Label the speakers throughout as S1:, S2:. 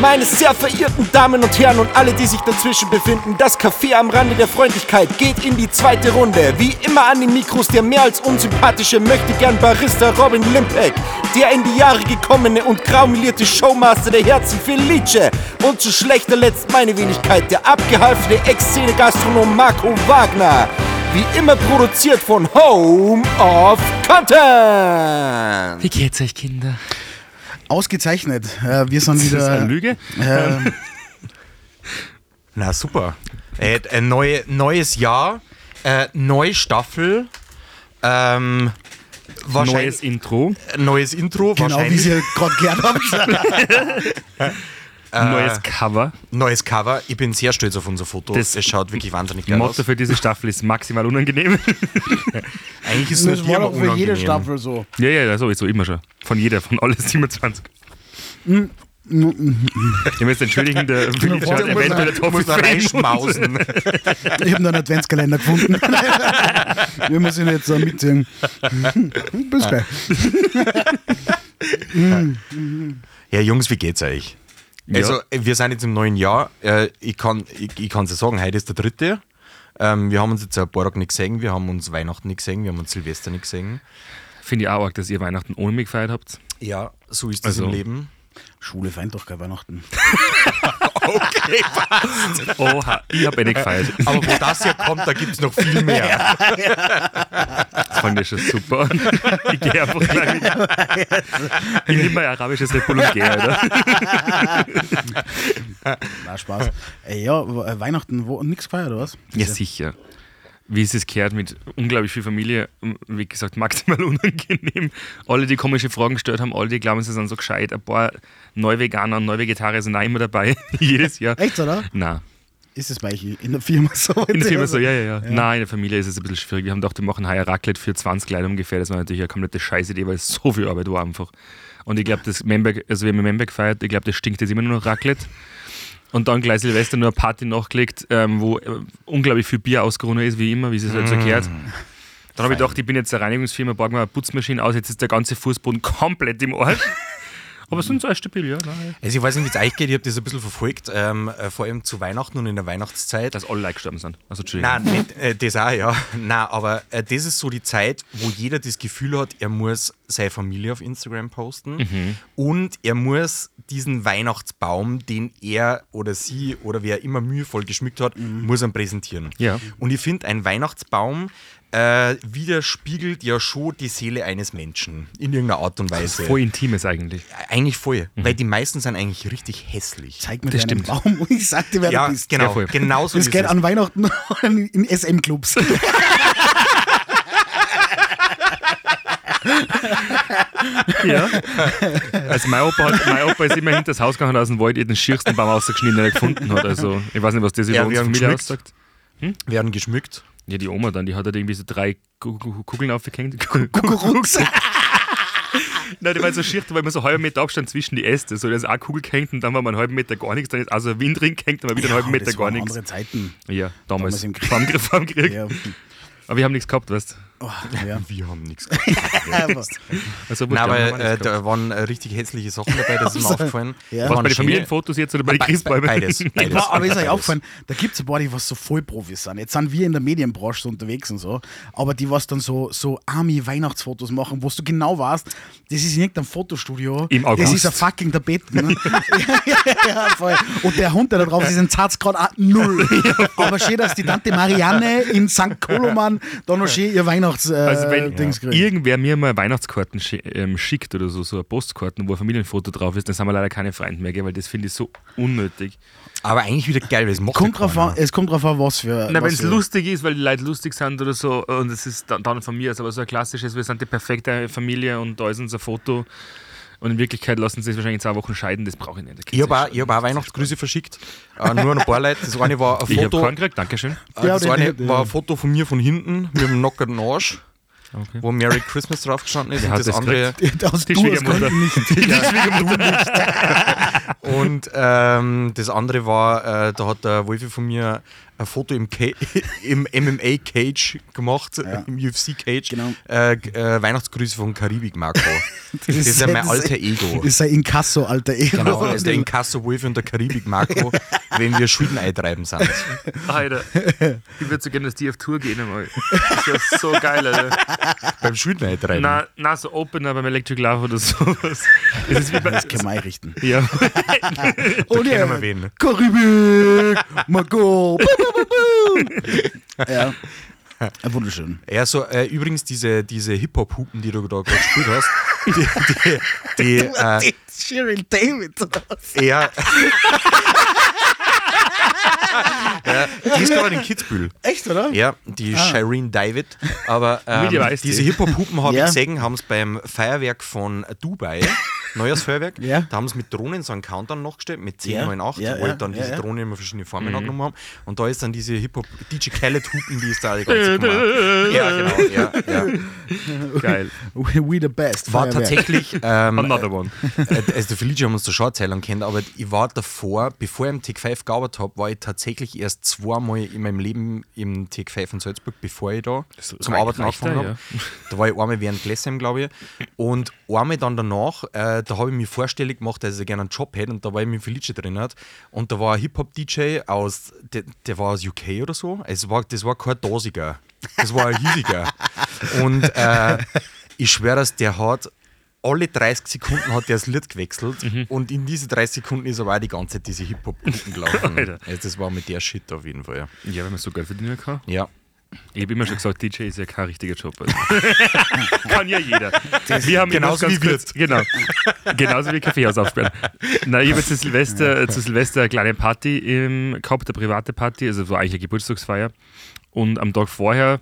S1: Meine sehr verehrten Damen und Herren und alle, die sich dazwischen befinden, das Café am Rande der Freundlichkeit geht in die zweite Runde. Wie immer an den Mikros der mehr als unsympathische Möchtegern Barista Robin Limpeck, der in die Jahre gekommene und graumelierte Showmaster der Herzen Felice und zu schlechter Letzt meine Wenigkeit, der abgehalfene Ex-Szene-Gastronom Marco Wagner. Wie immer produziert von Home of Content.
S2: Wie geht's euch, Kinder?
S3: Ausgezeichnet. Äh, wir sind
S2: Ist
S3: wieder.
S2: das eine Lüge? Ähm.
S3: Äh,
S4: Na super. Äh, d- ein neue, neues Jahr, äh, neue Staffel, ähm,
S2: Neues
S4: wahrscheinlich
S2: Intro,
S4: neues, Intro,
S3: genau, wie
S4: wahrscheinlich
S3: Sie gerade gehört haben.
S4: Äh.
S2: neues Cover.
S4: neues Cover. Ich bin sehr stolz auf unser Foto.
S2: Das-
S4: es schaut wirklich wahnsinnig
S2: Das
S4: geil
S2: Motto
S4: aus.
S2: für diese Staffel ist maximal unangenehm.
S4: Eigentlich ist es
S3: Das war
S4: nur dir
S3: doch
S4: unangenehm.
S3: für jede Staffel so.
S2: ja, ja, ja, sowieso, immer schon. Von jeder, von alle 27. Ich muss entschuldigen, der Willi
S3: Muss
S2: schaut
S3: man-
S2: eventuell der
S4: Muss da reinschmausen.
S3: Ich habe noch einen Adventskalender gefunden. wir müssen ihn jetzt so mitziehen. Bis gleich.
S4: Ja, Jungs, wie geht's euch? Also, äh, wir sind jetzt im neuen Jahr. Äh, ich kann es ich, ich kann's ja sagen, heute ist der dritte. Ähm, wir haben uns jetzt ein paar Tage nicht gesehen, wir haben uns Weihnachten nicht gesehen, wir haben uns Silvester nicht gesehen.
S2: Finde ich auch arg, dass ihr Weihnachten ohne mich gefeiert habt.
S4: Ja, so ist das
S2: Also-
S4: im Leben.
S3: Schule feind doch kein Weihnachten.
S2: Oha, ich hab eh nicht gefeiert.
S4: Aber wo das hier kommt, da gibt es noch viel mehr.
S2: Das fand ich schon super. Ich gehe einfach rein. Ich nehme mein arabisches Repologär, oder?
S3: Na, Spaß. Äh, ja, w- äh, Weihnachten, wo nichts gefeiert, oder was?
S2: Ja, sicher. Wie ist es gehört mit unglaublich viel Familie? Wie gesagt, maximal unangenehm. Alle, die komische Fragen gestellt haben, alle, die glauben, sie sind so gescheit. Ein paar Neuveganer und Neuvegetarier sind auch immer dabei. Jedes Jahr.
S3: Echt, oder?
S2: Nein.
S3: Ist es bei euch in der Firma so?
S2: In der Firma so, ja, ja, ja, Nein, in der Familie ist es ein bisschen schwierig. Wir haben gedacht, wir machen heuer Raclette für 20 Leute ungefähr. Das war natürlich eine komplette Scheißidee, weil es so viel Arbeit war einfach. Und ich glaube, das Memberg, also wir haben in Memberg gefeiert, ich glaube, das stinkt jetzt immer nur noch Raclette. Und dann gleich Silvester nur eine Party nachgelegt, ähm, wo äh, unglaublich viel Bier ausgerungen ist, wie immer, wie es halt so gehört. Dann habe ich gedacht, ich bin jetzt eine Reinigungsfirma, borgen wir eine Putzmaschine aus, jetzt ist der ganze Fußboden komplett im Arsch. Aber sonst alles stabil, ja. Nein.
S4: Also ich weiß nicht, wie es euch geht, ich habe das ein bisschen verfolgt, ähm, äh, vor allem zu Weihnachten und in der Weihnachtszeit.
S2: Dass alle Leute gestorben sind. Also, Entschuldigung.
S4: Nein, nicht, äh, das auch, ja. Nein, aber äh, das ist so die Zeit, wo jeder das Gefühl hat, er muss seine Familie auf Instagram posten
S3: Mhm.
S4: und er muss diesen Weihnachtsbaum, den er oder sie oder wer immer mühevoll geschmückt hat, muss er präsentieren.
S2: Ja.
S4: Und ich finde, ein Weihnachtsbaum äh, widerspiegelt ja schon die Seele eines Menschen in irgendeiner Art und Weise.
S2: Voll intimes eigentlich.
S4: Eigentlich voll, weil die meisten sind eigentlich richtig hässlich.
S3: Mhm. Zeig mir
S2: Das
S3: deinen
S2: stimmt.
S3: Baum und ich sag dir, wer
S4: Ja,
S3: du bist.
S2: Ja,
S4: genau.
S2: voll.
S4: genau so
S3: Das
S4: ist
S3: geht
S4: es.
S3: an Weihnachten in SM-Clubs.
S2: Ja. Also mein Opa, hat, mein Opa ist immer hinter das Haus gegangen und aus dem Wald den schiersten Baum rausgeschnitten, den er gefunden hat. Also ich weiß nicht, was das über
S4: Ja, wir
S2: unsere
S4: haben
S2: Familie
S4: geschmückt.
S2: aussagt.
S4: Werden geschmückt.
S2: Ja, die Oma dann, die hat halt irgendwie so drei Ku- Ku- Ku- Kugeln aufgehängt.
S3: Kuckucks.
S2: Nein, die war so schier, da war immer so einen halben Meter Abstand zwischen die Äste. So, da ist eine Kugel gehängt und dann war mal einen halben Meter gar nichts, dann ist also ein Wind drin gehängt, dann war wieder einen halben Meter
S3: Oh, das
S2: gar
S3: waren
S2: nichts.
S3: andere Zeiten.
S2: Ja, damals.
S3: Damals im Krieg.
S2: Vor dem Krieg. Vor dem Krieg.
S3: Ja.
S2: Aber wir haben nichts gehabt, weißt du.
S3: Oh, ja.
S4: Wir haben nichts
S3: Aber-
S2: Also,
S4: Nein,
S2: wir haben
S4: aber
S2: nichts
S4: äh,
S2: gehabt.
S4: da waren äh, richtig hässliche Sachen dabei, das ist mir aufgefallen.
S3: Ja.
S4: Da
S2: was
S4: waren
S2: bei den
S4: schöne-
S2: Familienfotos jetzt oder bei den
S4: Be-
S2: Christbäumen?
S4: Beides. beides.
S3: Boah, aber ist euch
S4: Beides.
S3: aufgefallen, da gibt es ein paar, die was so Vollprofis sind. Jetzt sind wir in der Medienbranche so unterwegs und so, aber die was dann so, so Army-Weihnachtsfotos machen, wo du genau weißt, das ist in irgendeinem Fotostudio.
S2: Im August.
S3: Das ist ein fucking Tapeten. Ne? ja, ja, voll. Und der Hund, der da drauf ist, ist ein Zartgrad auch null. aber schön, dass die Tante Marianne in St. Koloman da noch schön ihr Weihnachts-Dings äh,
S2: Also wenn
S3: Dings kriegt.
S2: irgendwer mir mal Weihnachtskarten schi ähm, schickt oder so, so Postkarten, wo ein Familienfoto drauf ist, dann sind wir leider keine Freunde mehr, gell, weil das finde ich so unnötig.
S4: Aber eigentlich wieder geil, weil es macht
S3: Kommt
S4: ja
S3: drauf
S4: keiner.
S3: an, es kommt drauf an, was für.
S2: Na,
S3: was
S2: wenn es
S3: für-
S2: lustig ist, weil die Leute lustig sind oder so, und es ist dann, dann von mir aus, aber so ein klassisches, wir sind die perfekte Familie und da ist unser Foto. Und in Wirklichkeit lassen sie sich wahrscheinlich in zwei Wochen scheiden, das brauche ich nicht.
S4: Ich habe auch, ich hab auch Weihnachtsgrüße verschickt, äh, nur an ein paar Leute. Das eine war ein
S2: Ich habe
S4: Foto,
S2: keinen
S4: äh,
S2: gekriegt, Dankeschön.
S3: Ja,
S4: das
S3: den-
S4: eine
S3: den-
S4: war ein Foto von mir von hinten mit einem knockerten Arsch,
S2: Okay.
S4: wo Merry Christmas draufgestanden ist.
S2: Wer
S4: Und
S2: hat
S4: das
S2: das
S4: andere
S2: gekriegt?
S3: Aus
S2: Die
S3: du, aus
S2: Schwiegermutter.
S3: Gründen nicht.
S4: und Und ähm, das andere war, äh, da hat der Wolfi von mir ein Foto im, Ca- im MMA-Cage gemacht, im UFC-Cage.
S3: Genau.
S4: Äh, g- äh, Weihnachtsgrüße von Karibik, Marco. das, ist ja mein alter Ego.
S3: Ist ein Inkasso, alter Ego.
S4: Genau, das ist der Inkasso Wolf und der Karibik Marco, wenn wir Schulden eintreiben sind. Ah,
S2: Alter, ich würde so gerne, dass die auf Tour gehen einmal. Das wäre so geil, Alter.
S4: Beim Schulden eintreiben.
S2: Na, na, so Opener beim Electric Love oder sowas. Es ist wie bei.
S3: Das können wir einrichten.
S2: Ja.
S3: Und
S4: kennen wir wen.
S3: Karibik, Margot. ja. Wunderschön.
S4: Ja, so, äh, übrigens, diese, diese Hip-Hop-Hupen, die du da gerade gespielt hast, die, die, die äh,
S3: Sheryl David.
S4: Ja. ja. Die ist gerade in Kitzbühel.
S3: Echt, oder? Ah.
S4: Ja, die Shireen David. Aber
S2: Wie die
S4: ähm,
S2: weiß die.
S4: diese Hip-Hop-Hupen habe
S3: Ja.
S4: ich gesehen, haben es beim Feuerwerk von Dubai, Neujahrsfeuerwerk,
S3: Ja.
S4: da haben sie mit Drohnen so einen Countdown nachgestellt, mit 10,
S3: Ja,
S4: 9, 8,
S3: ja,
S4: wo
S3: ja,
S4: dann
S3: ja,
S4: diese
S3: ja. Mhm.
S4: Drohnen immer verschiedene Formen angenommen haben. Und da ist dann diese Hip-Hop, DJ Khaled-Hupen, die ist da die ganze Nummer. Ja, genau. Ja, ja.
S2: Geil.
S3: We, we the best.
S4: War
S3: Feuerwehr.
S4: tatsächlich ähm,
S2: Another one.
S4: Äh, also der Felice haben uns da schon eine Zeit lang kennt, aber ich war davor, bevor ich im Tech 5 gearbeitet habe, war ich tatsächlich erst zweimal in meinem Leben im Tech 5 in Salzburg, bevor ich da zum
S2: reicht-
S4: Arbeiten
S2: reicht
S4: angefangen
S2: da,
S4: habe. Da war ich einmal während Glessheim, glaube ich, und einmal dann danach, äh, da habe ich mir vorstellig gemacht, dass ich gerne einen Job hätte und da war ich mit Felice drin hat und da war ein Hip-Hop-DJ aus, der, der war aus UK oder so, es war, das war kein Dosiger, das war ein Hiesiger und äh, ich schwöre, dass der hat alle 30 Sekunden hat der das Lied gewechselt
S2: Mhm.
S4: und in diese 30 Sekunden ist aber auch die ganze Zeit diese Hip-Hop-Gruppen gelaufen.
S2: Alter.
S4: also das war mit der Shit auf jeden Fall, ja.
S2: Ja, wenn man so Geld verdienen kann.
S4: Ja,
S2: Ich habe immer schon gesagt, DJ ist ja kein richtiger Job. Also. Kann ja jeder. Wir haben immer
S4: genauso
S2: ganz
S4: wie
S2: kurz- Genau. Genauso wie Kaffeehaus aufsperren. Nein, ich habe zu Silvester, äh, zu Silvester eine kleine Party im, gehabt, eine private Party, also war eigentlich eine Geburtstagsfeier. Und am Tag vorher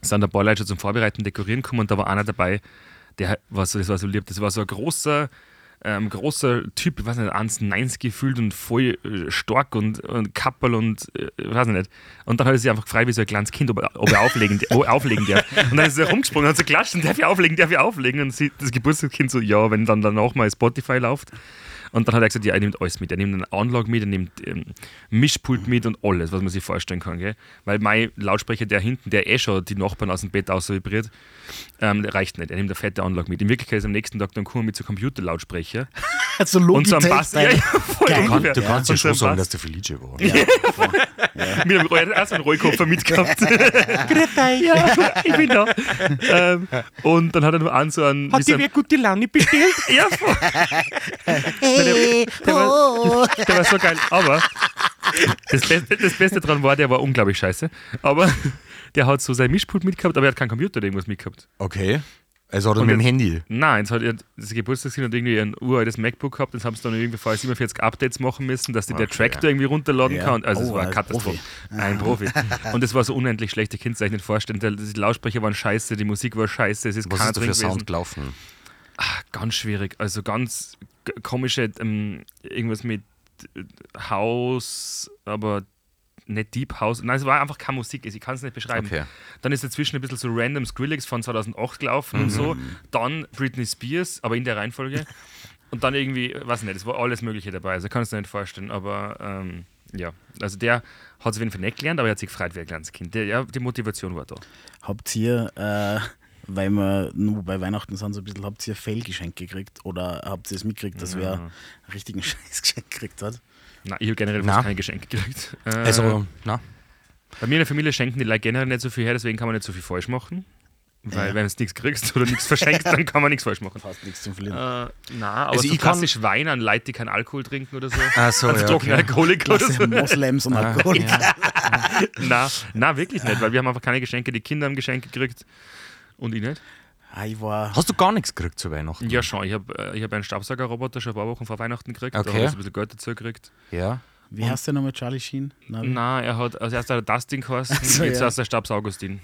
S2: sind ein paar Leute schon zum Vorbereiten, Dekorieren gekommen und da war einer dabei, der war so, das war so lieb, das war so ein großer, ähm, großer Typ, ich weiß nicht, 1,90 gefühlt und voll äh, stark und, und kappel und äh, weiß ich nicht. Und dann hat er sich einfach gefragt, wie so ein kleines Kind, ob, er- ob er auflegen, ob er auflegen darf. Und dann ist er rumgesprungen und hat so klatschen, darf ich auflegen, darf ich auflegen? Und sie, das Geburtstagskind so, ja, wenn dann danach mal Spotify läuft. Und dann hat er gesagt, ja, er nimmt alles mit. Er nimmt einen Anlage mit, er nimmt ähm, Mischpult mit und alles, was man sich vorstellen kann. Gell? Weil mein Lautsprecher, der hinten, der eh schon die Nachbarn aus dem Bett aus vibriert, ähm, der reicht nicht. Er nimmt eine fette Anlage mit. In Wirklichkeit ist am nächsten Tag dann gekommen mit so Computerlautsprecher
S3: so
S2: und so einem Bass. Ja, ja,
S3: Logitech-Teil.
S2: voll
S3: Geil.
S2: ungefähr.
S4: du kannst ja
S2: Und so
S4: schon
S2: ein
S4: sagen,
S2: Bass
S4: dass der Felice war.
S2: Mit einem, er hat auch so einen Rollkoffer mitgehabt. ja, ich bin da. Ähm, und dann hat er nur an so einen. Hat dir wer gute Laune bestellt? ja, voll. Hey, der, der, war, der war so geil. Aber das Beste, das Beste dran war, der war unglaublich scheiße. Aber der hat so sein Mischpult mitgehabt, aber er hat keinen Computer oder irgendwas mitgehabt.
S4: Okay. Also hat er mit dem
S2: jetzt-
S4: Handy.
S2: Nein, es hat ihr das Geburtstagskind hat irgendwie ein uraltes MacBook gehabt, das haben sie dann irgendwie vor 47 Updates machen müssen, dass die der Track da irgendwie runterladen
S3: Ja.
S2: kann. Also es
S3: Oh,
S2: war eine
S3: ein
S2: Katastrophe. Ein Profi. Und es war so unendlich schlecht, ich kann es euch nicht vorstellen. Der- Die Lautsprecher waren scheiße, die Musik war scheiße, es ist
S4: Was
S2: keiner
S4: ist da
S2: drin
S4: für
S2: gewesen.
S4: Sound gelaufen?
S2: Ganz schwierig, also ganz g- komische, ähm, irgendwas mit äh, House, aber nicht Deep House. Nein, es war einfach keine Musik, ich kann es nicht beschreiben.
S4: Okay.
S2: Dann ist dazwischen ein bisschen so random Skrillex von 2008 gelaufen und so.
S4: Mhm.
S2: Dann Britney Spears, aber in der Reihenfolge. Und dann irgendwie, weiß nicht, es war alles Mögliche dabei. Also kannst du dir nicht vorstellen, aber ähm, ja. Also der hat es auf jeden Fall nicht gelernt, aber er hat sich gefreut wie ein kleines Kind. Der, ja, die Motivation war da.
S3: Habt ihr, äh, weil wir nur bei Weihnachten sind, so ein bisschen, habt ihr Fehlgeschenk gekriegt? Oder habt ihr es mitgekriegt, dass wer einen richtigen Scheißgeschenk gekriegt hat?
S2: Nein, ich habe generell fast
S4: Na.
S2: kein Geschenk gekriegt. Äh,
S4: Also, na?
S2: Bei mir in der Familie schenken die Leute generell nicht so viel her, deswegen kann man nicht so viel falsch machen. Weil wenn du nichts kriegst oder nichts verschenkst, dann kann man nichts falsch machen.
S3: Fast nichts zum Verlieren.
S2: Äh, na, aber
S4: Also
S2: so
S4: ich kann-
S2: klassisch Wein an Leute, die keinen Alkohol trinken oder so.
S4: Ach so,
S2: also
S4: ja,
S2: trockene
S4: okay.
S2: Alkoholiker oder so.
S3: Klasse Moslems und
S4: Ah,
S3: Alkoholiker.
S2: Na, na, wirklich nicht, weil wir haben einfach keine Geschenke. Die Kinder haben Geschenke gekriegt und ich nicht.
S3: Ah, ich war.
S4: Hast du gar nichts gekriegt zu Weihnachten?
S2: Ja, schon. Ich habe ich hab einen Staubsaugerroboter schon ein paar Wochen vor Weihnachten gekriegt. Da
S4: Okay.
S2: habe ich ein bisschen Geld dazu gekriegt.
S4: Ja.
S3: Wie heißt der nochmal? Charlie Sheen? Nein.
S2: Na, er hat als erster Dustin geheißen,
S3: so,
S2: jetzt
S3: ja.
S2: heißt er Staubsaugustin.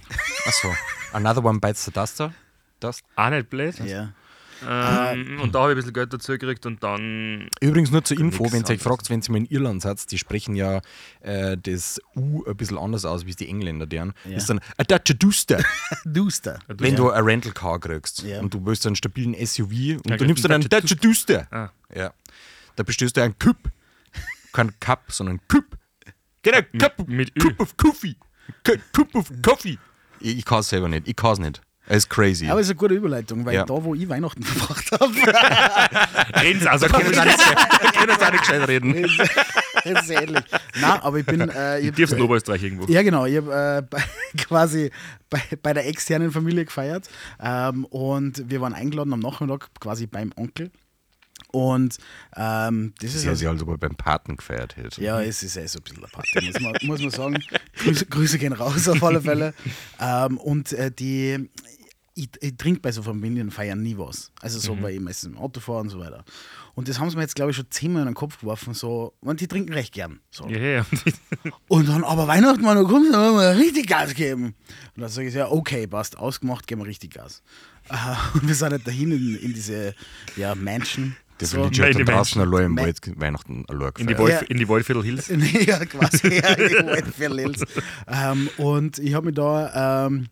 S4: Achso. Another one bites the duster. Das.
S2: Auch nicht blöd.
S3: Ja.
S2: Ähm, und da habe ich ein bisschen Geld dazu gekriegt und dann
S4: Übrigens nur zur Info,
S2: Nix
S4: wenn ihr euch
S2: anderes.
S4: fragt, wenn ihr mal in Irland seid, die sprechen ja äh, das U ein bisschen anders aus, wie es die Engländer deren.
S3: Ja.
S4: Ist dann a Dutcher Duster.
S3: Duster.
S4: wenn du ein Rental Car kriegst
S3: Ja.
S4: und du willst einen stabilen SUV und
S2: Ja,
S4: du nimmst dann einen
S2: Dacia
S4: Dacia Duster.
S2: Ah.
S4: Ja. Da bestellst du einen Küpp. Kein Cup, sondern Küpp. Get a cup,
S2: mit Ü.
S4: cup of coffee. Cu- Cup of coffee. Ich, ich kann es selber nicht. Ich kann es nicht. Es ist crazy.
S3: Aber es ist eine gute Überleitung, weil
S4: Ja.
S3: da, wo ich Weihnachten verbracht habe,
S2: Renz, also können wir da nicht, können wir da nicht gescheit reden.
S3: ist ähnlich. Nein, aber ich bin. Äh, ich,
S2: Dirfst in Oberösterreich irgendwo.
S3: Ja, genau. Ich habe äh, bei- quasi bei, bei der externen Familie gefeiert ähm, und wir waren eingeladen am Nachmittag quasi beim Onkel. Und ähm, das ist
S4: Sie hat
S3: also,
S4: sich halt aber beim Paten gefeiert hätte.
S3: ja, es ist eh so ein bisschen eine Party, muss man, muss man sagen. Grüße, Grüße gehen raus auf alle Fälle. Ähm, und äh, die, ich, ich trinke bei so Familienfeiern nie was. Also so bei meistens im Autofahren und so weiter. Und das haben sie mir jetzt, glaube ich, schon zehnmal in den Kopf geworfen. So, und die trinken recht gern. So.
S2: Ja, ja.
S3: Und dann, aber Weihnachten mal noch kommt, dann wollen wir richtig Gas geben. Und dann sage ich, ja, okay, passt, ausgemacht, geben wir richtig Gas. Äh, Und wir sind halt dahin in, in diese ja, Mansion.
S4: Der
S3: so.
S4: Village hat
S2: Meine
S4: dann draußen
S2: Menschen.
S4: allein im Wald Weihnachten allein
S2: In die,
S4: gefeiert.
S2: Wald,
S3: Ja.
S2: in die Waldviertel Hills.
S3: ja, quasi. Ja, die Waldviertels. ähm, und ich habe mir da, ähm,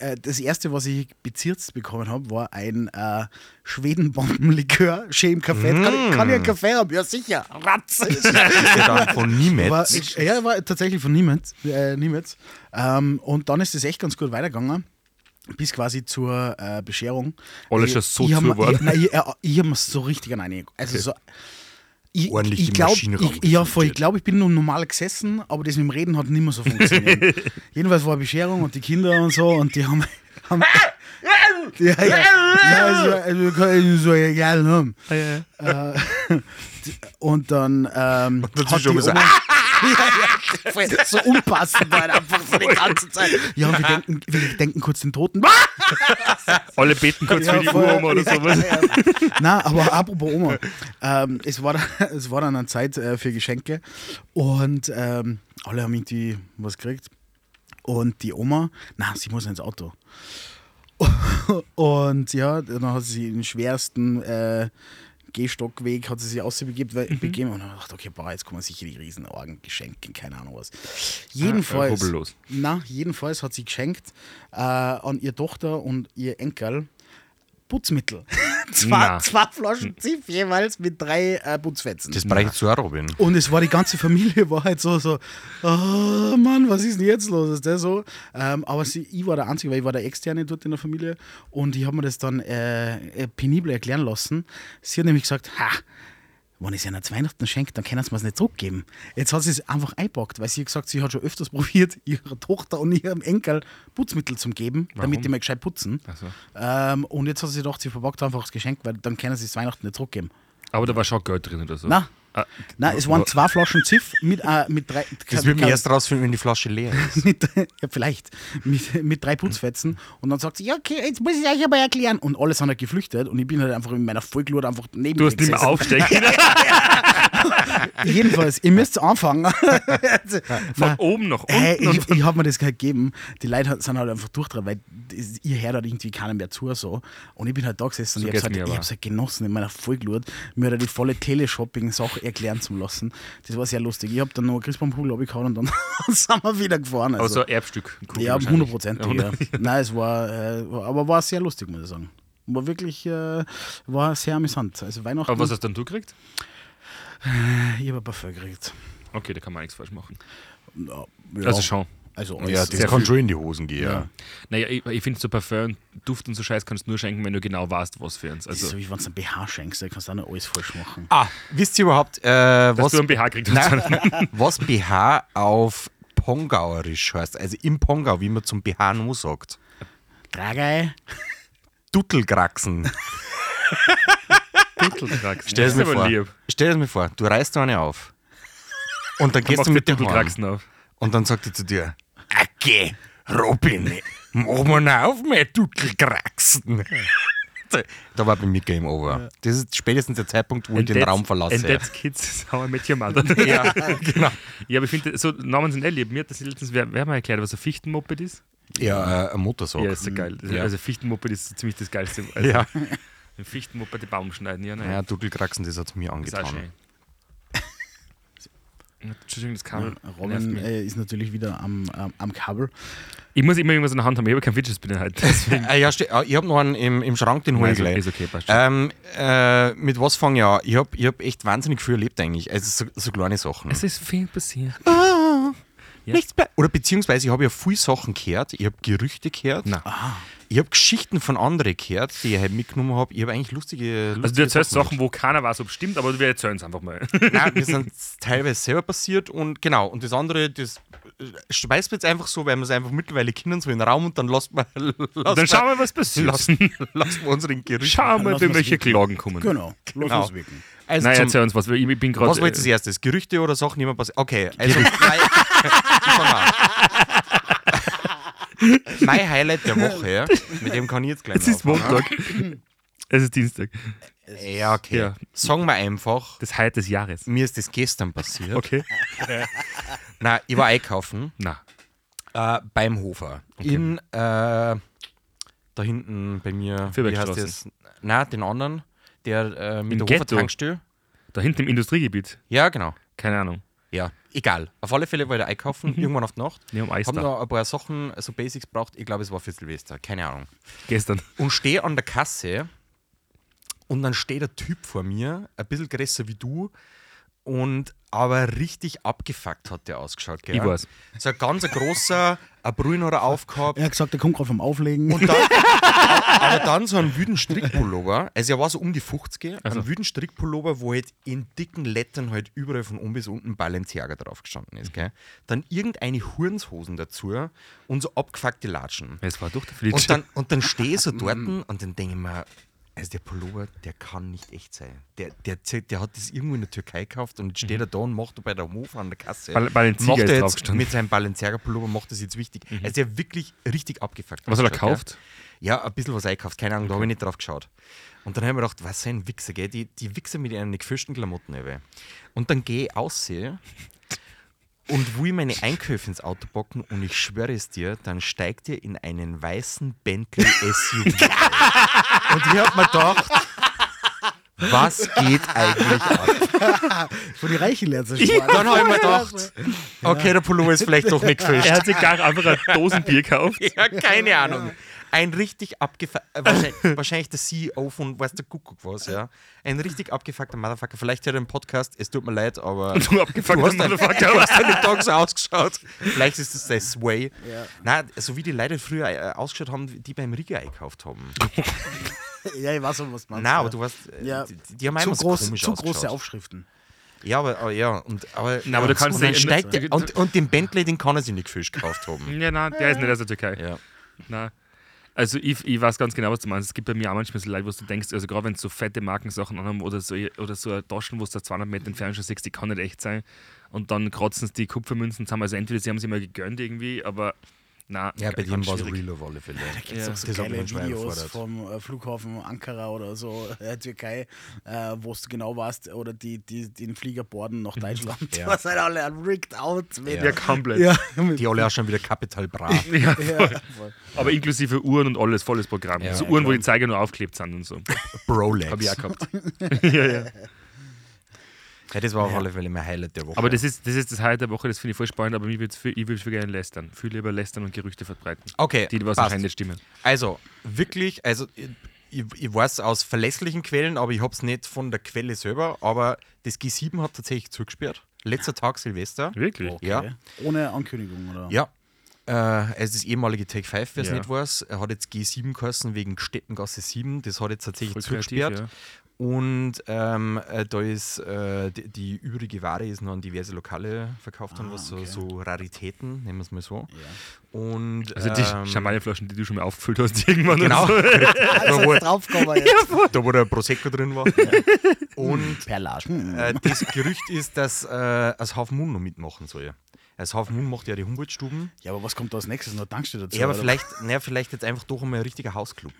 S3: äh, das erste, was ich bezirzt bekommen habe, war ein äh, Schwedenbombenlikör, schön im Kaffee. Kann, ich- kann ich einen Kaffee haben? Ja, sicher. Ratze.
S4: Das ist dann von
S3: War,
S4: niemals.
S3: ich, ja, war tatsächlich von niemand. Äh, niemand. Ähm, und dann ist es echt ganz gut weitergegangen. Bis quasi zur äh, Bescherung.
S2: Alles
S3: Ich-
S2: schon so
S3: ich hab
S2: zu
S3: mir-
S2: geworden.
S3: Ich, nein, ich, äh, ich habe mir so richtig an eine. Also so, ich,
S4: Ordentlich
S3: ich
S4: die
S3: glaub,
S4: Maschine
S3: ich, Ja, voll. Ich glaube, ich bin nur normal gesessen, aber das mit dem Reden hat nicht mehr so funktioniert. Jedenfalls war Bescherung und die Kinder und so und die haben. haben ja, ja. ja, also, also, kann ich so ja, gerne haben. ne? Äh, und dann. Ähm,
S4: dann
S3: hat
S4: schon
S3: die
S4: mal so,
S3: Oma- ja, ja, voll, so unpassend war einfach so die ganze Zeit. Ja, und wir denken, wir denken kurz den Toten.
S2: Alle beten kurz
S3: Ja,
S2: für die
S3: voll.
S2: Uhr um oder sowas.
S3: Na, aber apropos Oma, ähm, es, war, dann- es war dann eine Zeit äh, für Geschenke und ähm, alle haben irgendwie was gekriegt. Und die Oma, na, sie muss ins Auto. Und ja, dann hat sie den schwersten äh, Gehstockweg hat sie sich ausbegeben weil- begeben und dann dachte okay, boah, jetzt kommen sicher die Riesenorgen geschenken, keine Ahnung was. Jedenfalls,
S2: hobellos.
S3: na, jedenfalls hat sie geschenkt äh, an ihr Tochter und ihr Enkel Putzmittel. zwei,
S2: Na.
S3: zwei Flaschen Ziff jeweils mit drei äh, Putzfetzen.
S4: Das brauche ich zu auch, Robin.
S3: Und es war die ganze Familie, war halt so, so, oh Mann, was ist denn jetzt los? Ist der so? Ähm, aber sie, ich war der Einzige, weil ich war der Externe dort in der Familie und ich habe mir das dann äh, äh, penibel erklären lassen. Sie hat nämlich gesagt, ha, wenn ich es einer zu Weihnachten schenke, dann können sie mir es nicht zurückgeben. Jetzt hat sie es einfach eingepackt, weil sie gesagt, sie hat schon öfters probiert, ihrer Tochter und ihrem Enkel Putzmittel zu geben, damit die mal gescheit putzen.
S2: so.
S3: Ähm, und jetzt hat sie gedacht, sie verpackt einfach das Geschenk, weil dann können sie es zu Weihnachten nicht zurückgeben.
S2: Aber da war schon Geld drin oder so.
S3: Na.
S2: Ah,
S3: Nein, es waren zwei Flaschen Ziff mit, äh, mit drei.
S4: Das wird mir erst rausfinden, wenn die Flasche leer ist.
S3: mit, ja, vielleicht. Mit, mit drei Putzfetzen. Und dann sagt sie, ja, okay, jetzt muss ich euch aber erklären. Und alle sind halt geflüchtet und ich bin halt einfach in meiner Vollglut einfach neben
S2: Du
S3: ihr
S2: hast nicht mehr
S3: gesessen.
S2: aufsteigen können.
S3: Jedenfalls, ihr müsst anfangen. Also,
S2: Von oben nach unten.
S3: Hey,
S2: und
S3: ich, ich habe mir das halt gegeben. Die Leute hat- sind halt einfach durchdreht, weil das- ihr hört halt irgendwie keiner mehr zu. So. Und ich bin halt da gesessen
S2: So
S3: und ich
S2: geht's
S3: habe
S2: mir
S3: halt,
S2: aber.
S3: ich hab's halt genossen in meiner Vollglut, mir halt die volle Teleshopping-Sache erklären zu lassen. Das war sehr lustig. Ich habe dann noch einen Christbaumpul abgehauen und dann sind wir wieder gefahren.
S2: also Erbstück.
S3: Ja, 100 Prozent. Ja. Nein, es war, äh, war- aber war sehr lustig, muss ich sagen. War wirklich, äh, war sehr amüsant. Also Weihnachten,
S2: Aber was hast denn du gekriegt?
S3: ich habe ein Parfum gekriegt.
S2: Okay, da kann man nichts falsch machen.
S3: Ja, ja.
S2: Also schon.
S3: Also
S4: Ja,
S3: alles.
S4: das kann schon in die Hosen gehen. Ja.
S2: Naja, ich, ich finde so Parfum, Duft und so Scheiß kannst du nur schenken, wenn du genau weißt, was für uns.
S3: Das ist
S2: Also,
S3: so wie wenn du ein BH schenkst, da kannst du auch nicht alles falsch machen.
S4: Ah, wisst ihr überhaupt, äh,
S2: dass
S4: was,
S2: du einen BH kriegst.
S4: Nein, was BH auf Pongauerisch heißt? Also im Pongau, wie man zum BH nur sagt.
S3: Dragei.
S4: Duttelgraxen. Stell es mir vor. Stell es mir vor, du reißt da eine auf. Und dann gehst du mit dem heim.
S2: Duttelkraxen auf.
S4: Und dann sagt die zu dir, Ake, Robin, mach mal noch auf, mein Duttelgraxen. Da- Da war bei mir Game Over. Das ist spätestens der Zeitpunkt, wo ich den
S2: that's-
S4: Raum
S2: And
S4: verlasse.
S2: that's kids, how I met your mother.
S4: Ja, genau.
S2: ja, aber ich finde, so Namen sind eh lieb. Mir hat das letztens, wer, wer hat mir erklärt, was ein Fichtenmoped ist?
S4: Ja, äh, ein Motorsaug.
S2: Ja, ist so geil.
S4: Ja.
S2: Also Fichtenmoped ist so ziemlich das Geilste. Also,
S4: Ja.
S2: Ein Fichtenmoped, die Baum schneiden. Ja, naja.
S4: Ja, Duttelkraxen, das hat mir
S2: ist auch schön.
S4: angetan.
S2: Entschuldigung, das Kabel.
S4: Hm.
S2: nervt
S3: Robin
S2: mich.
S3: äh, ist natürlich wieder am, am, am Kabel.
S2: Ich muss immer irgendwas in der Hand haben, ich habe keinen Fidget Spinner halt. Deswegen.
S4: Ah, ja, ste- ah, ich habe noch einen im, im Schrank, den hole ich
S2: Nein, ist
S4: gleich.
S2: okay, passt schon.
S4: ähm, äh, mit was fange ich an? Ich habe ich hab echt wahnsinnig viel erlebt eigentlich. Also so, so kleine Sachen.
S2: es ist viel passiert.
S4: Nichts bei. Oder beziehungsweise ich habe ja viele Sachen gehört. Ich habe Gerüchte gehört.
S2: Nein.
S4: Ich habe Geschichten von anderen gehört, die ich halt mitgenommen habe. Ich habe eigentlich lustige, lustige
S2: Also du erzählst Sachen, wo keiner weiß, ob es stimmt, aber wir erzählen es einfach mal.
S4: Nein, mir sind teilweise selber passiert und genau. Und das andere, das äh, schmeißt man jetzt einfach so, weil wir es einfach mittlerweile kennen, so in den Raum und dann lasst man.
S2: Dann schauen wir, was passiert.
S4: Lassen, lassen wir unseren Gerücht.
S2: Schauen wir,
S3: Lassen
S2: wenn
S3: wir's
S2: welche
S3: wirken.
S2: Klagen kommen.
S3: Genau, los
S4: Genau.
S3: uns wirken.
S4: Also
S2: Nein,
S4: zum-
S2: erzähl uns was. weil Ich ich bin äh, gerade.
S4: Was wollt ihr als erstes? Gerüchte oder Sachen, die mir passieren? Okay, also mein, mein Highlight der Woche, mit dem kann ich jetzt gleich
S2: Es ist
S4: anfangen.
S2: Montag. es ist Dienstag.
S4: Ja, okay.
S2: Ja.
S4: Sagen wir einfach,
S2: Das Highlight des Jahres.
S4: mir ist das gestern passiert.
S2: Okay.
S4: Nein, ich war einkaufen
S2: Na,
S4: äh, beim Hofer. In, äh, da hinten bei mir, wie heißt das?
S2: Fürbergstraße.
S4: Nein, den anderen, der äh, mit
S2: Im
S4: der Hofer
S2: Ghetto?
S4: Tankstelle.
S2: da hinten im Industriegebiet.
S4: Ja, genau.
S2: Keine Ahnung.
S4: Ja, egal. Auf alle Fälle wollte ich einkaufen, irgendwann auf die Nacht.
S2: Nee, um Eis
S4: Hab
S2: da.
S4: noch ein paar Sachen, so Basics braucht. Ich glaube, es war für Silvester, keine Ahnung.
S2: Gestern.
S4: Und stehe an der Kasse und dann steht der Typ vor mir, ein bisschen größer wie du und aber richtig abgefuckt hat der ausgeschaut, gell?
S2: Ich weiß.
S4: So ein ganz großer, ein Brühen hat er aufgehabt.
S3: Er hat gesagt, er kommt gerade vom Auflegen.
S4: Und dann, aber dann so einen wüden Strickpullover, also er war so um die 50,
S2: Also.
S4: einen wüden Strickpullover, wo halt in dicken Lettern halt überall von oben bis unten Balenciaga drauf gestanden ist. Gell? Dann irgendeine Hurenshosen dazu und so abgefuckte Latschen.
S2: Es war durch der Flitsch.
S4: Und dann, und dann stehe ich so dort und dann denke ich mir, also der Pullover, der kann nicht echt sein. Der, der, der hat das irgendwo in der Türkei gekauft und jetzt steht er da und macht da bei der Hof an der Kasse.
S2: Mhm. Bal- Balenciaga
S4: macht
S2: ist
S4: er jetzt
S2: draufgestanden.
S4: mit seinem Balenciaga-Pullover macht das jetzt wichtig. Also der wirklich richtig abgefuckt.
S2: Mhm. Was hat er
S4: ausgeschaut,
S2: gekauft?
S4: gell? Ja, ein bisschen was eingekauft, keine Ahnung, da habe ich nicht drauf geschaut. Und dann habe ich mir gedacht, was sind Wichser, gell? Die, die Wichser mit ihren gefischten Klamotten. Ey. Und dann gehe ich aussehe und will meine Einkäufe ins Auto packen und ich schwöre es dir, dann steigt ihr in einen weißen Bentley SUV. ein. und ich habe mir gedacht, was geht eigentlich ab?
S3: Wo die Reichen lernt sich
S4: Dann habe ich mir gedacht, okay, der Pullover ist vielleicht doch nicht gefischt.
S2: Er hat sich gar einfach ein Dosenbier gekauft.
S4: Ja, keine Ahnung. Ein richtig abgefuckter, wahrscheinlich, wahrscheinlich der CEO von weiß der Kuckuck was, ja. Ein richtig abgefuckter Motherfucker. Vielleicht hört er den Podcast, es tut mir leid, aber
S2: Du abgefuckter
S4: hast ein-
S2: Motherfucker.
S4: du hast an dem Tag so ausgeschaut. Vielleicht ist es der Sway. Nein, so wie die Leute früher äh, ausgeschaut haben, die beim Riga eingekauft haben.
S3: Ja, ich weiß schon, was man
S4: Nein, aber du warst, äh,
S3: Ja.
S4: die, die haben
S3: zu,
S4: einfach so
S3: groß,
S4: komisch
S3: zu große
S4: ausgeschaut.
S3: Aufschriften.
S4: Ja, aber, aber ja, und aber,
S2: Na, aber du
S4: ja,
S2: kannst
S4: und, dann
S2: nicht-
S4: steigt der,
S2: du-
S4: und, und den Bentley, den kann er sich nicht gefischt gekauft haben.
S2: Ja, nein, der ist nicht aus der Türkei.
S4: Ja.
S2: Nein. Also ich, ich weiß ganz genau, was du meinst. Es gibt bei mir auch manchmal so Leute, wo du denkst, also gerade wenn so fette Markensachen anhaben oder so, oder so Taschen, wo du da 200 Meter entfernt schon siehst, die kann nicht echt sein. Und dann kratzen sie die Kupfermünzen zusammen. Also entweder sie haben sie mal gegönnt irgendwie, aber na,
S4: Ja, bei dem
S2: ganz
S4: war es
S2: schwierig.
S4: real auf alle Fälle.
S3: Gibt's auch
S4: Das
S3: so
S4: hab ich
S3: geile
S4: von Schwein
S3: Videos
S4: gefordert.
S3: vom äh, Flughafen Ankara oder so, äh, Türkei, äh, wo du genau warst, oder die, die den Flieger boarden nach Deutschland.
S4: Ja.
S3: Was halt alle rigged out. Mit
S2: Ja, komplett.
S3: Ja.
S4: Die alle auch schon wieder Capital Bra.
S3: ja, voll.
S2: Aber inklusive Uhren und alles, volles Programm.
S4: Ja,
S2: so
S4: ja,
S2: Uhren, wo die Zeiger nur aufklebt sind und so.
S4: Brolex.
S2: Hab ich auch gehabt.
S4: Ja, das war auf alle Fälle mein Highlight der Woche.
S2: Aber das ist das, ist das Highlight der Woche, das finde ich voll spannend, aber mir wird's viel- ich würde viel gerne lästern. Viel lieber lästern und Gerüchte verbreiten.
S4: okay,
S2: Die, die was
S4: Oh, passt.
S2: wahrscheinlich nicht stimmen.
S4: Also, wirklich, also ich, ich ich weiß aus verlässlichen Quellen, aber ich habe es nicht von der Quelle selber, aber das G7 hat tatsächlich zugesperrt. Letzter Tag Silvester.
S2: Wirklich?
S4: Ja.
S3: Ohne Ankündigung, oder?
S4: Ja. Äh, also das ehemalige Take 5, wer es
S2: Ja.
S4: nicht weiß, er hat jetzt G7 geheißen wegen Stettengasse 7. Das hat jetzt tatsächlich
S2: Voll kreativ,
S4: zugesperrt.
S2: ja.
S4: Und ähm, äh, da ist äh, die, die übrige Ware ist noch an diverse Lokale verkauft
S2: Ah,
S4: worden, was so, so Raritäten, nehmen wir es mal so. Und
S2: Also die
S4: ähm,
S2: Champagnerflaschen, die du schon mal aufgefüllt hast, irgendwann.
S4: genau,
S2: Und
S4: da, wo,
S3: Draufkommen jetzt.
S4: da wo der Prosecco drin war. Und
S3: Perlage. Hm.
S4: äh, das Gerücht ist, dass äh, als Half Moon noch mitmachen soll. Als Half Moon macht ja die Humboldt-Stuben.
S3: Ja, aber was kommt da als nächstes? Noch Tankstelle dazu?
S4: Ja, aber
S3: oder?
S4: vielleicht, naja, vielleicht jetzt einfach doch einmal ein richtiger Hausclub.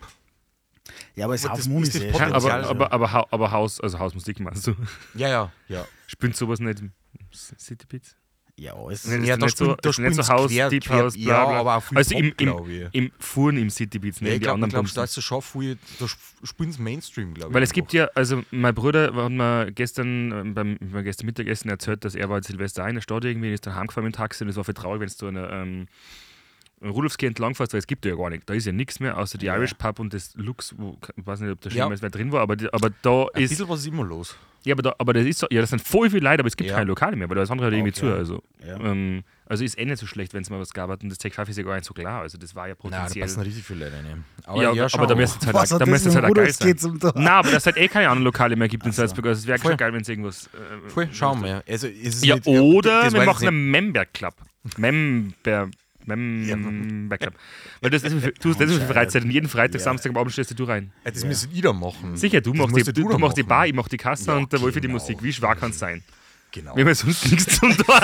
S3: Ja, aber es ist
S4: das-
S3: auf Moon ist
S4: ist das
S3: eh
S2: so.
S4: Potenzial, also-
S3: schon-
S2: aber, aber,
S4: ja.
S2: aber, Hau- aber Haus, also Hausmusik meinst du?
S4: Ja, ja, ja.
S2: Spinnt sowas nicht im S- City Beats?
S3: Ja, alles.
S4: Ja,
S2: ist
S4: da
S2: nicht so,
S4: spielt- da
S2: ist nicht so
S4: spielt's
S2: Haus,
S4: quer-
S2: Deep
S4: quer-
S2: House, bla,
S4: ja,
S2: bla.
S4: aber auch viel
S2: also im,
S4: Pop,
S2: im,
S4: glaub ich.
S2: im Fuhren im City Beats,
S4: Ja,
S2: nicht
S4: ich
S2: die
S4: glaube,
S2: anderen
S4: glaub,
S2: Pumpen.
S4: da ist schon viel, da sp- spielen sie Mainstream, glaube ich.
S2: Weil es
S4: einfach.
S2: gibt ja, also mein Bruder hat mir gestern äh, beim, beim gestern Mittagessen erzählt, dass er war in Silvester in der Stadt irgendwie und ist dann heimgefahren mit dem Taxi und es war viel traurig, wenn du in einer, ähm, Rudolfsgeh entlangfährst, weil es gibt ja gar nichts. Da ist ja nichts mehr, außer die Irish Pub und das Lux, wo, ich weiß nicht, ob da schon
S4: Ja.
S2: jemals wer drin war, aber, die- aber da
S4: Ein
S2: ist.
S4: bisschen was ist immer los.
S2: Ja, aber, da, aber das ist so, ja, das sind voll viele Leute, aber es gibt
S4: Ja.
S2: keine Lokale mehr, weil das andere hat irgendwie
S3: Okay.
S2: zu. Also,
S3: Ja.
S2: ähm, also ist eh nicht so schlecht, wenn es mal was gab hat und das Tech 5 ist ja gar nicht so klar. Also das war ja
S4: Nein, da
S2: potenziell.
S4: passen richtig viele Leute rein.
S2: ja, aber, aber da müsste es halt, da müsste es halt auch geil sein. Na, aber das halt eh keine anderen Lokale mehr gibt in Salzburg. Also es wäre
S4: Voll.
S2: schon geil, wenn es irgendwas. Äh,
S4: Voll, schauen wir. Also, es ist
S2: Ja,
S4: nicht-
S2: oder
S4: das
S2: wir
S4: weiß ich
S2: machen
S4: nicht.
S2: einen Memberg Club. Member. Memberg Club. Weil das ist, du hast das ist für Freizeit und jeden Freitag, Samstagabend stellst du rein.
S4: Ja, Das müssen jeder machen.
S2: Sicher, du
S4: Das
S2: machst, die,
S4: musst
S2: du,
S4: dann
S2: machst die
S4: machen.
S2: Bar, ich mach die Kasse
S4: Ja,
S2: und der Wolfi die
S4: genau.
S2: Musik. Wie schwer kann es sein?
S4: Genau.
S2: Wir haben ja sonst nichts zum Tor.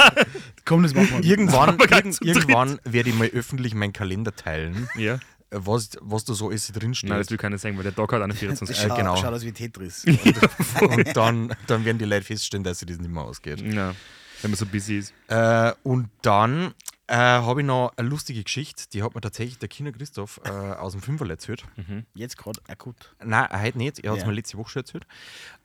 S3: Komm, das machen wir.
S4: Irgendwann,
S2: Aber ganz
S4: irgend,
S2: zu dritt.
S4: irgendwann werde ich mal öffentlich meinen Kalender teilen,
S2: ja.
S4: was, was da so ist, drin
S2: Nein, das
S4: steht.
S2: will keiner sagen, weil der Doc hat eine 24
S4: Äh, genau.
S3: Schaut aus wie Tetris.
S4: Und dann, dann werden die Leute feststellen, dass sie das nicht mehr ausgeht.
S2: Ja, wenn man so busy ist.
S4: Äh, und dann äh, habe ich noch eine lustige Geschichte, die hat mir tatsächlich der Kino Christoph äh, aus dem Fünferl erzählt.
S3: Jetzt gerade akut.
S4: Nein, heute nicht, er hat es
S3: Ja.
S4: mir letzte Woche schon erzählt.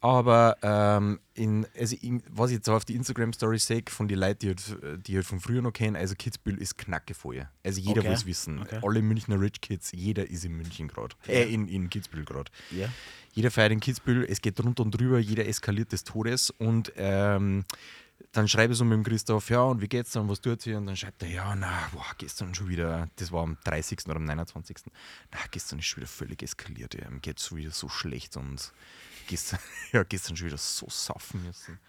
S4: Aber ähm, in, also in, was ich jetzt auf die Instagram-Story sehe, von den Leuten, die halt, die halt von früher noch kennen, also Kitzbühel ist knackevoll. Also jeder
S3: Okay.
S4: will es wissen.
S3: Okay.
S4: Alle Münchner Rich Kids, jeder ist in München gerade. Äh, in, in Kitzbühel gerade.
S3: Ja.
S4: Jeder feiert in Kitzbühel, es geht drunter und drüber, jeder eskaliert des Todes und ähm, dann schreibe ich so mit dem Christoph, ja, und wie geht's dann, was tut sie? Und dann schreibt er, ja, na, boah, gestern schon wieder, das war am 30. oder am 29. Na, gestern ist schon wieder völlig eskaliert, ja, mir geht's schon wieder so schlecht und gestern, ja, gestern schon wieder so saufen müssen.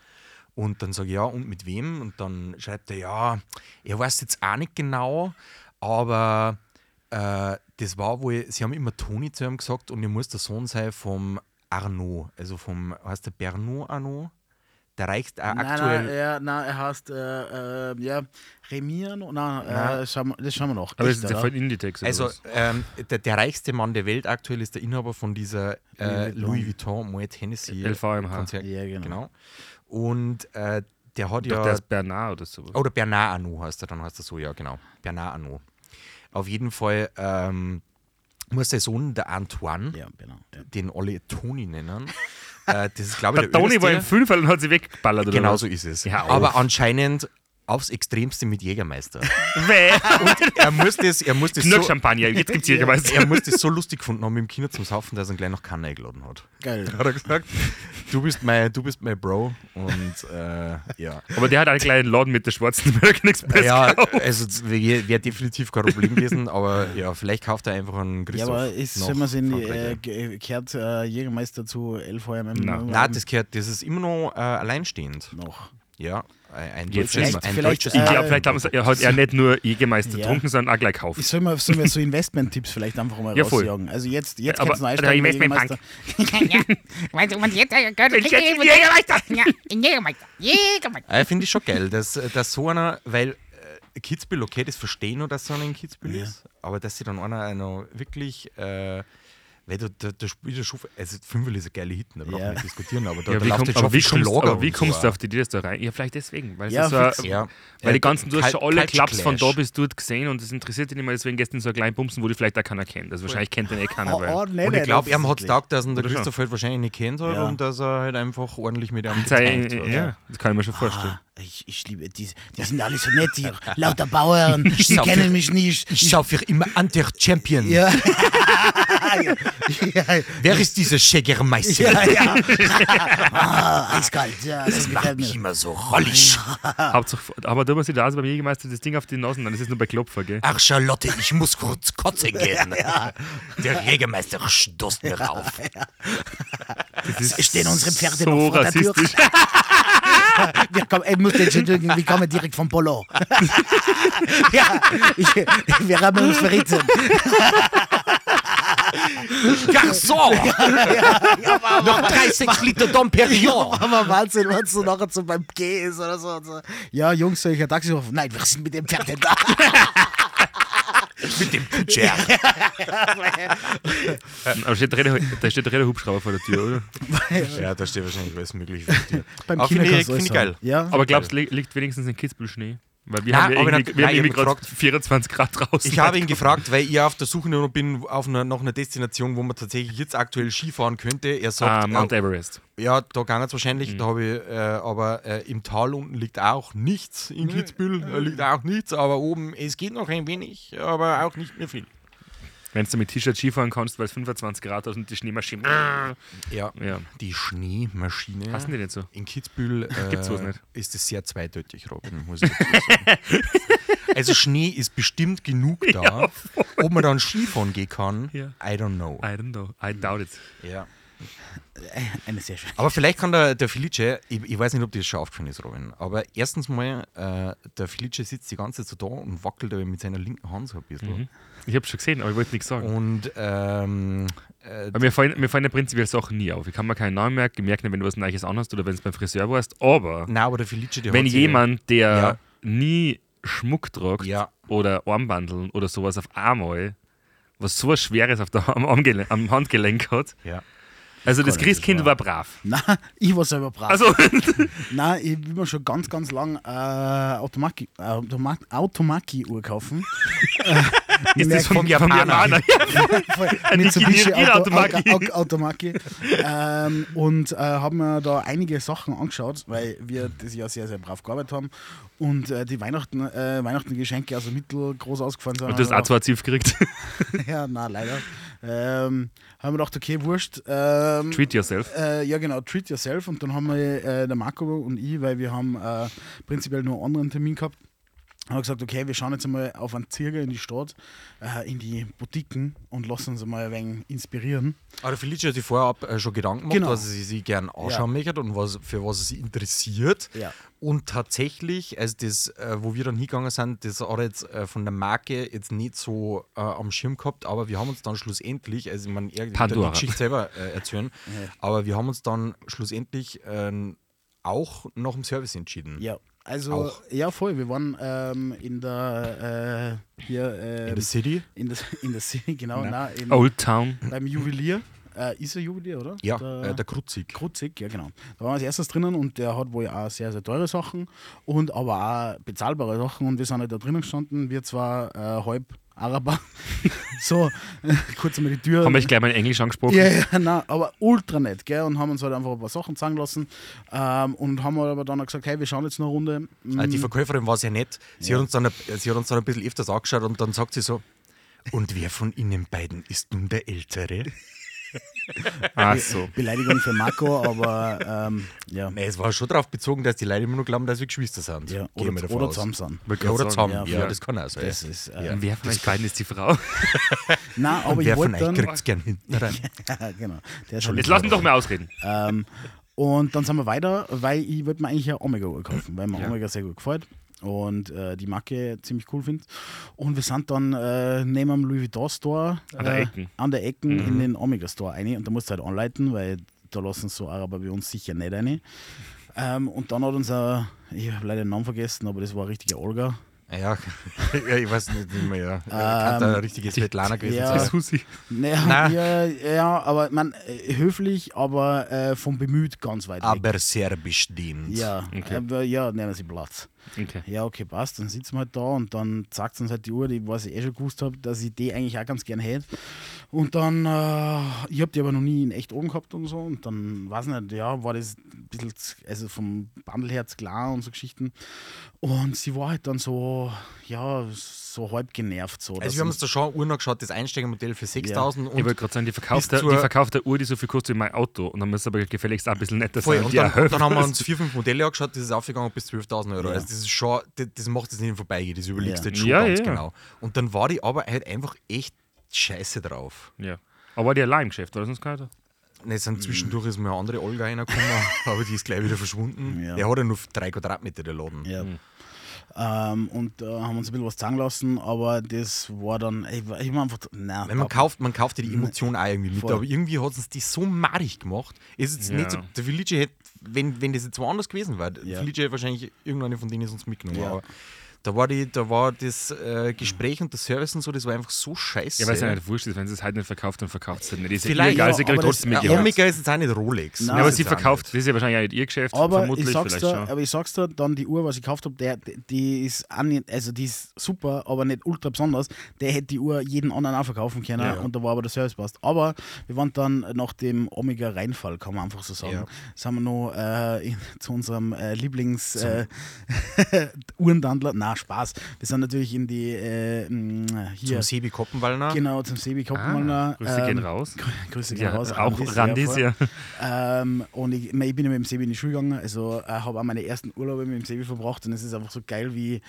S4: Und dann sage ich, ja, und mit wem? Und dann schreibt er, ja, er weiß jetzt auch nicht genau, aber äh, das war wohl, sie haben immer Toni zu ihm gesagt und er muss der Sohn sein vom Arnaud, also vom, heißt der Bernot Arnaud? Der reichste äh,
S3: Nein,
S4: aktuell.
S3: nein, er, nein, er heißt, äh, äh, ja, Remieren. Nein,
S4: Nein.
S3: Äh, schauen wir- das schauen wir noch.
S2: Aber das
S3: Echt,
S2: ist ja
S3: oder?
S2: voll Inditex. oder
S4: also
S2: was?
S4: ähm, der, der reichste Mann der Welt aktuell ist der Inhaber von dieser
S3: Louis
S4: äh,
S3: Vuitton.
S4: Louis Vuitton Moet Hennessy
S2: LVMH.
S4: Konzern-
S3: Ja, genau.
S4: Und äh, der hat
S2: Doch,
S4: ja.
S2: der ist Bernard oder sowas.
S4: Oder Bernard Arnault heißt er, dann heißt er so, ja, genau. Bernard Arnault. Auf jeden Fall ähm, muss der Sohn, der Antoine,
S3: Ja, genau. Ja.
S4: den alle Toni nennen. äh, das ist, glaube ich,
S2: Der
S4: der,
S2: Tony war im
S4: älteste.
S2: Fünfer und hat sie weggeballert. oder
S4: Genau
S2: was?
S4: so ist es.
S2: Ja, auf.
S4: Aber anscheinend aufs Extremste mit Jägermeister.
S2: Weh.
S4: er muss das, er muss das,
S2: Knirk
S4: so,
S2: Champagner, jetzt gibt's hier was.
S4: er muss das so lustig gefunden haben im Kino zum Saufen, dass er ihn gleich noch keiner eingeladen hat.
S3: Geil.
S4: Hat er gesagt, du bist mein, du bist mein Bro und äh, ja.
S2: Aber der hat einen kleinen Laden mit der schwarzen American Express.
S4: Ja,
S2: gekauft.
S4: also wäre definitiv kein Problem gewesen, aber ja, vielleicht kauft er einfach einen
S3: Ja,
S4: Christoph.
S3: aber ist,
S4: nach
S3: wenn man sehen,
S4: Frankreich, ja.
S3: äh, ge- gehört äh, Jägermeister zu LVMM
S2: Nein.
S4: Nein, das, gehört, das ist immer noch äh, alleinstehend.
S3: noch.
S4: Ja, ein, ein
S2: Jetzt
S4: deutsches,
S2: vielleicht-
S4: ein
S3: vielleicht,
S4: deutsches
S2: Ich glaube,
S3: äh,
S2: vielleicht haben sie, er hat er nicht nur Jägermeister
S3: Ja.
S2: getrunken, sondern auch gleich gekauft.
S3: Ich soll mal, soll mal so Investment-Tipps vielleicht einfach mal
S2: Ja, voll.
S3: rausjagen. Also jetzt, jetzt
S2: Aber
S3: kannst du noch
S2: der
S3: einsteigen.
S2: Investmentbank.
S5: ja, weil du uns jetzt ja gerade
S2: Ich hätte
S5: kriegst.
S2: Jägermeister!
S5: Ja, Jägermeister, Jägermeister.
S4: Ah, Finde ich schon geil, dass, dass so einer, weil äh, Kitzbühel, okay, das verstehen noch, dass so einer in Kitzbühel
S3: Ja.
S4: ist, aber dass sie dann einer, einer wirklich, äh, weil da, da, da spielt der Schufe, also Fünfel ist eine geile Hit, da brauchen
S3: Ja.
S4: wir nicht diskutieren, aber da,
S2: Ja,
S4: da
S2: wie
S4: läuft
S2: komm,
S4: jetzt
S2: aber wie
S4: schon viel
S2: kommst,
S4: Schlager
S2: aber wie
S4: und
S2: kommst
S4: so.
S2: du auf die Idee, dass da rein? Ja, vielleicht deswegen. Weil, es
S3: Ja,
S2: ist so ein-
S3: fix.
S4: Ja.
S2: weil
S4: Ja,
S2: die ganzen, du hast
S4: Kal-
S2: schon alle
S4: Culture
S2: Clubs von da
S4: Clash.
S2: bis dort gesehen und das interessiert dich nicht mehr, deswegen gehst du in so einen kleinen Bumsen, wo die vielleicht auch keiner kennt. Also wahrscheinlich kennt den eh keiner. Weil.
S3: Oh, nee,
S4: Und ich glaube, ihm hat es taugt, dass ihn der
S2: Oder schon.
S4: Christoph halt wahrscheinlich nicht kennt hat
S3: Ja.
S4: und dass er halt einfach ordentlich mit ihm
S2: Sei,
S4: gezankt hat.
S2: ja, das kann ich mir schon vorstellen.
S3: Ah, ich, ich liebe die, die sind alle so nett hier. Lauter Bauern, die
S4: schau
S3: kennen
S4: für-
S3: mich nicht.
S4: Ich schaue für immer an der Champion.
S3: Ja. Ah, ja, ja,
S4: Wer ist dieser Schägermeister?
S3: ja, ja. Ah, eiskalt, ja, das gefällt mir.
S4: immer so rollig.
S2: Hauptsache, aber da muss ich da also beim Jägermeister das Ding auf die Nase, nein, das ist nur bei Klopfer, gell?
S4: Ach, Charlotte, ich muss kurz kotzen gehen. Der Jägermeister stoßt mir auf.
S2: Das ist
S3: Stehen unsere Pferde
S2: so
S3: noch vor
S2: rassistisch.
S3: der Tür? Wir kommen, ich muss den schon irgendwie, wir kommen direkt vom Polo. ja, ich, wir haben uns verrissen.
S4: Garçon! Noch 30 Liter Dom Perignon!
S3: Aber Wahnsinn, was so nachher so beim G ist oder so. Und so. Ja, Jungs, soll ich ein Taxi rufen? Nein, wir sind mit dem Pferd da.
S4: Mit dem Putscher.
S2: Aber steht der, da steht der Rede Hubschrauber vor der Tür, oder?
S4: Ja, da steht wahrscheinlich alles Mögliche. für dich.
S3: beim
S4: Aber finde ich-
S3: kannst du
S4: finde
S3: alles
S4: ich
S3: sagen.
S4: geil.
S3: Ja,
S2: Aber glaubst du, li liegt wenigstens in Kitzbühel Schnee? Weil wir
S4: Nein,
S2: haben ja
S4: aber
S2: irgendwie,
S4: ich hab-
S2: wir haben
S4: nein, ich
S2: irgendwie
S4: hab
S2: gerade
S4: gefragt.
S2: 24 Grad draußen.
S4: Ich habe ihn gefragt, weil ich auf der Suche nur noch bin auf einer, nach einer Destination, wo man tatsächlich jetzt aktuell Skifahren könnte. Er sagt,
S2: Ah, Mount
S4: äh,
S2: Everest.
S4: ja, da ging es wahrscheinlich, da habe ich, äh, aber äh, im Tal unten liegt auch nichts. In Kitzbühel äh, liegt auch nichts, aber oben, es geht noch ein wenig, aber auch nicht mehr viel.
S2: Wenn du mit T-Shirt Skifahren kannst, weil es 25 Grad ist und die
S4: Ah.
S2: Schneemaschine.
S4: Ja.
S2: Ja.
S4: Die Schneemaschine.
S2: Passen die nicht so?
S4: In Kitzbühel äh,
S2: Gibt's sowas nicht?
S4: ist es sehr zweideutig, Robin, muss ich dazu sagen. Also Schnee ist bestimmt genug da.
S2: Ja,
S4: Ob man dann Skifahren gehen kann,
S2: Ja. Ah.
S4: I don't know.
S2: I don't know. I doubt it.
S4: Ja.
S3: Eine sehr schöne.
S4: Aber vielleicht kann der, der Felice, ich, ich weiß nicht, ob dir das schon aufgefallen ist, Robin, aber erstens mal, äh, der Felice sitzt die ganze Zeit so da und wackelt aber mit seiner linken Hand so ein bisschen.
S2: Ich habe schon gesehen, aber ich wollte nichts sagen.
S4: Und ähm, äh,
S2: Aber mir fallen, mir fallen ja prinzipiell Sachen nie auf. Ich kann mir keinen Namen merken, ich merke nicht, wenn du was Neues anhast oder wenn es beim Friseur warst. Aber
S4: nein, aber der Felice, der
S2: Ähm, wenn
S4: hat sich-
S2: jemand, der
S4: Ja.
S2: nie Schmuck tragt
S4: Ja.
S2: oder Armbandeln oder sowas auf einmal, was sowas Schweres auf der, am, Armgele- am Handgelenk hat.
S4: Ja.
S2: Also das
S3: nicht, das
S2: Christkind
S3: war-
S2: war brav.
S3: Nein, ich war selber brav.
S2: Also
S3: Nein, ich will mir schon ganz, ganz lang äh, Automaki, äh, Automa Automaki-Uhr kaufen.
S2: ist das vom,
S4: vom
S2: vom Japaner.
S4: Japaner.
S3: Voll.
S2: Niki Niri Automaki.
S3: Au- Au- Automaki. ähm, und äh, haben mir da einige Sachen angeschaut, weil wir das Jahr sehr, sehr brav gearbeitet haben und äh, die Weihnachten, äh, Weihnachtengeschenke also mittelgroß ausgefallen sind.
S2: Und du hast auch
S3: Haben wir
S2: zwei Ziff gekriegt.
S3: gedacht, Ja, nein, leider. Ähm, haben wir gedacht, okay, wurscht. Ähm,
S2: Treat yourself.
S3: äh, ja genau, Treat Yourself und dann haben wir, äh, der Marco und ich, weil wir haben äh, prinzipiell nur einen anderen Termin gehabt, haben wir gesagt, okay, wir schauen jetzt einmal auf einen Zirger in die Stadt, äh, in die Boutiquen und lassen uns einmal ein wenig inspirieren.
S4: Aber der Felice hat sich vorab äh, schon Gedanken gemacht,
S3: Genau.
S4: was sie sich gern anschauen möchte und was, für was sie sich interessiert.
S3: Ja.
S4: Und tatsächlich, also das, äh, wo wir dann hingegangen sind, das hat er jetzt äh, von der Marke jetzt nicht so äh, am Schirm gehabt, aber wir haben uns dann schlussendlich, also man die
S2: Pandora.
S4: Geschichte selber äh, erzählen, aber wir haben uns dann schlussendlich ähm, auch nach dem Service entschieden.
S3: Ja, also,
S4: Auch.
S3: ja voll, wir waren ähm, in der, äh, hier, ähm,
S4: In the City?
S3: in der, in der City, genau, nein, in,
S2: Old Town.
S3: beim Juwelier. Äh, ist er Juwelier, oder?
S4: Ja,
S3: Der-
S4: äh, der Kruzig.
S3: Kruzig, ja genau. Da waren wir als erstes drinnen und der hat wohl auch sehr, sehr teure Sachen und aber auch bezahlbare Sachen und wir sind halt da drinnen gestanden, wir zwar äh, halb Araber, so kurz einmal die Tür.
S2: Haben wir gleich mal in Englisch angesprochen.
S3: ja, ja, nein, aber ultra nett, gell? Und haben uns halt einfach ein paar Sachen zeigen lassen ähm, und haben halt aber dann auch gesagt, hey, wir schauen jetzt noch eine Runde.
S4: Äh, die Verkäuferin war sehr nett. Sie, Hat uns dann, ein- sie hat uns dann ein bisschen öfters angeschaut und dann sagt sie so, und wer von Ihnen beiden ist nun der Ältere?
S2: Ach so.
S3: Beleidigung für Marco, aber ähm, ja.
S4: Nein, es war schon darauf bezogen, dass die Leute immer nur glauben, dass wir Geschwister sind.
S3: ja.
S4: Gehen wir
S3: Oder,
S4: davon
S3: oder
S4: aus.
S3: zusammen sind.
S4: Ja,
S2: Sagen,
S4: oder zusammen.
S3: ja,
S4: Ja,
S3: voll.
S4: das kann auch sein.
S3: Das ist, äh,
S4: ja.
S2: Wer von euch beiden ist die Frau?
S3: Nein, aber ich
S4: Wer von
S3: wollte
S4: euch
S3: dann...
S4: kriegt es gern hinten rein?
S3: genau, der ist halt
S2: Jetzt lass ihn doch mal ausreden.
S3: Ähm, und dann sind wir weiter, weil ich würde mir eigentlich eine Omega-Uhr kaufen, weil mir Omega sehr gut gefällt und äh, die Marke ziemlich cool finde. Und wir sind dann äh, neben dem Louis Vuitton Store
S2: An der
S3: äh,
S2: Ecken. Mhm.
S3: an der Ecken in den Omega Store rein und da musst du halt anleiten, weil da lassen so Araber bei uns sicher nicht rein. Ähm, und dann hat unser, ich habe leider den Namen vergessen, aber das war ein richtiger Olga.
S4: Ja, ja, ich weiß nicht mehr. Ja. Kann da ein richtiges Svetlana gewesen
S3: Ähm, ja.
S4: sein.
S2: Susi.
S3: Naja,
S4: Na.
S3: ja, ja, aber man, äh, höflich, aber äh, vom Bemüht ganz weit
S2: Ah,
S3: weg.
S4: Aber serbisch dient.
S3: Ja, aber ja, nehmen Sie Platz.
S2: Okay.
S3: Ja, okay, passt. Dann sitzen wir halt da und dann sagt uns halt die Uhr, die was ich eh schon gewusst habe, dass ich die eigentlich auch ganz gern hätte. Und dann, äh, ich habe die aber noch nie in echt oben gehabt und so. Und dann, weiß nicht, ja, war das ein bisschen, z- also vom Bandel her zu klar und so Geschichten. Und sie war halt dann so, ja, so halb genervt. So, dass
S4: Also wir haben uns
S3: sie-
S4: da schon Uhr angeschaut, das Einsteigermodell für 6.000
S2: Ich
S4: und
S2: wollte gerade sagen, die verkauft,
S4: bis
S2: der,
S4: zur-
S2: die verkauft der Uhr, die so viel kostet wie mein Auto. Und dann müsste aber gefälligst auch ein bisschen netter
S4: Voll,
S2: sein.
S4: und
S2: Ja,
S4: dann, und dann haben wir
S2: was?
S4: uns vier, fünf Modelle angeschaut, das ist aufgegangen bis 12.000 Euro. Also das ist schon, das, das macht es nicht im Vorbeigehen, das überlegst du
S3: Ja.
S4: jetzt schon
S2: Ja,
S4: ganz
S2: ja.
S4: genau. Und dann war die aber halt einfach echt scheiße drauf.
S2: Ja. Aber war die allein im Geschäft, oder sonst keiner?
S4: Ne, sind zwischendurch ist mal eine andere Olga reingekommen, aber die ist gleich wieder verschwunden.
S3: Ja.
S4: Der hat ja nur drei Quadratmeter, der Laden.
S3: Ja. Ähm, und äh, haben uns ein bisschen was zeigen lassen, aber das war dann, ich, war- ich war einfach, nein,
S4: Wenn man kauft, man kauft ja die Emotion auch irgendwie mit,
S3: Voll.
S4: aber irgendwie hat uns die so marig gemacht. Es Ist jetzt
S2: Ja.
S4: nicht so, der Felice hätte, wenn, wenn das jetzt woanders gewesen wäre,
S3: Ja.
S4: der Felice hätte wahrscheinlich irgendeine von denen sonst mitgenommen.
S3: Ja.
S4: Aber Da war, die, da war das äh, Gespräch und der Service und so, das war einfach so scheiße.
S2: Ja, weil es ja nicht wurscht ist, wenn sie es halt nicht verkauft, dann verkauft sie es nicht. Ist ja
S4: Vielleicht,
S2: ihr egal,
S4: ja,
S2: sie kriegt
S3: aber das-
S2: trotzdem mit
S4: ja,
S2: ihr. Ja,
S4: Omega ist jetzt auch nicht Rolex.
S3: Nein.
S2: aber
S4: Das
S2: sie
S4: ist auch
S2: verkauft,
S4: nicht.
S2: das ist ja wahrscheinlich auch nicht ihr Geschäft,
S3: Aber ich,
S2: vermutlich
S3: sag's
S2: vielleicht
S3: dir,
S2: schon.
S3: aber ich sag's dir, dann die Uhr, was ich gekauft habe, der, die ist auch nicht, also die ist super, aber nicht ultra besonders. Der hätte die Uhr jeden anderen auch verkaufen können
S2: Ja.
S3: und da war aber der Service passt. Aber wir waren dann nach dem Omega-Reinfall, kann man einfach so sagen,
S4: Ja.
S3: sind wir noch äh, in, zu unserem äh, Lieblings äh, Uhrendandler. Na, Spaß. Wir sind natürlich in die äh, mh, hier.
S4: Zum Sebi Koppenwallner.
S3: Genau, zum Sebi
S2: Ah,
S3: Koppenmanner.
S2: Grüße gehen raus.
S3: äh, Ähm, Grüße gehen
S2: Ja,
S3: raus.
S2: auch
S3: Randis,
S2: Randis,
S3: voll.
S2: ja.
S3: Ähm, und ich, mein, ich bin ja mit dem Sebi in die Schule gegangen, also äh, habe auch meine ersten Urlaube mit dem Sebi verbracht und es ist einfach so geil, wie,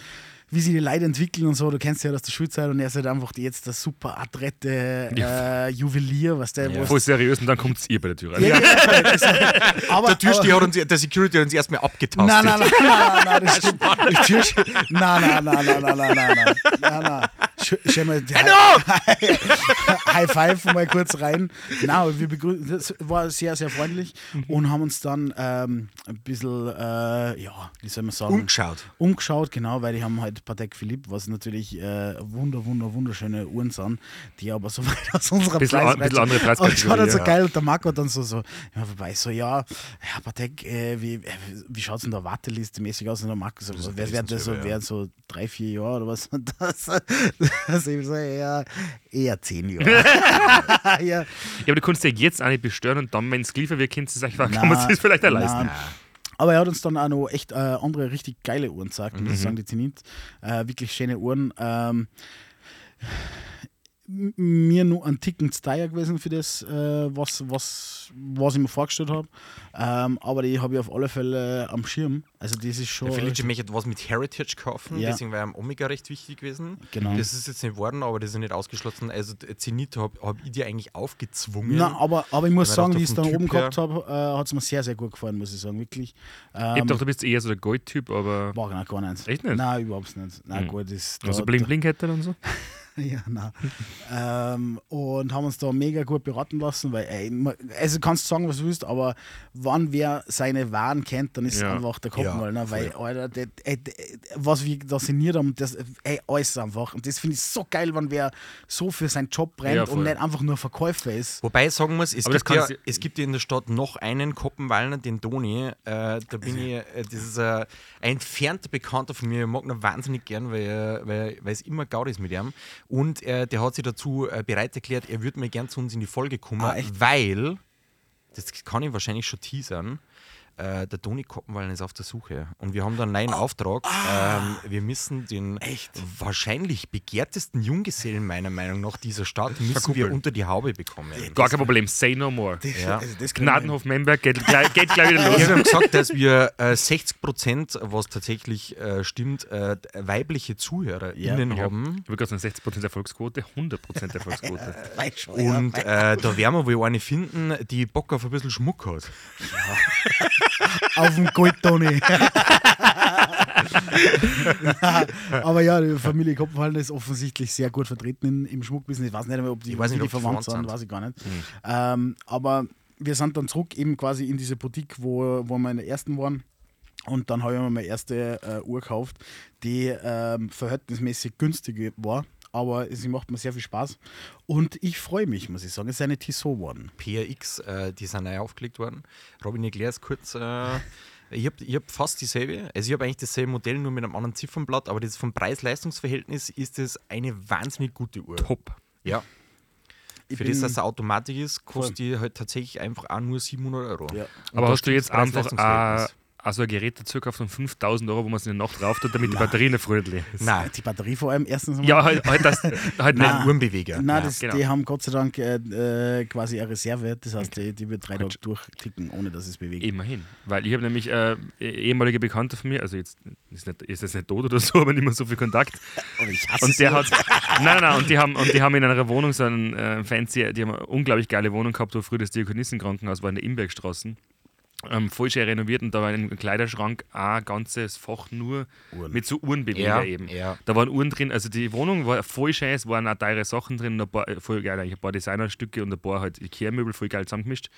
S3: wie sich die Leute entwickeln und so. Du kennst ja das der Schulzeit und er ist halt einfach die, jetzt der super adrette äh, Juwelier, was der
S2: Voll seriös und dann kommt ihr bei der Tür rein.
S3: Ja, halt- aber,
S4: Der
S3: aber-
S4: Türsteher hat uns, der Security hat uns erstmal abgetastet.
S3: Nein, nein, nein, nein, nein, nein, das stimmt. Die Türsteher. Nein, nein, nein, nein, nein, nein, nein, nein, nein, nein. Sch- Schau mal, die High, High Five mal kurz rein. Nein, aber wir begrüßen, das war sehr, sehr freundlich und haben uns dann ähm, ein bisschen, äh, ja, wie soll man sagen,
S4: Umgeschaut.
S3: umgeschaut, genau, weil die haben halt Patek Philippe, was natürlich äh, wunder, wunder, wunderschöne Uhren sind, die aber so weit aus unserer
S2: Bisschen an- bisschen andere Preiskategorie,
S3: Und schaut halt so
S2: ja.
S3: geil, und der Marco hat dann so, so immer vorbei, so, ja, ja Patek, äh, wie, äh, wie schaut es in der Warteliste mäßig aus? Und der Marco so, wer wäre das so,
S4: ja.
S3: wären so drei, vier Jahre oder was? Und das, das eben so, ja, eher zehn Jahre. ja.
S2: Ja, aber du kannst ja jetzt auch nicht bestören und dann, wenn es geliefert wird, kannst du sagen, kann man
S3: Na,
S2: es sich vielleicht auch
S3: na.
S2: leisten.
S3: Aber er hat uns dann auch noch echt äh, andere richtig geile Uhren gesagt,
S2: Mhm.
S3: muss ich sagen, die Zenit. Äh, wirklich schöne Uhren. Ähm, m- mir nur ein Ticken zu teuer gewesen für das, äh, was, was, was ich mir vorgestellt habe. Ähm, aber die habe ich auf alle Fälle am Schirm. Also, das ist schon.
S4: Der Felice möchte was mit Heritage kaufen,
S3: Ja.
S4: deswegen war ihm Omega recht wichtig gewesen.
S3: Genau.
S4: Das ist jetzt nicht worden, aber das ist nicht ausgeschlossen. Also d- Zenit habe hab ich dir eigentlich aufgezwungen.
S3: Nein, aber, aber ich muss
S4: Wenn
S3: sagen,
S4: man doch
S3: wie ich es
S4: vom
S3: dann
S4: Typ
S3: oben
S4: her-
S3: gehabt habe, äh, hat es mir sehr, sehr gut gefallen, muss ich sagen, wirklich.
S2: Ich
S3: Ähm,
S2: hab doch, du bist eher so der Goldtyp, aber.
S3: war genau gar nichts.
S2: Echt nicht?
S3: Nein, überhaupt nicht. Nein, gut, das,
S2: Also
S3: da-
S2: Bling Bling hätte und so.
S3: Ja, na. ähm, und haben uns da mega gut beraten lassen, weil, ey, ma- also kannst sagen, was du willst, aber wann wer seine Waren kennt, dann ist
S2: Ja.
S3: einfach der Kopf
S4: Ja,
S3: mal, ne? weil, Alter, das- ey, das- was wir da signiert haben, das, ey, alles einfach. Und das finde ich so geil, wenn wer so für seinen Job brennt
S2: Ja, voll.
S3: und nicht einfach nur Verkäufer ist.
S4: Wobei ich sagen muss, es
S2: Aber das
S4: gibt, ja,
S2: kannst du-
S4: es gibt ja in der Stadt noch einen Koppenwallner, den Toni. Äh, da
S2: Also
S4: bin ich, äh, das ist äh, ein entfernter Bekannter von mir. Ich mag ihn wahnsinnig gern, weil, er- weil, weil es immer gaudi ist mit ihm. Und äh, der hat sich dazu äh, bereit erklärt, er würde mir gern zu uns in die Folge kommen,
S3: Ah, echt?
S4: weil, das kann ich wahrscheinlich schon teasern, äh, der Toni Koppenwallen ist auf der Suche. Und wir haben da einen neuen
S2: Ah.
S4: Auftrag. Ähm, wir müssen den wahrscheinlich begehrtesten Junggesellen, meiner Meinung nach, dieser Stadt, müssen wir
S2: Verkuppeln.
S4: unter die Haube bekommen.
S2: Gar kein Problem, say no more.
S4: Ja.
S3: Also das kann
S2: Gnadenhof Memberg geht, gleich- geht gleich wieder los.
S4: Wir
S3: Also-
S4: haben gesagt, dass wir äh, 60 Prozent, was tatsächlich äh, stimmt, äh, weibliche ZuhörerInnen
S2: Ja.
S4: haben.
S2: Ich würde gerade sagen, 60% Erfolgsquote, 100% Erfolgsquote.
S3: man- weiß schon, ja.
S4: Und äh, da werden wir wohl eine finden, die Bock auf ein bisschen Schmuck hat.
S3: auf dem Goldtoni. Aber ja, die Familie Kopfhallen ist offensichtlich sehr gut vertreten in, im Schmuckbusiness. Ich weiß nicht, mehr, ob die,
S4: Ich weiß nicht,
S3: wie die
S4: ob die
S3: verwandt sind,
S4: verwandt sind. Hm.
S3: weiß ich gar nicht. Ähm, aber wir sind dann zurück eben quasi in diese Boutique, wo, wo wir in der ersten waren. Und dann habe ich mir meine erste äh, Uhr gekauft, die ähm, verhältnismäßig günstig war. Aber sie macht mir sehr viel Spaß. Und ich freue mich, muss ich sagen. Es ist eine Tissot worden.
S4: PRX, äh, die sind neu aufgelegt worden. Robin, ich erklär's kurz. Äh, ich habe ich hab fast dieselbe. Also ich habe eigentlich dasselbe Modell, nur mit einem anderen Ziffernblatt, aber das vom Preis-Leistungs-Verhältnis ist das eine wahnsinnig gute Uhr.
S2: Top.
S4: Ja.
S3: Ich
S4: Für
S3: bin-
S4: das, dass es eine Automatik ist, kostet die halt tatsächlich einfach auch nur 700 Euro.
S3: Ja. Ah,
S2: Aber hast du jetzt
S4: das
S2: einfach äh,
S4: Preis-Leistungs-Verhältnis.
S2: also ein Gerät dazu gekauft von 5000 Euro, wo man es in die Nacht drauf tut, damit die Batterie nicht früh leer ist?
S4: Nein,
S3: Die Batterie vor allem erstens einmal.
S2: Ja, halt, halt das. Halt
S4: nein,
S2: nicht.
S4: Uhrenbeweger.
S3: Nein, das,
S2: genau.
S3: die haben Gott sei Dank äh, äh, quasi eine Reserve. Das heißt, die, die wird drei Tage durchticken, ohne dass es bewegt.
S2: Immerhin. Weil ich habe nämlich äh, ehemalige Bekannte von mir, also jetzt ist, nicht, ist jetzt nicht tot oder so, aber nicht mehr so viel Kontakt.
S3: Und ich hasse
S2: Und
S3: es
S2: der
S3: so.
S2: hat. Nein, nein, nein, und die haben, und die haben in einer Wohnung so einen äh, fancy, die haben eine unglaublich geile Wohnung gehabt, wo früher das Diakonissenkrankenhaus war in der Imbergstraße. Ähm, voll schön renoviert und da war ein Kleiderschrank auch ein ganzes Fach nur mit so Uhrenbeweger
S4: Ja,
S2: eben.
S4: ja.
S2: Da waren Uhren drin, also die Wohnung war voll schön, es waren auch teure Sachen drin, und ein paar, äh, voll geil eigentlich, ein paar Designerstücke und ein paar halt Ikea-Möbel, voll geil zusammengemischt.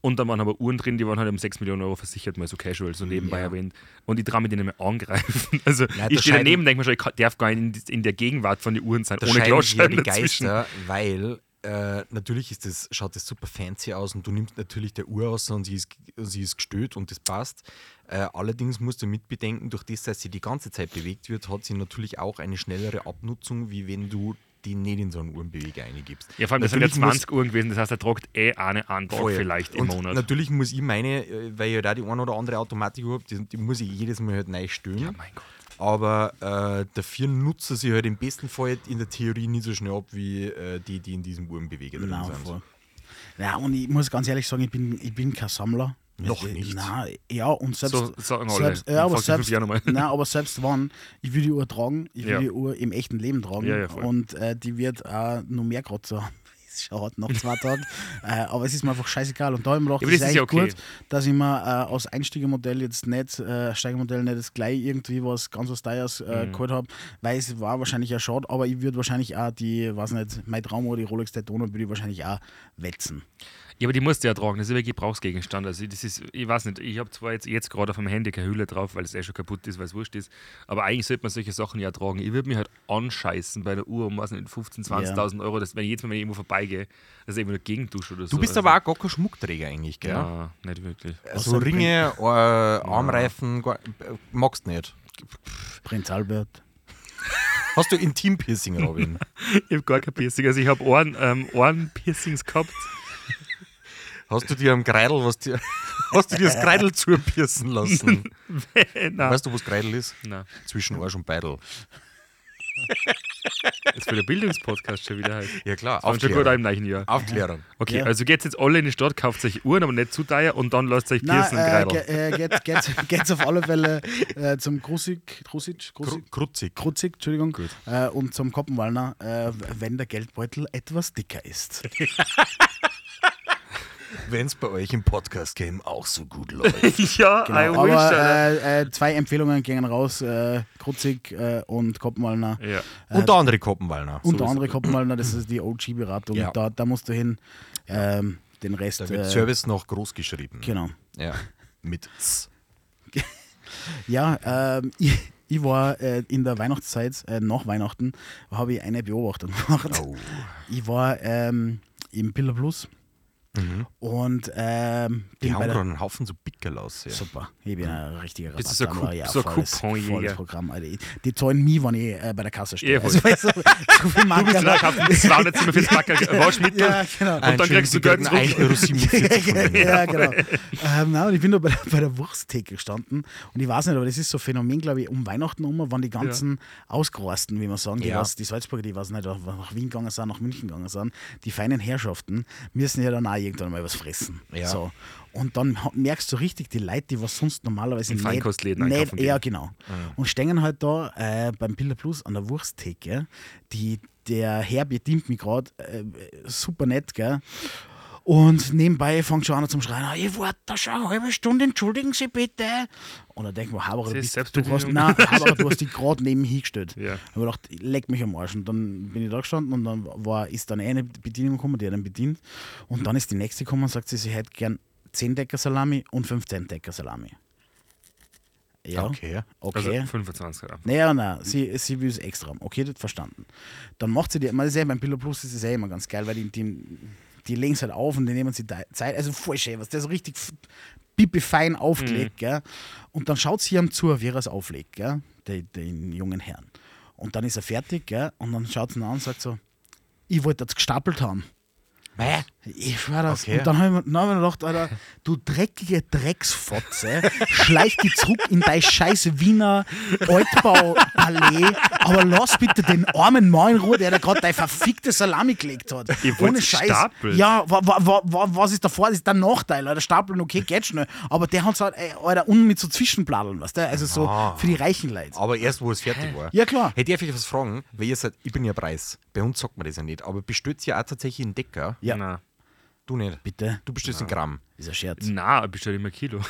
S2: Und da waren aber Uhren drin, die waren halt um 6 Millionen Euro versichert, mal so casual, so nebenbei erwähnt. Und ich traue mich denen mal angreifen. Also
S4: Ja, da
S2: ich stehe daneben
S4: scheiden-
S2: und denke mir schon, ich kann- darf gar nicht in, in der Gegenwart von den Uhren sein,
S4: Da
S2: ohne
S4: scheiden sich ja
S2: Glasscheiben
S4: die
S2: dazwischen.
S4: Geister, weil äh, natürlich ist das, schaut das super fancy aus und du nimmst natürlich der Uhr aus und sie ist, sie ist gestört und das passt. Äh, allerdings musst du mitbedenken, durch das, dass sie die ganze Zeit bewegt wird, hat sie natürlich auch eine schnellere Abnutzung, wie wenn du die nicht in so einen Uhrenbeweger eingibst.
S2: Ja, vor allem, das sind ja
S4: Natürlich muss-
S2: 20 Uhren gewesen, das heißt, er tragt eh eine an Tag
S4: Voll.
S2: vielleicht im
S4: und
S2: Monat.
S4: Natürlich muss ich meine, äh, weil ich ja da die eine oder andere Automatik habe, die, die muss ich jedes Mal halt neu stören.
S2: Ja, mein Gott.
S4: Aber äh, dafür nutze sie halt im besten Fall in der Theorie nicht so schnell ab, wie äh, die, die in diesem Uhrenbeweger drin
S3: Nein,
S4: sind.
S3: Genau, voll. Ja, und ich muss ganz ehrlich sagen, ich bin, ich bin kein Sammler.
S4: Noch
S3: Ich-
S4: nicht.
S3: Nein, ja, und selbst.
S2: So sagen alle.
S3: selbst,
S2: Ich
S3: ja, aber
S2: frag die fünf
S3: selbst,
S2: Jahre nochmal.
S3: nein, aber selbst wann, ich will die Uhr tragen, ich will
S2: Ja.
S3: die Uhr im echten Leben tragen.
S2: Ja, ja, voll.
S3: und äh, die wird auch noch mehr Kratzer haben. Es Schaut noch zwei Tage. äh, aber es ist mir einfach scheißegal. Und da habe ich mir gedacht,
S2: Ja, aber
S3: das ist
S2: das ist
S3: eigentlich
S2: ja okay.
S3: gut, dass ich mir äh, aus Einsteigermodell jetzt nicht, äh, Steigermodell nicht jetzt gleich irgendwie was ganz was Teures
S2: Mhm.
S3: äh, geholt habe, weil es war wahrscheinlich ein Schade, aber ich würde wahrscheinlich auch die, weiß nicht, mein Traumuhr, die Rolex Daytona, würde ich wahrscheinlich auch wetzen.
S2: Ja, aber die musst du ja tragen, das ist ja ein Gebrauchsgegenstand. Also das ist, ich weiß nicht, ich habe zwar jetzt, jetzt gerade auf dem Handy keine Hülle drauf, weil es eh schon kaputt ist, weil es wurscht ist, aber eigentlich sollte man solche Sachen ja tragen. Ich würde mich halt anscheißen bei der Uhr um, weiß nicht, 15.000, 20.000 Euro, dass, wenn ich jetzt mal wenn ich irgendwo vorbeigehe, dass ich irgendwo dagegen dusche oder so. also
S4: Du bist aber auch gar kein Schmuckträger eigentlich, gell? Ja.
S2: Ja, nicht wirklich.
S4: So Ringe, äh, Armreifen, gar, äh, magst nicht.
S3: Prinz Albert.
S4: Hast du Intimpiercing, Robin?
S2: Ich habe gar kein Piercing, also ich habe Ohren, ähm, Ohrenpiercings gehabt.
S4: hast du dir am Kreidel was dir, hast du dir das Kreidel zupiercen lassen?
S2: Nein,
S4: Weißt du, wo das Kreidel ist?
S2: nein.
S4: Zwischen Arsch und Beidel.
S2: Das wird der Bildungspodcast schon wieder halt.
S4: Ja klar,
S2: Und schon gut auch
S4: Aufklärung.
S2: im gleichen Jahr.
S4: Aufklärung.
S2: Okay,
S3: Ja.
S2: also geht's jetzt alle in die Stadt, kauft euch Uhren, aber nicht zu teuer und dann lasst euch
S3: Nein,
S2: piercen
S3: äh,
S2: im Kreidel.
S3: ge- äh, geht, geht, geht's auf alle Fälle äh, zum Krusik, Krusik,
S4: Kru-
S3: Krusik,
S4: Krutzig.
S3: Kruzig, Entschuldigung, äh, und zum Koppenwallner, äh, wenn der Geldbeutel etwas dicker ist.
S4: Wenn es bei euch im Podcast Game auch so gut läuft.
S2: Ja, I wish.
S3: Genau. Aber
S2: Alter.
S3: äh, äh, zwei Empfehlungen gingen raus, äh, Kruzig äh, und Koppenwallner.
S2: ja.
S4: Unter andere Koppenwallner.
S3: Unter anderem Koppenwallner, das ist die OG-Beratung,
S4: Ja.
S3: da, da musst du hin, ähm, den Rest...
S4: Da wird
S3: Äh,
S4: Service noch groß geschrieben.
S3: genau.
S4: Ja. Mit S.
S3: Ja, ähm, ich, ich war äh, in der Weihnachtszeit, äh, nach Weihnachten, habe ich eine Beobachtung gemacht.
S4: Oh.
S3: Ich war ähm, im Pillar Plus und ähm, bin
S4: Mhm. Die
S3: bei
S4: haben
S3: der,
S4: gerade einen Haufen so Pickel aus. Ja.
S3: Super, ich bin ein richtiger Rabatt.
S2: Bist du so Coup-
S3: ja,
S2: so
S3: volles,
S2: Couponjäger?
S3: volles Programm, Alter. Ich- Die zahlen mich, wenn ich äh, bei der Kasse stehe.
S2: Ja, voll.
S3: also, weißt du, so viel Marker-
S2: Klar, kauft ein 247 Packer Waschmittel
S3: Ja, genau.
S2: und dann kriegst du Geld
S4: Entschuldigung,
S2: zurück.
S4: Sie kriegen 1,47 Euro von mir.
S3: ja, genau. Ähm, nein, und ich bin da bei der, bei der Wursttheke gestanden und ich weiß nicht, aber das ist so ein Phänomen, glaube ich, um Weihnachten rum, wann die ganzen Ausgerosten, wie man sagen, die,
S4: Ja.
S3: was, die Salzburger, die weiß nicht, nach Wien gegangen sind, nach München gegangen sind, die feinen Herrschaften müssen ja dann auch irgendwann mal was fressen.
S4: Ja.
S3: So. Und dann ha- merkst du richtig, die Leute, die was sonst normalerweise
S2: In Feinkostläden
S3: nicht,
S2: einkaufen
S3: nicht, Ja, genau.
S4: Ah.
S3: Und stehen halt da äh, beim Pillar Plus an der Wursttheke, die der Herr bedient mich gerade, äh, super nett, gell? Und nebenbei fängt schon einer zum Schreien an, ich warte da schon eine halbe Stunde, entschuldigen Sie bitte. Und dann denkt man, Haber, du,
S2: ist
S3: bist, du,
S2: Selbstbedienung.
S3: hast, nein, Haber, du hast dich gerade neben hingestellt.
S2: Ja.
S3: Ich habe gedacht, leck mich am Arsch. Und dann bin ich da gestanden und dann war, ist dann eine Bedienung gekommen, die hat dann bedient. Und dann ist die nächste gekommen und sagt, sie, sie hätte gern 10 Decker Salami und 15 Decker Salami. Ja,
S4: Okay.
S2: Also
S3: okay.
S2: 25 Gramm.
S3: Naja, na, sie, sie will es extra haben. Okay, das verstanden. Dann macht sie die, man ist ja beim Pillow Plus ist es ja immer ganz geil, weil die, die, die legen es halt auf und die nehmen sie Zeit. Also voll schön, was der so richtig pippefein aufgelegt, gell? Und dann schaut sie ihm zu, wie er es auflegt, gell? Den, den jungen Herrn. Und dann ist er fertig, gell? Und dann schaut sie ihn an und sagt so, ich wollte das gestapelt haben. Ich schwör das.
S4: Okay.
S3: Und dann habe ich, mir- dann hab ich mir gedacht, Alter, du dreckige Drecksfotze, schleich dich zurück in dein scheiß Wiener Altbauallee, aber lass bitte den armen Mann in Ruhe, der da gerade deine verfickte Salami gelegt hat.
S2: Ihr wollt
S3: Ohne Scheiß.
S2: stapeln.
S3: Ja, Ah, wa, wa, wa, wa, was ist der Vor- das ist der Nachteil? Alter, stapeln, okay, geht schnell. Aber der hat halt, ey, Alter, unten mit so Zwischenbladeln, weißt du? Also so für die reichen Leute.
S4: Aber erst, wo es fertig war.
S3: Ja, klar.
S4: Hey, darf ich was fragen? Weil ihr seid, ich bin ja Preis. Bei uns sagt man das ja nicht. Aber bestellt ihr auch tatsächlich einen Decker?
S3: Ja.
S2: Nein,
S4: Du nicht.
S3: Bitte?
S4: Du bestellst einen Gramm.
S3: Ist ein Scherz.
S2: Nein, bestell immer Kilo.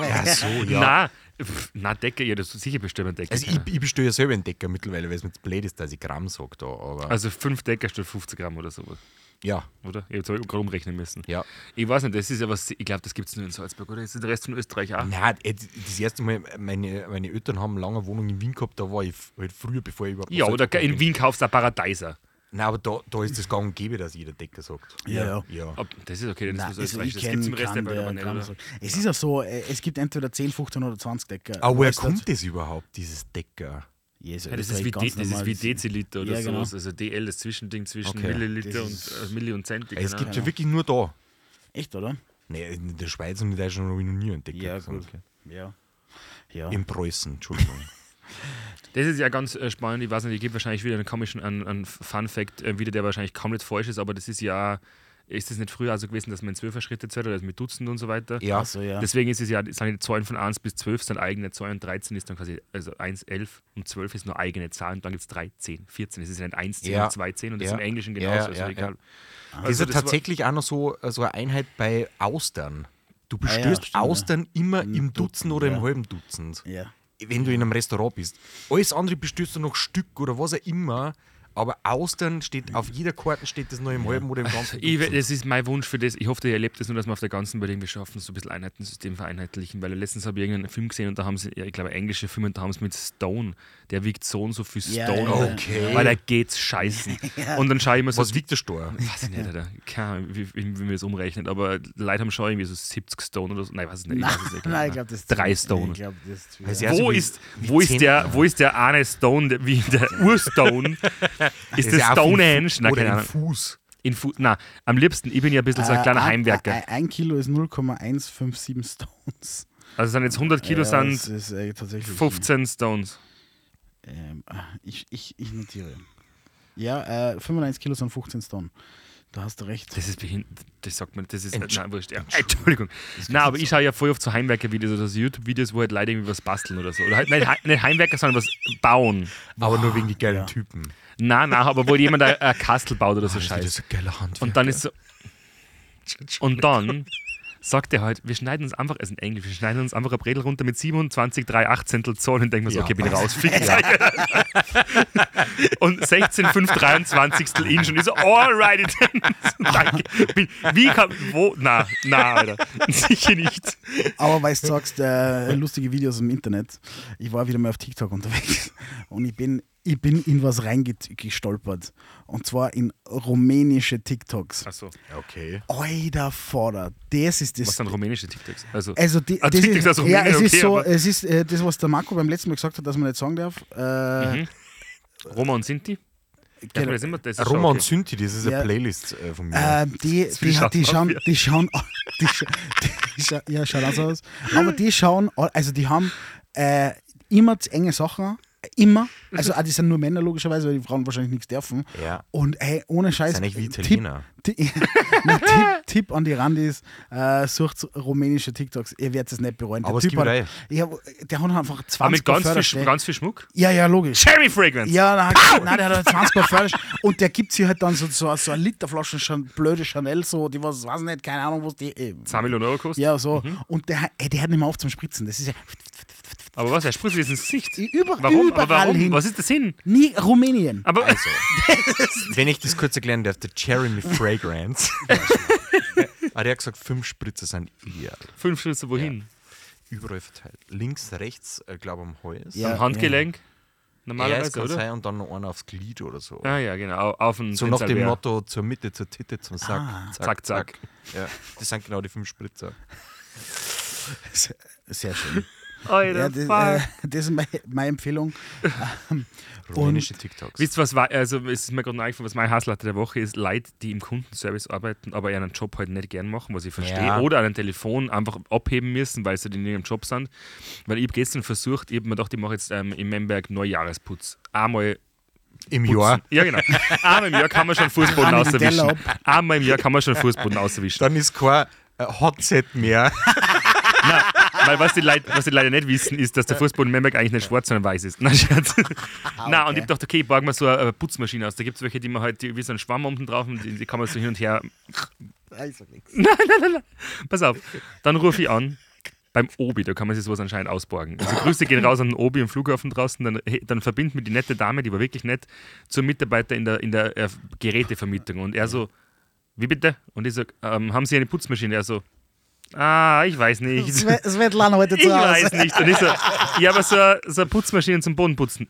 S4: Ja, so,
S2: Nein, pff, nein, Decke, ja, das sicher bestimmt Decke.
S4: Also ich, ich bestelle ja selber einen Decker mittlerweile, weil es mir zu blöd ist, dass ich Gramm sage da. Aber
S2: also fünf Decker statt 50 Gramm oder sowas.
S4: Ja.
S2: oder? Ich habe gerade umrechnen müssen.
S4: Ja.
S2: Ich weiß nicht, das ist ja was, ich glaube, das gibt es nur in Salzburg, oder? Ist das der Rest von Österreich auch?
S4: Na, äh, das erste Mal, meine, meine Eltern haben lange eine Wohnung in Wien gehabt, da war ich f- halt früher, bevor ich überhaupt
S2: Ja,
S4: nach
S2: oder
S4: Salzburg
S2: in
S4: bin.
S2: Wien kaufst du ein Paradeiser.
S4: Nein, aber da, da ist das gang und gäbe, dass jeder Decker sagt.
S3: Ja, ja.
S4: ja.
S2: Ob- Das ist okay, das
S3: Nein,
S2: ist
S3: also
S2: Österreich.
S3: ich
S2: Das gibt es im
S3: kenne
S2: Rest der
S3: keinen,
S2: Welt aber
S3: der
S2: nicht,
S3: kann
S2: oder?
S3: so. Es ist auch so, äh, es gibt entweder 10, 15 oder 20 Decker.
S4: Aber woher
S3: Weißt du, also
S4: kommt das überhaupt, dieses Decker?
S3: Jesus,
S2: Ah, Ja, das, ist
S3: Österreich
S2: wie
S3: ganz
S2: De, das ist
S3: normal.
S2: wie Deziliter oder
S3: Ja, genau.
S2: sowas. Also DL, das Zwischending zwischen
S4: Okay.
S2: Milliliter
S3: Das
S2: und
S3: ist-
S2: äh, Milli und Cent.
S4: Es
S2: keine
S4: gibt
S2: Ahnung.
S4: ja wirklich nur da.
S3: Echt, oder?
S4: Nee, in der Schweiz und in Deutschland habe ich noch nie einen Decker
S3: Ja,
S4: gesehen.
S3: gut. Ja. Ja.
S4: In Preußen, Entschuldigung.
S2: Das ist ja ganz äh, spannend. Ich weiß nicht, ich gebe wahrscheinlich wieder einen komischen einen, einen Fun-Fact äh, wieder, der wahrscheinlich komplett falsch ist, aber das ist ja. Ist es nicht früher also gewesen, dass man in Zwölfer Schritte zählt oder also mit Dutzend und so weiter?
S4: ja,
S3: Achso, ja.
S2: Deswegen ist es ja, sind die Zahlen von 1 bis 12 sind eigene Zahlen und 13 ist dann quasi, also 1, 11 und 12 ist nur eigene Zahl und dann gibt es 13, 14. Es ist ja nicht 1, 10
S4: Ja.
S2: und 2, 10 und das
S4: Ja.
S2: ist im Englischen
S4: Ja,
S2: genauso,
S4: ja,
S2: also
S4: ja,
S2: egal.
S4: das
S2: Also
S4: ist
S2: das
S4: ja
S2: war-
S4: tatsächlich auch noch so, so eine Einheit bei Austern. Du
S3: Ah, ja,
S4: bestellst
S3: stimmt, ja.
S4: Austern immer im
S3: Dutzend,
S4: Dutzend oder
S3: ja.
S4: im halben Dutzend.
S3: ja.
S4: wenn du in einem Restaurant bist. Alles andere bestellst du noch Stück oder was auch immer, aber Austern steht auf jeder Karte steht das noch im halben oder im ganzen.
S2: Ich, we-
S4: Dutzend.
S2: das ist mein Wunsch für das. Ich hoffe, ihr erlebt das nur, dass wir auf der ganzen Welt irgendwie schaffen, so ein bisschen Einheitensystem vereinheitlichen. Weil letztens habe ich irgendeinen Film gesehen und da haben sie, ja, ich glaube, englische Filme, und da haben sie mit Stone. Der wiegt so und so viel Stone.
S3: Ja,
S4: ja, Okay. ja.
S2: Weil er geht's scheißen. Und dann schaue ich mir so.
S4: was wiegt der Stor?
S2: Weiß ich nicht, Alter. Keine Ahnung, wie, wie, wie man das umrechnet. Aber Leute haben schon irgendwie so 70 Stone oder so. Nein, weiß ich nicht. Ich weiß es nicht.
S3: Nein, ich glaube, das ist.
S2: ne? Drei
S3: zu-
S2: Stone.
S3: Ich glaube, das ist. zu-
S4: Also
S3: ja.
S4: ja, so
S2: wo,
S4: wie-
S2: ist,
S4: wie
S2: wo, ist
S4: zehn-
S2: der, wo ist der eine Stone, der, wie der Urstone? ist das
S4: ja auch
S2: Stonehenge?
S4: fünf-
S2: Nein,
S4: oder
S2: keine
S4: ein
S2: Ahnung.
S4: Fuß.
S2: In Fu Nein, am liebsten, ich bin ja ein bisschen so ein
S3: Äh,
S2: kleiner
S3: ein-
S2: Heimwerker.
S3: Ein, ein Kilo ist 0,157 Stones.
S2: Also sind jetzt 100 Kilo,
S3: Ja, das
S2: sind
S3: ist, äh, tatsächlich.
S2: 15 Stones.
S3: Ähm, ah, ich, ich, ich notiere. Ja, äh, 95 Kilo sind 15 Stone. Da hast du recht.
S2: Das ist behindert. Das sagt man, das ist. halt-
S4: Entsch-
S2: nein, wurscht. Ja. Entschuldigung. Nein, aber ich schaue ja voll oft so Heimwerker-Videos oder so YouTube-Videos, wo halt Leute irgendwie was basteln oder so. Oder halt nicht, He- nicht Heimwerker, sondern was bauen.
S4: Aber
S2: Ah,
S4: nur wegen die geilen Typen.
S2: Nein, nein, aber wo halt jemand ein, ein Kastel baut oder so
S4: Das
S2: Scheiße.
S4: ist eine geile Hand.
S2: Und dann ist so. Und dann sagt er halt, wir schneiden uns einfach, es ist in Englisch, wir schneiden uns einfach ein Bredel runter mit 27, 3 Achtzehntel Zoll und denken wir so,
S4: Ja.
S2: okay, bin raus, fick ja. Und 16, 5, 23 Inch und ich so, alright. Danke. Bin- Wie kann, wo, na, na, Alter, sicher nicht.
S3: Aber weil du sagst, äh, lustige Videos im Internet. Ich war wieder mal auf TikTok unterwegs und ich bin, ich bin in was reingestolpert. Und zwar in rumänische TikToks.
S2: Achso,
S4: okay.
S3: Alter Vorder, das ist das.
S2: was sind rumänische TikToks? Also,
S3: Also die,
S2: Ah,
S3: das
S2: TikToks
S3: ist,
S2: aus
S3: ja,
S2: Rumänien,
S3: es ist
S2: okay,
S3: so,
S2: aber-
S3: es ist äh, das, was der Marco beim letzten Mal gesagt hat, dass man nicht sagen darf. Äh,
S2: Mhm,
S3: genau.
S2: Roma und Sinti? Darf man das immer? Das ist schon
S4: Roma
S2: okay.
S4: und Synthi, das ist
S3: Ja.
S4: eine Playlist äh, von mir.
S3: Ähm, die,
S2: viel
S3: die, ha-
S2: Schatten
S3: die, schauen,
S2: auf
S3: die schauen, die, scha- die scha ja, schaut auch so aus. Aber die schauen, all- also die haben äh, immer zu enge Sachen, an, immer. Also auch die sind nur Männer logischerweise, weil die Frauen wahrscheinlich nichts dürfen.
S4: Ja.
S3: Und ey, ohne Scheiß.
S4: Sind eigentlich wie
S3: Tipp-
S4: Italiener.
S3: Ti- Na, Tipp, Tipp an die Randis, äh, sucht rumänische TikToks, ihr werdet es nicht bereuen. Der
S4: Aber es
S3: Typ
S4: gibt
S3: hat,
S4: auch-
S3: ja, der hat einfach 20
S2: Aber Ah, mit ganz viel,
S3: Förderstellen.
S2: Sch- ganz viel Schmuck?
S3: Ja, ja, logisch.
S2: Cherry Fragrance!
S3: ne? Ja, nein, nein, der hat halt 20 Mal Fördersch. Und der gibt sich halt dann so, so, so eine Literflasche Chan- blöde Chanel, so, die was, weiß nicht, keine Ahnung, was die. Äh,
S2: 2 Millionen Euro kostet?
S3: ja, so. Und der, ey, der hat nicht mehr auf zum Spritzen. Das ist ja
S2: Aber was, er spritzt jetzt ins Gesicht?
S3: über,
S2: Warum?
S3: überall
S2: Aber warum?
S3: hin.
S2: Was ist der Sinn?
S3: Nie Rumänien.
S2: Aber
S4: Also. Wenn ich das kurz erklären darf, der Jeremy Fragrance. ah, der hat gesagt, fünf Spritzer sind ideal.
S2: fünf Schritte wohin?
S4: Überall verteilt. Links, rechts, äh, glaube am Hals.
S3: Ja.
S2: Am Handgelenk?
S4: ja, es
S2: Normalerweise,
S4: kann
S2: oder?
S4: sein und dann noch einer aufs Glied oder so.
S2: Ah ja, genau. Auf den
S4: So nach dem
S2: Prinzalbär.
S4: Motto zur Mitte, zur Titte, zum Sack.
S2: Ah, Zack, zack.
S4: Ja, das sind genau die fünf Spritzer.
S3: Sehr schön. Ja,
S2: Alter,
S3: das, äh,
S2: fuck.
S3: das ist meine, meine Empfehlung. Ähm,
S4: Rumänische TikToks.
S2: Wisst ihr, was war, also es ist mir gerade noch eingefallen, was mein Hassleiter der Woche ist, Leute, die im Kundenservice arbeiten, aber ihren Job halt nicht gern machen, was ich verstehe,
S4: Ja.
S2: oder einen Telefon einfach abheben müssen, weil sie halt in ihrem Job sind. Weil ich habe gestern versucht, ich habe mir gedacht, ich mache jetzt ähm, in Memberg Neujahresputz. Einmal
S4: Im
S2: putzen.
S4: Jahr.
S2: Ja, genau. Einmal im Jahr kann man schon Fußboden
S3: Einmal den Teller
S2: auswischen. Einmal im Jahr kann man schon Fußboden auswischen.
S4: Dann ist kein äh, Hotset mehr.
S2: Weil was die, Leute, was die Leute nicht wissen, ist, dass der Fußboden in Memberg eigentlich nicht schwarz, sondern weiß ist. Nein, Scherz. Nein, und ich hab gedacht, okay, ich borg mir so eine äh, Putzmaschine aus. Da gibt es welche, die man halt, die wie so einen Schwamm unten drauf und die, die kann man so hin und her.
S3: Also,
S2: Pass auf. Dann rufe ich an. Beim Obi, da kann man sich sowas anscheinend ausborgen. Also Grüße gehen raus an den Obi im Flughafen draußen, dann, hey, dann verbindet mir die nette Dame, die war wirklich nett, zum Mitarbeiter in der, in der äh, Gerätevermietung. Und er so, wie bitte? Und ich sage, ähm, haben Sie eine Putzmaschine? Er so, ah, ich weiß nicht.
S3: Sve- Svetlana heute
S2: Ich
S3: zu Hause.
S2: weiß nicht. Und ich so, ja, aber so, so eine Putzmaschine zum Boden putzen.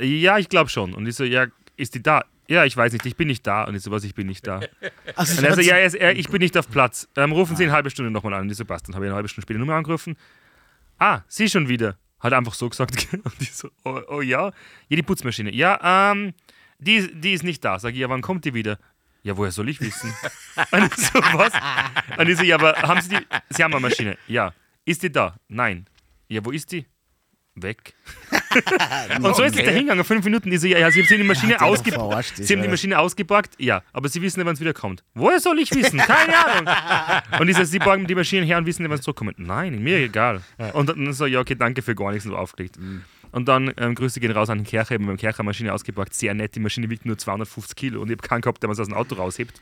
S2: Ja, ich glaube schon. Und ich so, ja, ist die da? Ja, ich weiß nicht, ich bin nicht da. Und ich so, was, ich bin nicht da.
S3: Also,
S2: Und er so, ja, er ist, er, ich bin nicht auf Platz. Ähm, rufen Sie in eine halbe Stunde nochmal an. Und ich so, passt. Dann habe ich eine halbe Stunde später Nummer angerufen. Ah, Sie schon wieder. Hat er einfach so gesagt. Und ich so, oh, oh ja. Ja, die Putzmaschine. Ja, ähm, die, ist- die ist nicht da. Sag ich, ja, wann kommt die wieder? Ja, woher soll ich wissen? Und ich so, was? Und ich so, ja, aber haben Sie die? Sie haben eine Maschine. Ja. Ist die da? Nein. Ja, wo ist die? Weg. Und so ist es dahingegangen. Fünf Minuten. Ich so, ja, ja, genau. Sie haben die Maschine
S3: doch
S2: ausgeparkt.
S3: verarscht,
S2: Sie haben die
S3: Alter.
S2: Maschine ausgeparkt? Ja. Aber Sie wissen nicht, wann es wieder kommt. Woher soll ich wissen? Keine Ahnung. Und ich so, Sie borgen die Maschinen her und wissen nicht, wann es zurückkommt. Nein, mir egal. Und dann so, ja, okay, danke für gar nichts und so aufgelegt. Und dann ähm, Grüße gehen raus an den Kercher, eben beim Kercher Maschine ausgepackt. Sehr nett, die Maschine wiegt nur 250 Kilo und ich habe keinen gehabt, der man aus dem Auto raushebt.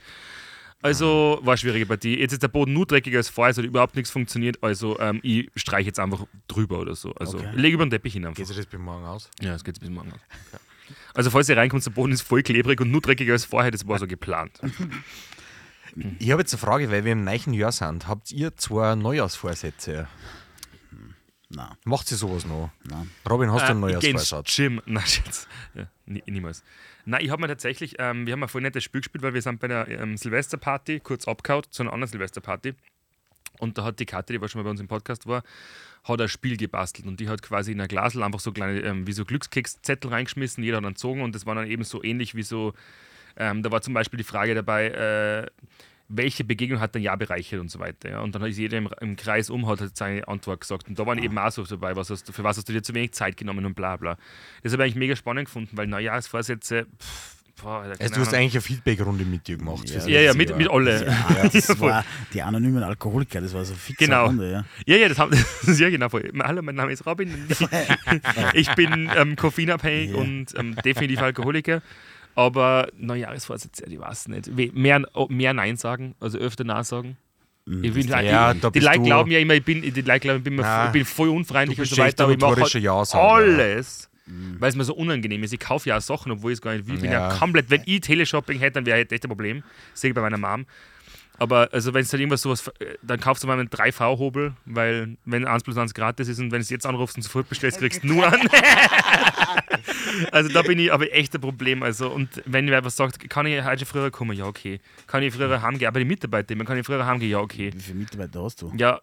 S2: Also war eine schwierige Partie. Jetzt ist der Boden nur dreckiger als vorher, es hat überhaupt nichts funktioniert. Also ähm, ich streiche jetzt einfach drüber oder so. Also lege über den Teppich hin einfach.
S4: Geht sich das bis morgen aus?
S2: Ja, das geht bis morgen. aus. Also falls ihr reinkommt, der Boden ist voll klebrig und nur dreckiger als vorher, das war so geplant.
S4: Ich habe jetzt eine Frage, weil wir im neuen Jahr sind. Habt ihr zwei Neujahrsvorsätze?
S3: Nein.
S4: Macht ihr sowas noch? Robin, hast du einen
S2: Hm, Äh, ich geh ins
S4: Neujahrsvorsatz?
S2: Gym. Nein, Schatz. Ja, nie, niemals. Nein, ich habe mir tatsächlich, ähm, wir haben ein voll nettes Spiel gespielt, weil wir sind bei einer ähm, Silvesterparty kurz abgehauen, zu einer anderen Silvesterparty. Und da hat die Katja, die war schon mal bei uns im Podcast war, hat ein Spiel gebastelt und die hat quasi in ein Glasel einfach so kleine, ähm, wie so Glückskekszettel reingeschmissen, jeder hat dann gezogen und das war dann eben so ähnlich wie so, ähm, da war zum Beispiel die Frage dabei, äh, welche Begegnung hat dein Jahr bereichert und so weiter. Ja? Und dann hat jeder im, im Kreis um hat halt seine Antwort gesagt. Und da
S4: Ah.
S2: waren eben auch so dabei, was hast, du- für was hast du dir zu wenig Zeit genommen und bla bla. Das habe ich eigentlich mega spannend gefunden, weil Neujahrsvorsätze, pff, boah, Alter,
S4: Also,
S2: keine
S4: du hast
S2: Ahnung.
S4: eigentlich eine Feedback-Runde mit dir gemacht. fürs
S2: ja, ja,
S4: letzte
S2: mit,
S4: Jahr.
S2: mit alle.
S3: Ah,
S2: Ja,
S3: das
S2: voll.
S3: war die anonymen Alkoholiker, das war so fixe
S2: Genau.
S3: Runde, ja.
S2: Ja, ja, das haben ja genau voll. Hallo, mein Name ist Robin. Ich bin ähm, koffeinabhängig und ähm, definitiv Alkoholiker. Aber Neujahresvorsätze, die weiß nicht. We- Mehr, oh, mehr Nein sagen, also öfter Nein sagen. Ich bin,
S4: Hm, Ja,
S2: die,
S4: da
S2: die
S4: bist
S2: Leute
S4: du-
S2: glauben ja immer, ich bin, die Leute glauben, ich bin, immer,
S4: Na,
S2: ich bin voll unfreundlich
S4: du
S2: und
S4: bist
S2: so
S4: echt
S2: weiter. Aber
S4: der
S2: ich mache
S4: notorische
S2: halt
S4: Ja-Sager.
S2: alles, weil es mir so unangenehm ist. Ich kaufe ja auch Sachen, obwohl ich es gar nicht will. Ich bin ja.
S4: Hm. Ja.
S2: komplett, wenn ich Teleshopping hätte, dann wäre ich echt ein Problem. Sehe ich bei meiner Mom. Aber also wenn es halt irgendwas sowas, äh, dann kaufst du mal einen 3V-Hobel, weil wenn 1 plus 1 gratis ist und wenn du es jetzt anrufst und sofort bestellst, kriegst du nur an. also da bin ich aber echt ein Problem. Also und wenn mir etwas sagt, kann ich heute schon früher kommen? Ja, okay. Kann ich früher heimgehen? Aber die Mitarbeiter, man kann ich früher heimgehen? Ja, okay.
S3: Wie viele Mitarbeiter hast du?
S2: Ja,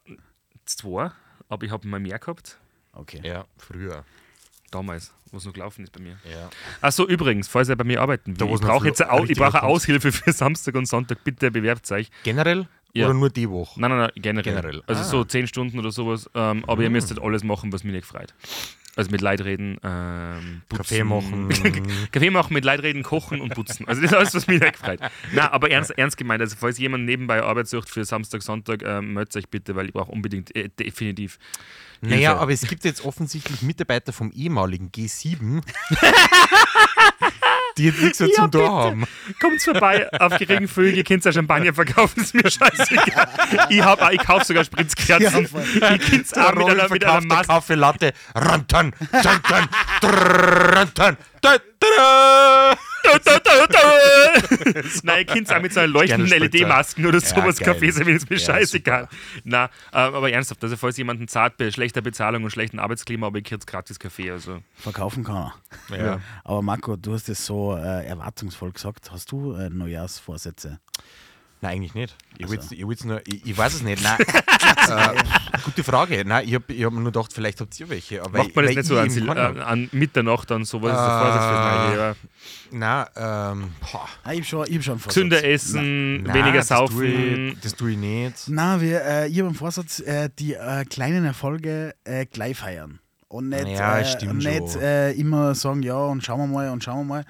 S2: zwei, aber ich habe mal mehr gehabt.
S3: Okay.
S4: Ja, früher.
S2: Damals, wo es noch gelaufen ist bei mir.
S4: Ja.
S2: Achso, übrigens, falls ihr bei mir arbeiten will,
S4: wo's
S2: ich
S4: noch
S2: brauche
S4: so
S2: jetzt eine, Au- ich
S4: richtiger
S2: brauche eine
S4: Punkt.
S2: Aushilfe für Samstag und Sonntag. Bitte bewerbt euch.
S4: Generell?
S2: Ja.
S4: Oder nur die Woche?
S2: Nein, nein, nein, generell.
S4: Generell.
S2: Also
S4: Ah.
S2: so 10 Stunden oder sowas. Ähm, aber ihr müsstet alles machen, was mich nicht freut. Also mit Leid reden, ähm, putzen.
S4: Kaffee machen.
S2: Kaffee machen, mit Leid reden, kochen und putzen. Also das ist alles, was mich nicht freut. Nein, aber ernst, ernst gemeint, also falls jemand nebenbei Arbeit sucht für Samstag, Sonntag, ähm, meldet euch bitte, weil ich brauche unbedingt, äh, definitiv.
S4: Naja,
S2: Hilfe.
S4: aber es gibt jetzt offensichtlich Mitarbeiter vom ehemaligen G7, die jetzt nichts mehr zum Tor haben.
S2: Kommt vorbei auf geringen Füll, ihr könnt ja Champagner verkaufen, ist mir scheißegal. Ich, hab, auch- ich kaufe sogar Spritzkerzen.
S3: Ja, voll.
S2: ich könnt's auch mit einer, mit einer Maske.
S4: Kaffee Latte. Rantan, rantan, rantan, da, da, da.
S2: da, da, da. Nein, ihr könnt auch mit so einer leuchtenden
S4: Gerne Spritzer.
S2: LED-Masken oder sowas
S4: geil.
S2: Kaffee servieren, ist mir
S4: Ja,
S2: scheißegal. Na, äh, aber ernsthaft, also falls jemanden zart bei schlechter Bezahlung und schlechtem Arbeitsklima, aber ihr kriegt gratis Kaffee. Also.
S3: Verkaufen kann er.
S4: Ja.
S3: Aber Marco, du hast es so äh, erwartungsvoll gesagt. Hast du äh, Neujahrsvorsätze?
S4: Nein, eigentlich nicht.
S2: Also.
S4: Ich, will's, ich, will's nur, ich, ich weiß es nicht. Nein. äh, gute Frage. Nein, ich habe ich hab mir nur gedacht, vielleicht habt ihr welche. Aber
S2: Macht man
S4: weil
S2: das nicht so
S4: ich
S2: an,
S4: eben
S2: Sil-
S4: keine habe.
S2: äh, an Mitternacht dann sowas? Ist der Vorsatz fürs neue Jahr.
S4: Nein, ähm, boah.
S3: Ah, ich habe schon, ich hab schon einen Vorsatz.
S2: Gesünder essen,
S4: Nein,
S2: weniger
S4: das tue ich
S2: saufen.
S4: nicht. Das tue ich nicht.
S3: Na, wir, äh, ich habe einen Vorsatz, äh, die äh, kleinen Erfolge äh, gleich feiern. Und nicht,
S4: Ja,
S3: äh,
S4: stimmt
S3: und nicht
S4: schon.
S3: äh, immer sagen, ja, und schauen wir mal, und schauen wir mal.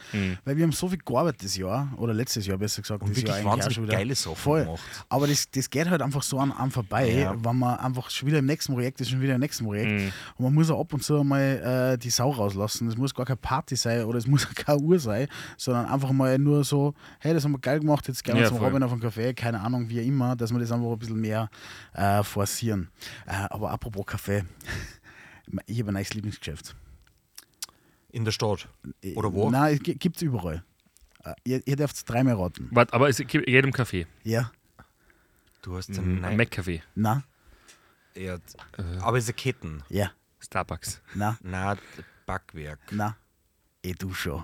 S3: Weil wir haben so viel gearbeitet das Jahr, oder letztes Jahr besser gesagt.
S4: Und
S3: das
S4: wirklich
S3: Jahr eigentlich auch
S4: wahnsinnig
S3: schon wieder.
S4: geile Sachen
S3: Voll.
S4: gemacht.
S3: Aber das, das geht halt einfach so an einem vorbei,
S4: Ja. Mhm.
S3: wenn man einfach schon wieder im nächsten Projekt ist, schon wieder im nächsten Projekt. Und man muss auch ab und zu mal äh, die Sau rauslassen. Es muss gar keine Party sein oder es muss auch keine Uhr sein, sondern einfach mal nur so, hey, das haben wir geil gemacht, jetzt gehen wir
S2: Ja,
S3: zum
S2: voll.
S3: Robin auf einen Kaffee, keine Ahnung, wie immer, dass wir das einfach ein bisschen mehr äh, forcieren. Äh, aber apropos Kaffee, ich habe ein neues Lieblingsgeschäft.
S4: In der Stadt. Oder wo?
S3: Nein, es gibt es überall. Äh, Ihr, ihr dürft dreimal raten.
S2: Warte, aber es gibt jedem Kaffee.
S3: Ja?
S4: Du hast einen
S2: Ein
S4: Nein.
S2: Mac-Kaffee.
S3: Na?
S4: Ja, aber es ist eine Ketten.
S3: Ja?
S2: Starbucks.
S3: Na?
S4: Na, Backwerk.
S3: Na? Eh, du schon.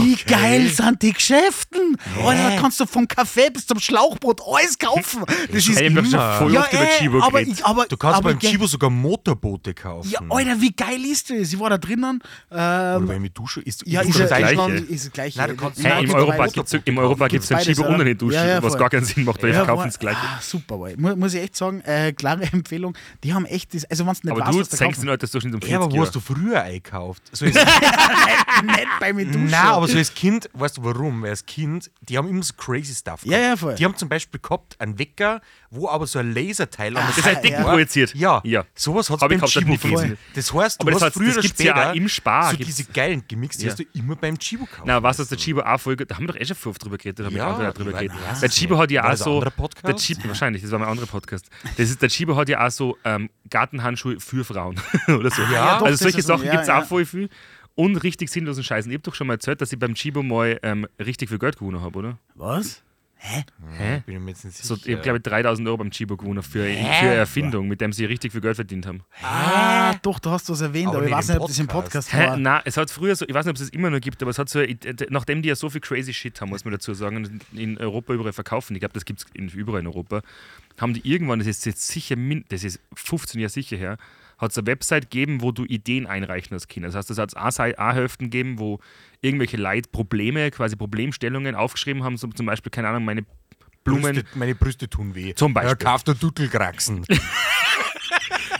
S3: Wie geil sind die Geschäften? Alter, da kannst du vom Kaffee bis zum Schlauchbrot alles kaufen. Das ist
S2: Einem darfst du voll
S3: ja,
S2: oft über
S3: eh,
S2: Chibo
S3: aber,
S2: geredet.
S3: ich, aber
S4: Du kannst
S3: aber
S4: beim
S3: ich-
S4: Chibo sogar Motorboote kaufen.
S3: Ja, Alter, wie geil ist das? Ich war da drinnen. Ähm,
S4: Wobei mit Dusche ist
S3: ja,
S4: ist
S3: ist
S2: das
S3: ja
S2: Gleiche?
S3: Deutschland, ist das gleiche.
S4: Nein, du kannst-
S2: Hey,
S4: Nein,
S2: Im
S4: gibt's
S2: Europapark
S4: beides.
S2: gibt es im Europapark gibt's einen
S3: Gibt's
S2: Chibo und
S3: beides,
S2: eine
S3: oder?
S2: Dusche,
S3: Ja, ja,
S2: was
S3: voll.
S2: gar keinen Sinn macht, weil
S3: Ja,
S2: die verkaufen
S3: boah,
S2: das Gleiche.
S3: Ah, super, boy. Mu muss ich echt sagen, äh, klare Empfehlung. Die haben echt das, also wenn es nicht
S2: Aber
S3: weißt,
S2: du
S3: was da
S2: zeigst den
S3: kaufen-
S2: Altersdurchschnitt um 40
S4: Ja, aber wo
S2: Jahre.
S4: hast du früher einkauft? So ist
S3: nicht bei mir duschen.
S4: Nein, aber so als Kind, weißt du warum? Weil als Kind, die haben immer so crazy Stuff
S3: Ja,
S4: gehabt.
S3: ja, voll.
S4: Die haben zum Beispiel gehabt einen Wecker, wo aber so ein Laserteil am
S2: Das heißt, dick projiziert.
S4: Ja,
S2: ja.
S4: sowas hat es
S2: Hab ich
S4: beim
S2: gehabt, hat
S4: Chibo
S2: nie
S4: gegeben.
S2: funktioniert.
S4: Das heißt, du
S2: Aber das
S4: hast
S2: hat's-
S4: früher
S2: das
S4: oder
S2: gibt's
S4: später
S2: ja auch im Spar,
S4: so
S2: gibt's-
S4: diese geilen Gemixt, die
S2: Ja.
S4: hast du immer beim Chibo gekauft.
S2: Na, was ist der Chibo auch voll gut? Da haben wir doch eh schon viel oft drüber geredet, da haben wir
S4: Ja,
S2: auch wieder drüber
S4: ich weiß-
S2: geredet.
S4: weiß
S2: Der
S4: es
S2: Chibo
S4: nicht.
S2: hat ja
S4: War
S2: auch
S4: das ein
S2: so.
S4: anderer Podcast?
S2: Der Chibo, wahrscheinlich, das war mein anderer Podcast. Das ist, der Chibo hat ja auch so ähm, Gartenhandschuhe für Frauen oder so.
S4: Ah, ja, doch,
S3: das
S2: also solche
S3: ist so-
S2: Sachen
S3: ja,
S2: gibt es
S3: ja.
S2: auch voll viel. Und richtig sinnlosen Scheißen. Ich hab doch schon mal erzählt, dass ich beim Chibo mal ähm, richtig viel Geld gewonnen habe, oder?
S3: Was? Hä?
S2: Hä?
S4: Bin ich mir jetzt nicht sicher.
S2: So, ich habe, glaube ich, 3000 Euro beim Chibo gewonnen für, für eine Erfindung, mit dem sie richtig viel Geld verdient haben.
S3: Ah, doch, du hast das erwähnt, aber,
S4: Aber
S3: ich
S4: nicht
S3: weiß
S4: im
S3: nicht, ob das im
S4: Podcast.
S3: Podcast
S2: Hä?
S3: war.
S2: Nein, es hat früher so, ich weiß nicht, ob es das immer noch gibt, aber es hat so, nachdem die ja so viel crazy Shit haben, muss man dazu sagen, und in Europa überall verkaufen, ich glaube, das gibt es in, überall in Europa, haben die irgendwann, das ist jetzt sicher, min- das ist 15 Jahre sicher her, hat es eine Website gegeben, wo du Ideen einreichen als Kind. Das heißt, es hat A-Hälften gegeben, wo irgendwelche Leute Probleme, quasi Problemstellungen aufgeschrieben haben, so zum Beispiel, keine Ahnung, meine Blumen
S4: Brüste, meine Brüste tun weh.
S2: Zum Beispiel.
S4: Ja, kauf der Dudelkraxen.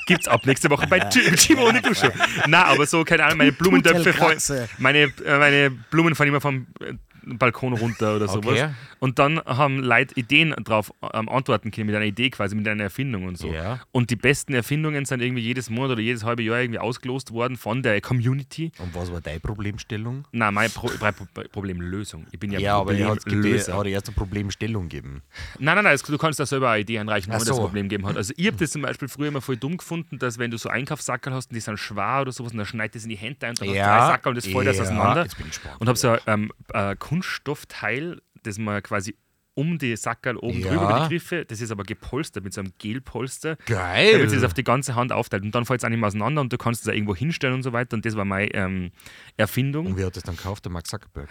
S2: gibt's ab nächste Woche bei Chi- Chimo ohne Dusche. Na, aber so, keine Ahnung, meine Blumentöpfe fallen,
S3: Tutelkratze.
S2: meine, äh, meine Blumen fallen immer vom äh, Balkon runter oder sowas.
S4: Okay.
S2: Und dann haben Leute Ideen drauf ähm, antworten können, mit einer Idee quasi, mit einer Erfindung und so.
S4: Ja.
S2: Und die besten Erfindungen sind irgendwie jedes Monat oder jedes halbe Jahr irgendwie ausgelost worden von der Community.
S4: Und was war deine Problemstellung?
S2: Na, mein Pro Pro Problemlösung. Ich bin ja,
S4: Ja, aber er hat
S2: Problemlöser.
S4: erst eine Problemstellung gegeben.
S2: Nein, nein, nein, das, du kannst da selber eine Idee einreichen,
S4: Ach
S2: ohne dass es ein
S4: so.
S2: Problem gegeben hat. Also, ich habe das zum Beispiel früher immer voll dumm gefunden, dass wenn du so Einkaufssackerl hast und die sind schwer oder sowas und dann schneidet das in die Hände ein und dann hast
S4: Ja,
S2: du drei Sackerl und das fällt alles
S4: ja,
S2: auseinander.
S4: jetzt bin ich gespannt.
S2: und habe so ein ähm, äh, Kunststoffteil, das man quasi um die Sackerl oben
S4: Ja.
S2: drüber über die Griffe, das ist aber gepolstert mit so einem Gelpolster.
S4: Geil.
S2: Damit sich das auf die ganze Hand aufteilt und dann fällt es auch nicht mehr auseinander und du kannst es auch irgendwo hinstellen und so weiter und das war meine ähm, Erfindung.
S4: Und wer hat das dann gekauft? Der Mark Zuckerberg.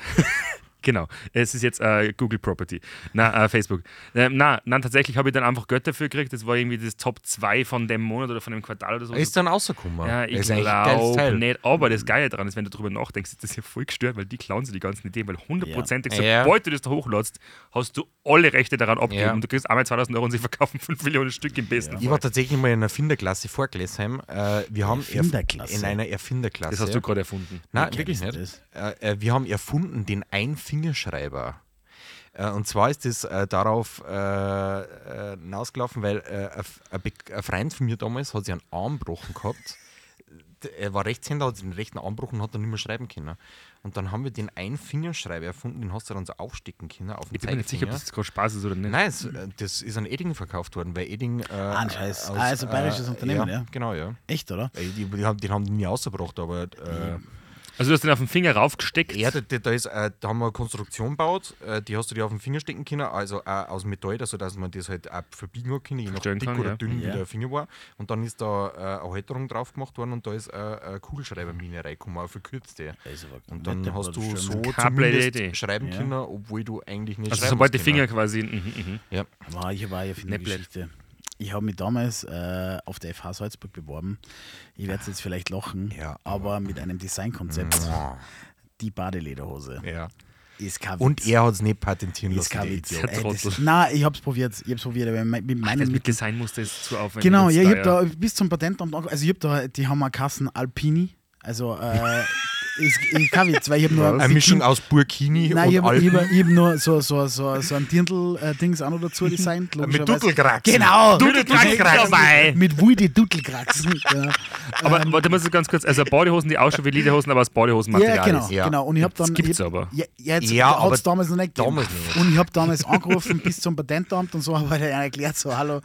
S2: Genau, es ist jetzt äh, Google Property. Na, äh, Facebook. Ähm, na, nein, tatsächlich habe ich dann einfach Geld dafür gekriegt. Das war irgendwie das Top 2 von dem Monat oder von dem Quartal oder so.
S4: Er ist dann rausgekommen.
S2: ja,
S4: Er
S2: ich
S4: ist eigentlich ein geiles
S2: glaube
S4: Teil.
S2: nicht. Aber das Geile daran ist, wenn du drüber nachdenkst, ist das ja voll gestört, weil die klauen sie die ganzen Ideen, weil hundertprozentig,
S4: Ja.
S2: sobald du das da hochladst, hast du alle Rechte daran abgegeben
S4: Ja.
S2: und du kriegst einmal 2000 Euro und sie verkaufen 5 Millionen Stück im besten.
S4: Ich war tatsächlich mal in einer Finderklasse vor Glesheim. Äh, wir haben erf-
S3: Erfinderklasse?
S4: in einer Erfinderklasse.
S2: Das hast du gerade erfunden.
S4: Nein,
S3: Ja,
S4: wirklich
S3: kenn ich
S4: nicht. Äh, äh, wir haben erfunden den Einfingerschreiber. Äh, Und zwar ist es äh, darauf äh, äh, hinausgelaufen, weil äh, ein F- ein Be- ein Freund von mir damals hat sich einen Arm gebrochen gehabt. D- Er war Rechtshänder, hat sich den rechten Arm gebrochen und hat dann nicht mehr schreiben können. Und dann haben wir den Einfingerschreiber erfunden, den hast du dann so aufstecken können auf den
S2: Ich bin mir nicht sicher, ob
S4: Zeigefinger.
S2: das jetzt gerade Spaß ist oder nicht.
S4: Nein, es, äh, das ist an Edding verkauft worden, weil Edding. Äh, ah,
S3: ein Scheiß. Ah, also bayerisches Unternehmen, ja.
S4: Genau, ja.
S3: Echt, oder?
S4: Äh, Die, die haben, den haben die nie ausgebracht, aber äh,
S2: Also du hast den auf den Finger raufgesteckt.
S4: ja, da, da, ist, äh, da haben wir eine Konstruktion gebaut, äh, die hast du dir auf den Finger stecken können, also äh, aus Metall, also dass man das halt auch verbiegen hat können, je nach
S2: Verstellen
S4: dick
S2: kann,
S4: oder
S2: ja.
S4: dünn
S3: Ja.
S4: wie der Finger war. Und dann ist da äh, eine Halterung drauf gemacht worden und da ist äh, eine Kugelschreibermine reingekommen, eine verkürzte. Und dann hast du so
S2: Keine blöde Idee.
S4: zumindest schreiben
S3: Ja.
S4: können, obwohl du eigentlich nicht
S2: also
S4: schreiben
S2: sobald die
S4: hast
S2: Finger
S4: können.
S2: quasi... Mhm, mhm.
S4: Ja.
S3: War ich war ja für eine
S2: Nicht blöd.
S3: Geschichte. Ich habe mich damals äh, auf der FH Salzburg beworben. Ich werde jetzt vielleicht lachen,
S4: Ja,
S3: aber mit einem Designkonzept. Die Badelederhose.
S4: ja.
S3: Ist kein
S4: Und
S3: Witz.
S4: er hat es nicht patentieren
S3: Ist
S4: lassen.
S3: kein
S4: der
S3: Witz.
S4: Idiot.
S2: Der
S3: Ey, das-
S2: Trottel.
S3: Nein, ich hab's probiert. Ich hab's probiert, aber mit, mit
S2: Das
S3: meinen
S2: mit
S3: Mitteln.
S2: Designmuster ist zu aufwendig.
S3: Genau,
S2: jetzt
S3: ja, ich hab
S2: ja.
S3: da bis zum Patentamt, ange- also ich hab da, die haben eine Kassen Alpini, also äh, ist, ich kann jetzt, weil ich hab nur
S4: Eine Mischung aus Burkini
S3: Nein, ich
S4: und
S3: hab, ich, hab,
S4: Alpen.
S3: ich hab nur so, so, so, äh, so ein Dirndl-Dings auch noch dazu designt,
S4: Mit
S3: logischerweise.
S4: Dudelkraxen.
S3: Genau!
S2: Dudelkraxen dabei.
S3: Mit Wulde Dudelkraxen. genau.
S2: Aber warte mal so ganz kurz, also Bodyhosen, die ausschauen wie Lederhosen, aber aus Bodyhosenmaterial
S3: Ja, genau,
S2: ist.
S4: ja.
S3: genau. Und ich habe dann.
S2: Das gibt's
S3: ich, hab-
S2: aber.
S3: Ja, ja, jetzt
S4: Ja,
S3: ja,
S4: aber
S3: es damals noch nicht gegeben.
S4: damals nicht.
S3: Und ich habe damals angerufen bis zum Patentamt und halt so, aber der hat erklärt so, hallo,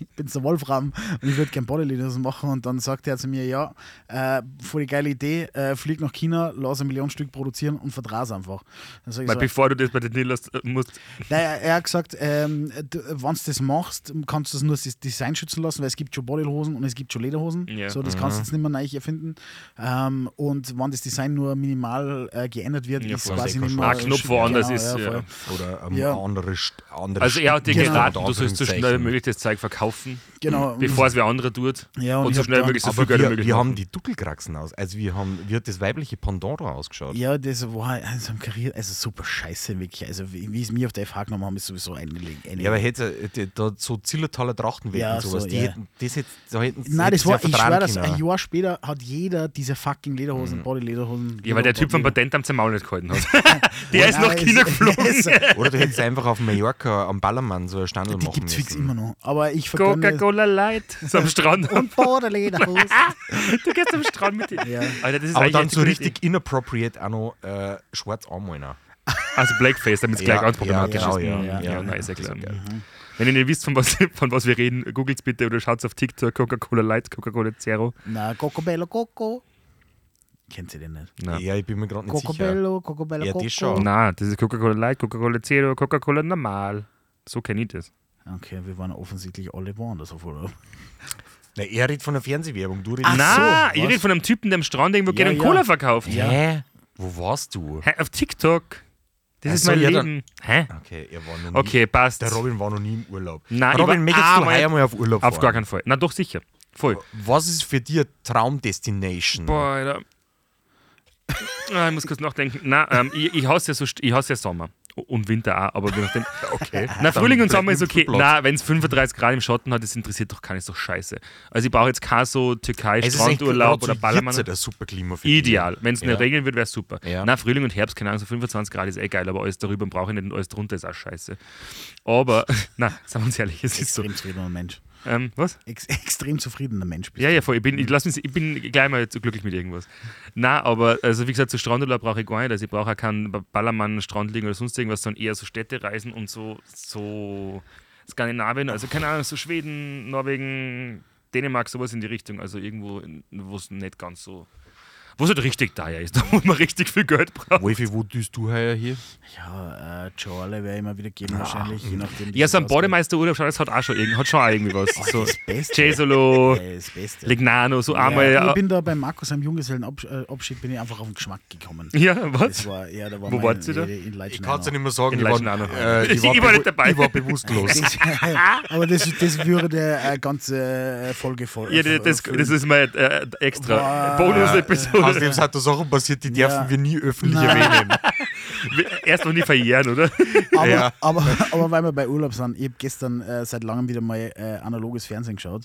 S3: ich bin's der Wolfram und ich würde gern Bodyliners machen. Und dann sagt er zu mir, ja, äh, voll die geile Idee, äh, flieg nach China, lass ein Million Stück produzieren und verdreh's einfach. Dann sag ich
S2: Weil
S3: so,
S2: bevor du das bei den Dealers äh, musst,
S3: naja, er hat gesagt, ähm, wenn du das machst, kannst du es nur das Design schützen lassen, weil es gibt schon Bodyhosen und es gibt schon Lederhosen.
S2: Ja. Mhm.
S3: So, das kannst du jetzt nicht mehr neu erfinden. Ähm, und wenn das Design nur minimal äh, geändert wird,
S2: Ja,
S3: ist
S2: voll,
S3: quasi
S4: sehr
S3: nicht
S4: gut.
S3: mehr. Genau,
S2: Ah, Knopf woanders ist, ja.
S3: voll.
S4: Oder ähm,
S3: Ja.
S4: andere, St- andere
S2: also er hat dir
S3: Genau.
S2: geraten, du sollst so schnell wie
S4: Anführungszeichen.
S2: möglich das Zeug verkaufen,
S3: Genau.
S2: bevor es wer andere tut
S3: Ja, und
S2: und,
S3: ich
S2: so
S3: hab
S2: schnell wie
S3: dann-
S2: möglich so viel
S4: Aber
S2: Geld wie
S4: wir,
S2: möglich
S4: wir
S2: machen.
S4: haben die Duckelkraxen aus. Also wir haben, wie hat das weibliche Pandora ausgeschaut?
S3: Ja, das war also am Karriere, also super scheiße, wirklich. Also wie wie es mir auf der FH genommen haben, ist sowieso eine, eine
S4: Ja, aber hätte äh, die- da so Zillertaler Trachtenweg
S3: Ja,
S4: und sowas,
S3: so,
S4: die
S3: ja.
S4: hätten das jetzt, da hätten sie-
S3: Nein,
S4: hätten
S3: das
S4: sie
S3: war,
S4: ja
S3: ich
S4: vertragen
S3: schwöre das,
S4: können. Mhm.
S3: ein Jahr später hat jeder diese fucking Lederhosen, Bodylederhosen.
S2: Ja, weil der Typ vom
S3: Lederhosen-
S2: Patent am Maul nicht gehalten hat. der ist nach
S3: Nein,
S2: China
S3: es-
S2: geflogen.
S3: es-
S4: Oder du hättest einfach auf Mallorca am Ballermann so eine Standel
S3: Die
S4: machen
S3: gibt's fix
S4: müssen.
S3: immer noch. Aber ich vergönne
S2: Coca-Cola Light. So am Strand.
S3: Borderlederhosen.
S2: du gehst am Strand mit dir.
S3: Ja.
S2: Alter, das ist
S4: Aber
S2: eigentlich
S4: dann
S2: echt
S4: so
S2: eine
S4: richtig inappropriate auch noch äh, schwarz anmalen.
S2: gute- Also Blackface, damit es gleich
S4: Ja,
S2: ganz problematisch
S4: ja, genau,
S2: ist. Mhm. ja,
S4: ja, ja, ja.
S2: nein, ist ja klar. Mhm. Wenn ihr nicht wisst, von was, von was wir reden, googelt bitte oder schaut auf TikTok Coca-Cola Light, Coca-Cola Zero.
S3: Na, Cocobello Coco. Kennt ihr den nicht?
S2: Ja.
S4: Ja, ich bin mir gerade nicht sicher.
S3: Cocobello, Cocobello
S4: Ja, die
S3: Coco.
S4: schon.
S2: Nein, das ist Coca-Cola Light, Coca-Cola Zero, Coca-Cola Normal. So kenne ich das.
S3: Okay, wir waren offensichtlich alle woanders auf Urlaub.
S4: Nein, er redet von der Fernsehwerbung, du redest...
S2: Nein, ich
S3: was?
S2: rede von einem Typen, der am Strand irgendwo
S3: Ja,
S2: gerne
S3: ja.
S2: Cola verkauft.
S4: Hä? Wo warst du?
S2: Hä, auf TikTok. Das
S4: Ach
S2: ist
S4: so,
S2: mein
S4: ja, dann-
S2: Leben. Hä?
S4: Okay, er war noch nie...
S2: Okay, passt.
S4: Der Robin war noch nie im Urlaub.
S2: Nein, ich war
S4: Robin, möchtest du
S2: einmal-
S4: heuer mal auf Urlaub
S2: Auf gar
S4: fahren?
S2: keinen Fall. Na doch, sicher.
S4: Oh.
S2: Voll.
S4: Was ist für dich Traumdestination?
S2: Boah, Alter. Ah, ich muss kurz nachdenken. Na, ähm, ich, ich hasse ja, so, st- ich hasse ja Sommer. O- Und Winter auch, aber je nachdem.
S4: Okay.
S2: Na, Frühling und Sommer ist okay.
S4: Platz.
S2: Na, wenn es 35 Grad im Schatten hat, das interessiert doch keinen, ist doch scheiße. Also ich brauche jetzt kein so
S4: Es ist echt genau
S2: Türkei-Strandurlaub
S4: gerade
S2: oder
S4: so
S2: Ballermann.
S4: Jetzt der super Klima für dich.
S2: Ideal. Wenn es nicht
S4: Ja.
S2: regnen würde, wäre super.
S4: Ja.
S2: Na, Frühling und Herbst, keine Ahnung, so 25 Grad ist eh geil, aber alles darüber brauche ich nicht und alles drunter ist auch scheiße. Aber, na, sagen wir uns ehrlich, es ist so.
S3: Extrem zufriedener Mensch.
S2: Ähm, was?
S3: Ex extrem zufriedener Mensch bist
S2: Ja, ja, voll. Ich bin, ich, lass mich, ich bin gleich mal zu glücklich mit irgendwas. Na, aber also wie gesagt, so Strandurlaub brauche ich gar nicht. Also ich brauche auch keinen Ballermann, Strand liegen oder sonst irgendwas, sondern eher so Städtereisen und so, so Skandinavien, also keine Ahnung, so Schweden, Norwegen, Dänemark, sowas in die Richtung. Also irgendwo, in- wo es nicht ganz so. Wo es halt richtig daher ist, wo man richtig viel Geld braucht.
S4: Wolfi, wo tust du heuer hier?
S3: Ja, äh, Joale wäre immer wieder geben wahrscheinlich, je nachdem. wie
S2: Ja, so ein
S3: es ausgeht.
S2: Bademeisterurlaub, schau, das hat auch schon, irgend- hat schon auch irgendwie was. So
S3: Das Beste.
S2: Cesolo,
S3: Äh, Das Beste.
S2: Legnano, so einmal. äh,
S3: ja,
S2: Ja,
S3: ich bin da bei Markus am Junggesellenabschied, bin ich einfach auf den Geschmack gekommen. Das
S2: was?
S3: war, ja, da war
S2: Wo
S3: mein-
S2: wart ihr da?
S3: In Leitsch-
S4: Ich kann es ja nicht mehr sagen.
S2: In
S4: ich war,
S2: Leichenau.
S4: äh,
S2: Ich- ich war
S4: bewu-
S2: nicht dabei.
S4: Ich war bewusstlos.
S3: Aber das, das würde eine ganze äh, Folge voll.
S2: Ja, das,
S3: voll-
S2: das ist mein äh, extra
S3: Wow.
S2: Bonus-Episode.
S4: Äh, Außerdem sind da Sachen passiert, die
S3: Ja.
S4: dürfen wir nie öffentlich
S3: Nein.
S4: erwähnen.
S2: Erst noch nie verjähren, oder?
S3: aber,
S4: Ja.
S3: aber, aber weil wir bei Urlaub sind, ich habe gestern äh, seit langem wieder mal äh, analoges Fernsehen geschaut.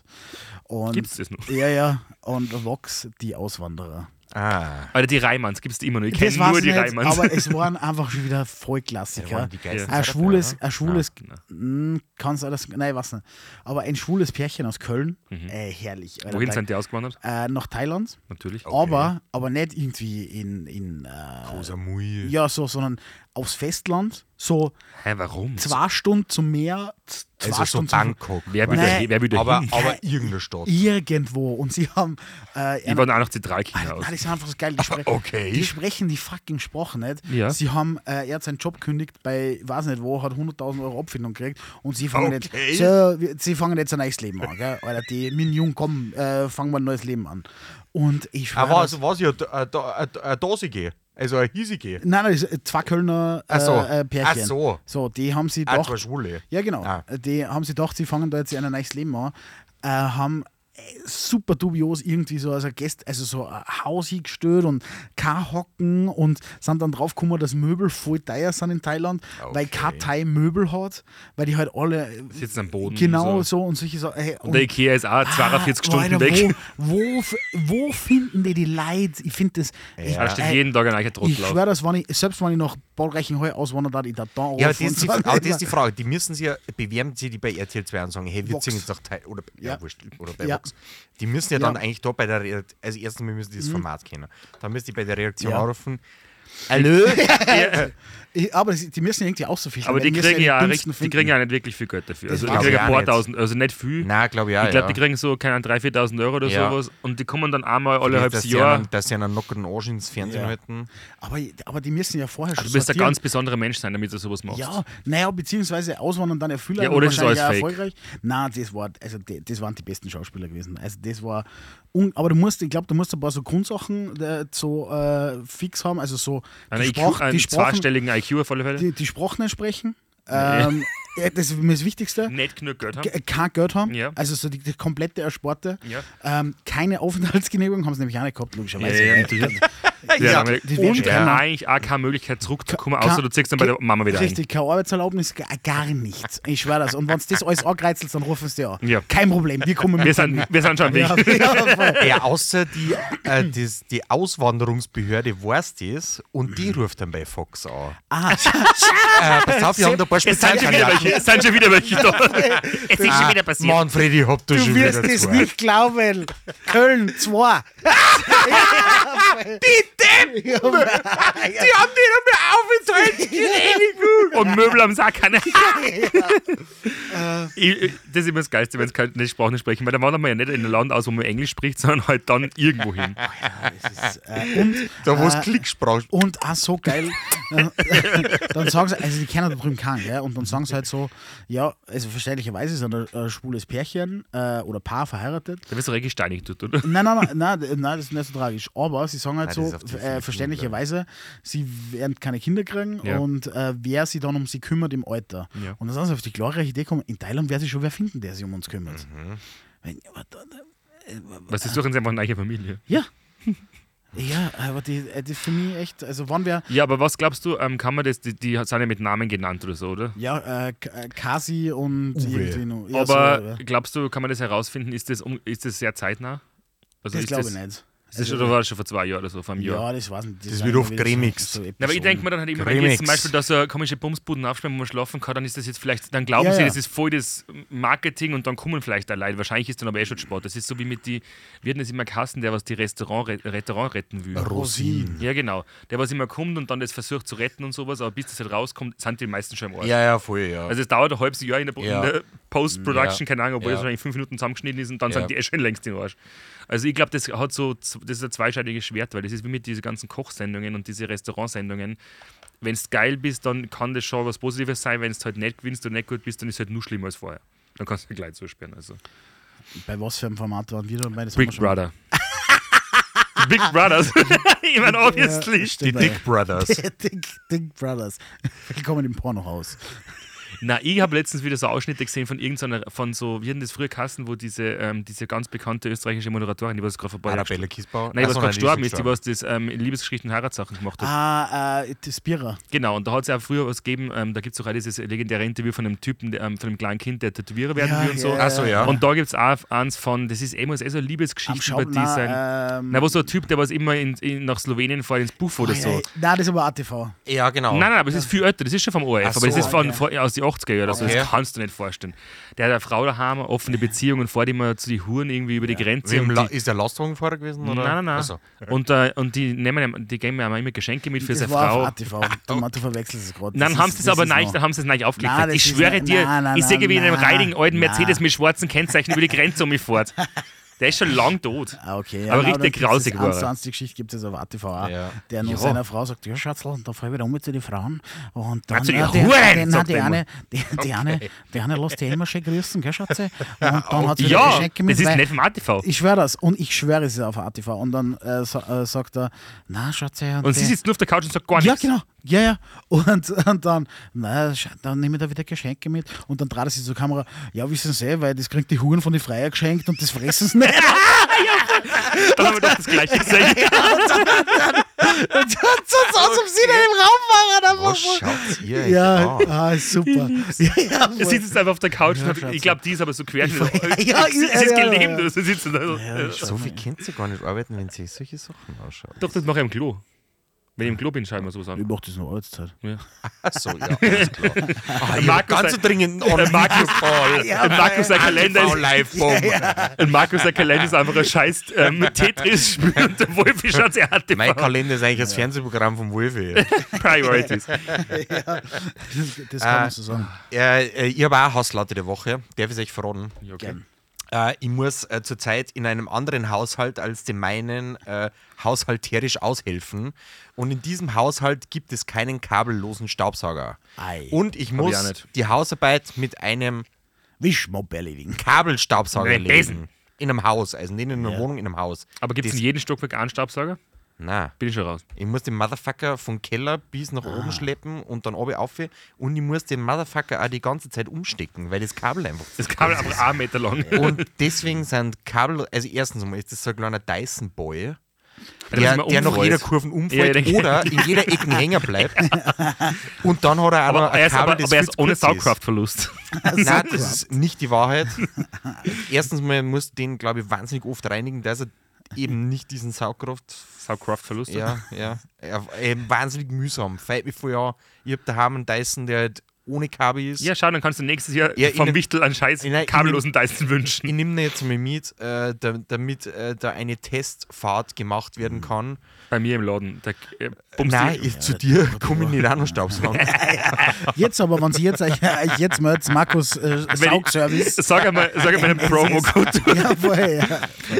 S3: Und
S2: Gibt's das noch?
S3: Ja, ja. Und Vox, die Auswanderer.
S4: Ah,
S2: Alter, die Reimanns gibt's immer noch. Ich
S3: Das
S2: kenne
S3: war's
S2: nur die
S3: nicht,
S2: Reimanns.
S3: aber es waren einfach schon wieder Vollklassiker.
S4: die geilsten
S3: Ein
S4: Zeiten,
S3: schwules,
S4: oder?
S3: ein schwules,
S2: Nein,
S3: kann es alles, nein, was nicht. Aber ein schwules Pärchen aus Köln, äh, herrlich. Alter,
S2: Mhm. Wohin
S3: da-
S2: sind die ausgewandert?
S3: Äh, nach Thailand,
S2: Natürlich.
S3: aber, aber nicht irgendwie in, in äh,
S4: Rosa Mui.
S3: ja, so, sondern aufs Festland, so
S2: Hä, warum?
S3: zwei Stunden zum Meer, z- zwei
S4: Also so
S3: Stunden
S4: Bangkok.
S2: Wer will da
S3: Nein,
S2: hin? Wer will da
S4: aber,
S2: hin?
S4: aber irgendeine Stadt.
S3: zum irgendwo. Und sie haben äh,
S2: Die
S3: einen-
S2: waren auch noch Zentralkinder aus.
S3: Nein, das ist einfach so geil. Die, spre
S4: okay.
S3: die sprechen die fucking Sprache nicht.
S2: Ja.
S3: Sie haben, äh, er hat seinen Job gekündigt bei, weiß nicht wo, hat 100.000 Euro Abfindung gekriegt und sie fangen,
S4: Okay.
S3: jetzt, so, wir- sie fangen jetzt ein neues Leben an. Gell? Alter, die Minion, komm, äh, fangen wir ein neues Leben an. Und ich schwör,
S4: Aber
S3: das-
S4: also war es ja eine Dosige, also eine hiesige.
S3: Nein, nein, das ist, äh, zwei Kölner äh,
S4: Ach so.
S3: äh, Pärchen.
S4: Ach so.
S3: die haben sie
S4: Ah,
S3: doch.
S4: zwei Schwule.
S3: Ja, genau.
S4: Ah.
S3: Die haben sie gedacht, sie fangen da jetzt ein neues Leben an. Äh, haben äh, super dubios irgendwie so als ein Gäste, also so ein Haus hingestellt und kein Hocken und sind dann draufgekommen, dass Möbel voll teuer sind in Thailand, weil kein Thai Möbel hat, weil die halt alle äh,
S2: Sitzen am Boden.
S3: genau so.
S2: So.
S3: und solche Sachen. Hey,
S2: Und der Ikea ist auch 42 Stunden
S3: Alter,
S2: weg.
S3: Wo, wo, f- wo finden die die Leute? Ich finde das. Ich,
S2: Da steht jeden Tag ein neuer
S3: ich
S2: Trottel auf.
S3: schwöre, das wenn ich, selbst wenn ich nach Bad Reichenhall auswandern darf, ich da da
S4: Ja, aber das
S3: anrufen
S4: ist, die,
S3: und
S4: aber
S3: sagen,
S4: das ist die Frage. Die müssen sich ja, bewerben sie die bei RTL 2 und sagen, hey, wir
S3: Vox.
S4: ziehen jetzt nach Teil oder, ja.
S3: Ja.
S4: wurscht, oder bei
S3: Ja.
S4: Vox. Die müssen ja dann
S3: Ja. Mhm.
S4: eigentlich da bei der, Re- also erstens mal müssen die das Format kennen. Dann müssen die bei der Reaktion
S3: Ja.
S4: anrufen. Hallo?
S3: Ich- Aber die die müssen irgendwie auch so viel
S2: Aber die
S3: weil wir
S2: kriegen, ja,
S3: die
S2: richtig,
S3: dümmsten
S2: die
S3: finden.
S2: kriegen ja nicht wirklich viel Geld dafür. Also die
S3: weiß
S2: kriegen
S4: ich
S2: ein
S4: auch
S2: paar
S4: nicht.
S2: tausend, also nicht viel.
S4: Na, glaube ich auch.
S2: ich glaube,
S4: ja.
S2: die kriegen so, keine Ahnung, 3.000, 4.000 Euro oder
S4: Ja.
S2: sowas. Und die kommen dann einmal alle
S4: dass
S2: halbes
S4: die
S2: Jahr.
S4: Einen, dass sie einen knockenden Arsch ins Fernsehen
S3: Ja.
S4: halten.
S3: aber, aber die müssen ja vorher schon
S2: Also Du musst ein
S3: sortieren.
S2: ganz besonderer Mensch sein, damit du sowas machst.
S3: Ja, naja, beziehungsweise auswandern dann erfüllen.
S2: Ja, oder ist alles fake?
S3: erfolgreich. Nein, das, war, also de- das waren die besten Schauspieler gewesen. Also das war. Un aber du musst, ich glaube, du musst ein paar so Grundsachen äh, so äh, fix haben. Also so
S2: Einen
S3: die,
S2: IQ,
S3: Sprach,
S2: einen
S3: die, Sprachen,
S2: zweistelligen IQ auf alle Fälle.
S3: die, die Sprachen nicht sprechen. Ähm, ja, das ist mir das Wichtigste.
S2: Nicht genug Geld haben.
S3: Ke- äh, Kein Geld haben,
S2: Ja.
S3: also so die, die komplette Ersparte.
S2: Ja.
S3: Ähm, keine Aufenthaltsgenehmigung haben sie nämlich auch nicht gehabt, logischerweise. Also,
S2: Ja, ja, natürlich. Ja,
S3: die- die werden
S2: und
S3: schon keiner.
S2: eigentlich auch keine Möglichkeit zurückzukommen,
S3: Ka-
S2: außer du ziehst dann bei der Mama wieder
S3: Richtig, keine Arbeitserlaubnis, ga- gar nichts. Ich schwöre das. Und wenn du das alles angreizelst, dann rufen sie dir an.
S2: Ja.
S3: Kein Problem, wir kommen
S2: ein.
S3: mit.
S2: Wir sind, wir sind schon am Weg.
S3: ja, ja, voll.
S4: Ja, außer die, äh, das- die Auswanderungsbehörde weiß das und die ruft dann bei Fox an.
S3: Mhm. Ah,
S4: Äh, pass auf, wir haben da ein paar
S2: Es sind schon wieder
S4: Spezialkandidaten.
S2: welche, es sind schon wieder welche da.
S5: Es ist schon wieder passiert.
S4: Manfred, ich hab da
S3: du
S4: schon
S3: wirst
S4: wieder
S3: es
S4: zwei.
S3: nicht glauben. Köln 2.
S4: Die haben wieder mehr Aufenthalt.
S2: eh Und Möbel am Sack. Keine. Äh. Ich- ich- das ist immer das Geilste, wenn es keine Sprache nicht sprechen, weil dann wandern wir ja nicht in ein Land aus, wo man Englisch spricht, sondern halt dann irgendwo hin.
S4: Da wo
S3: Ah.
S4: es Klicksprache
S3: Und ah, so geil. dann sagen sie, also die kennen da drüben keinen, gell? Und dann sagen sie halt so, ja, also verständlicherweise ist ein äh, schwules Pärchen äh, oder Paar verheiratet.
S2: Da wirst du richtig steinig, tut, oder?
S3: Nein, nein, nein, nein, d- nein, das ist nicht so tragisch. Aber sie sagen halt
S4: Nein, das ist auf die
S3: so,
S4: Philippinen,
S3: äh, verständlicherweise, sie werden keine Kinder kriegen
S2: Ja.
S3: und äh, wer sie dann um sie kümmert im Alter.
S2: Ja.
S3: Und dann sind sie auf die glorreiche Idee gekommen, in Thailand wäre sie schon wer finden, der sich um uns kümmert.
S2: Mhm.
S3: Wenn, aber da- da-
S2: Was ist doch jetzt einfach eine eigene Familie?
S3: ja. ja, aber die, äh, die für mich echt, also wann wir,
S2: Ja, aber was glaubst du, ähm, kann man das, die, die sind ja mit Namen genannt oder so, oder?
S3: ja, äh, K- äh, Kasi und irgendwie noch. Ja, so,
S2: aber
S3: äh,
S2: glaubst du, kann man das herausfinden? Ist das, um, ist das sehr zeitnah? Also
S3: das
S2: ist
S3: glaube
S2: das-
S3: ich nicht.
S2: Ist
S3: Also,
S2: das schon, oder war das schon vor zwei Jahren oder so, vor einem Jahr?
S3: Ja, das weiß ich nicht.
S4: Das
S3: ist
S4: wird
S3: eigentlich
S4: oft
S3: wieder so-
S4: gremix.
S3: so
S2: Na, aber ich
S3: Episoden.
S2: denke mir dann halt immer, wenn
S4: Remix.
S2: jetzt zum Beispiel da so eine komische Bumsbuden aufschreiben, wo man schlafen kann, dann ist das jetzt vielleicht, dann glauben
S3: Ja,
S2: sie,
S3: ja.
S2: das ist voll das Marketing und dann kommen vielleicht allein. Wahrscheinlich ist dann aber eh schon Sport. Das ist so wie mit die, wir hatten das immer Kassen, der was die Restaurant, re- Restaurant retten will.
S3: Rosinen.
S2: Ja, genau. Der was immer kommt und dann das versucht zu retten und sowas, aber bis das halt rauskommt, sind die meisten schon im Ort.
S4: Ja, ja, voll, ja.
S2: Also es dauert ein halbes Jahr in der, Pro-
S4: Ja.
S2: in der Post-Production,
S4: Ja.
S2: keine Ahnung, obwohl
S4: Ja.
S2: das wahrscheinlich fünf Minuten zusammengeschnitten ist und dann
S4: Ja.
S2: sind die eh schon längst in den Arsch. Also ich glaube, das hat so, z- das ist ein zweischneidiges Schwert, weil das ist wie mit diesen ganzen Kochsendungen und diese Restaurantsendungen. Wenn du geil bist, dann kann das schon was Positives sein. Wenn du halt nicht gewinnst und nicht gut bist, dann ist es halt nur schlimmer als vorher. Dann kannst du gleich zusperren. Also.
S3: Bei was für einem Format waren wir dann bei? Das haben wir
S2: Big
S3: schon-
S2: Brother. Big Brothers. ich meine, obviously.
S4: die
S3: stimmt, ja.
S4: Dick Brothers.
S3: Dick, Dick Brothers. Willkommen im Pornohaus.
S2: Na, ich habe letztens wieder so Ausschnitte gesehen von irgendeiner, von so, wie hatten das früher Kassen, wo diese, ähm, diese ganz bekannte österreichische Moderatorin, die was gerade vorbei
S4: Arabella Kiesbauer.
S2: Nein,
S4: Ach
S2: was
S4: so,
S2: gerade
S4: die
S2: gestorben
S4: schon
S2: ist, die was das ähm, Liebesgeschichten und Heiratssachen gemacht hat.
S3: Ah, äh, das Bierer.
S2: Genau, und da hat es ja auch früher was gegeben, ähm, da gibt es auch auch dieses legendäre Interview von einem Typen, der, ähm, von einem kleinen Kind, der Tätowierer werden
S3: Ja,
S2: will und so.
S3: ja,
S4: Ach so, ja.
S2: Und da gibt es auch eins von, das ist eh muss eh so eine
S3: Am
S2: Liebesgeschichte über
S3: Schaub,
S2: die sein.
S3: na, ähm, Ah,
S2: Na, wo so ein Typ, der was immer in, in, nach Slowenien fährt, ins Buffo oder
S3: ei,
S2: so.
S3: ei. Nein, das ist aber ATV.
S4: Ja, genau.
S2: Nein, nein, aber es ist viel älter, das ist schon vom ORF,
S4: Ach
S2: aber es
S4: so,
S2: ist von,
S3: okay.
S2: von, aus den 80er Jahren, also
S4: Okay.
S2: das kannst du nicht vorstellen. Der hat eine Frau daheim, eine offene Beziehung und fährt immer zu den Huren irgendwie über die Grenze.
S4: Wem
S2: und
S4: la-
S2: die,
S4: ist der Lastwagenfahrer gewesen? Oder? Also,
S2: Nein, nein, nein.
S4: Ach so.
S2: Und, äh, und die, nehmen, ihm- die geben ihm auch immer Geschenke mit für
S3: das
S2: seine
S3: war
S2: Frau.
S3: auf ATV. Du, du verwechselst es gerade.
S2: Dann
S3: Das
S2: haben
S3: ist-
S2: sie es aber
S3: ist
S2: nein,
S3: noch-
S2: dann haben sie es nein aufgelegt.
S3: Nein, das
S2: ich
S3: ist
S2: schwöre
S3: nein,
S2: dir,
S3: nein, nein,
S2: ich sehe wie in einem
S3: nein,
S2: reidigen alten
S3: nein.
S2: Mercedes mit schwarzen Kennzeichen über die Grenze um mich fort. Der ist schon lang tot.
S3: Ah, okay.
S2: aber richtig
S3: nein, dann gibt's
S2: grausig
S3: das
S2: war
S3: eins zu
S2: er.
S3: eins, Die Geschichte gibt es auf ATV auch.
S4: Ja.
S3: Der nur
S2: Ja.
S3: seiner Frau sagt, ja Schatzl, und da fahre ich wieder um zu den Frauen. Und
S2: Na,
S3: dann, äh,
S2: zu den
S3: ja,
S2: Huren,
S3: die, nein,
S2: sagt
S3: die
S2: er
S3: eine, die, die eine, die eine lässt die immer schön grüßen, gell Schatze? Und dann hat sie wieder
S2: Ja,
S3: Geschenke mit,
S2: das ist
S3: weil-
S2: nicht vom ATV.
S3: Ich schwöre das. Und ich schwöre es ist auf ATV. Und dann äh, sa äh, sagt er, na, Schatze.
S2: Und
S3: die-
S2: sie sitzt nur auf der Couch und sagt gar
S3: Ja,
S2: nichts.
S3: genau. Ja, ja. Und, und dann, na, scha- dann nehme ich da wieder Geschenke mit. Und dann trat sie zur Kamera, ja, wissen Sie, weil das kriegt die Huren von den Freier geschenkt und das fressen sie nicht.
S2: Dann haben wir doch das gleiche gesehen.
S3: und sonst aus, ob sie in dem Raum waren.
S4: Was
S3: Einfach so.
S4: schaut ihr echt
S3: Ja,
S4: an?
S3: ah, super. Ja, ja,
S2: Sie
S3: voll.
S2: sitzt einfach auf der Couch. und
S3: Schatz.
S2: hat, ich glaube, die ist aber so quer.
S3: ja,
S2: sie sie ist
S3: ja, ja,
S2: gelähmt.
S3: ja.
S2: oder So sitzt sie da. so.
S4: So viel könnt ihr gar nicht arbeiten, wenn sie solche Sachen ausschaut.
S2: Doch, das mache ich am Klo. Wenn ich im Club bin, schaue ich mir sowas an.
S3: Ich mach das nur Arbeitszeit.
S2: Ja.
S4: Achso, ja, alles klar. Ah, ich hab
S2: Markus
S4: ganz
S2: sei-
S4: dringend
S2: Der Markus,
S4: Call.
S2: der Markus, sein Kalender ist,
S4: live bomb
S2: Und Markus, der Kalender ist einfach ein scheiß ähm, Tetris spiel und der Wolfi schaut sich an.
S4: Mein Kalender ist eigentlich das Fernsehprogramm vom Wolfi.
S2: Priorities.
S3: Das, das kann man so sagen.
S2: Ah,
S4: äh, äh, ich habe auch eine Hasslatte der Woche. Darf ich es euch verraten?
S2: Ja, okay.
S3: Gern.
S4: Äh, ich muss äh, zurzeit in einem anderen Haushalt als dem meinen äh, haushalterisch aushelfen. Und in diesem Haushalt gibt es keinen kabellosen Staubsauger.
S3: Ei.
S4: Und ich
S2: ich auch
S4: muss
S2: nicht.
S4: die Hausarbeit mit einem
S3: Wischmob erledigen.
S4: Kabelstaubsauger
S2: Mit einem
S4: erledigen. In einem Haus, also nicht in einer Wohnung, in einem Haus.
S2: Aber gibt es in
S4: Das-
S2: jedem Stockwerk einen Staubsauger?
S4: Nein.
S2: Bin ich schon raus.
S4: Ich muss den Motherfucker vom Keller bis nach
S2: Ah.
S4: oben schleppen und dann oben auf. Und ich muss den Motherfucker auch die ganze Zeit umstecken, weil das Kabel einfach.
S2: Das Kabel aber einen Meter lang.
S4: Und deswegen sind Kabel, also erstens einmal ist das so ein kleiner Dyson-Boy,
S2: dass
S4: der,
S2: man
S4: der nach
S2: umfällt.
S4: jeder Kurve
S2: Ja,
S4: umfällt
S2: ich denke-
S4: oder in jeder Ecke hängen bleibt. Und dann hat er aber,
S2: Aber
S4: ein
S2: er ist,
S4: Kabel,
S2: aber,
S4: das
S2: aber er
S4: viel
S2: ist
S4: zu
S2: ohne
S4: kurz
S2: Saugkraftverlust.
S4: Ist. Nein, das ist nicht die Wahrheit. Erstens mal muss den, glaube ich, wahnsinnig oft reinigen, dass er eben nicht diesen Saugkraft
S2: Saugkraftverlust?
S4: ja, ja. ja eben wahnsinnig mühsam. Fällt mir vorher an, ich hab daheim einen Dyson, der halt ohne Kabel ist.
S2: Ja, schau, dann kannst du nächstes Jahr
S4: Ja,
S2: vom
S4: innen-
S2: Wichtel einen scheiß
S4: Nein, innen-
S2: kabellosen Dyson
S4: Ich
S2: wünschen.
S4: nehme den jetzt mal mit, äh, da, damit äh, da eine Testfahrt gemacht
S2: Hm.
S4: werden kann.
S2: Bei mir im Laden. Da, äh, bummst
S4: Nein,
S2: du-
S4: ich, zu dir komme ich nicht an und Staubsaugen.
S3: Jetzt aber, wenn Sie jetzt, euch- euch jetzt meldet, Markus äh,
S2: Wenn ich-
S3: Saugservice.
S2: Sag einmal, sag einmal einen Promo-Code.
S3: Ja, vorher, ja.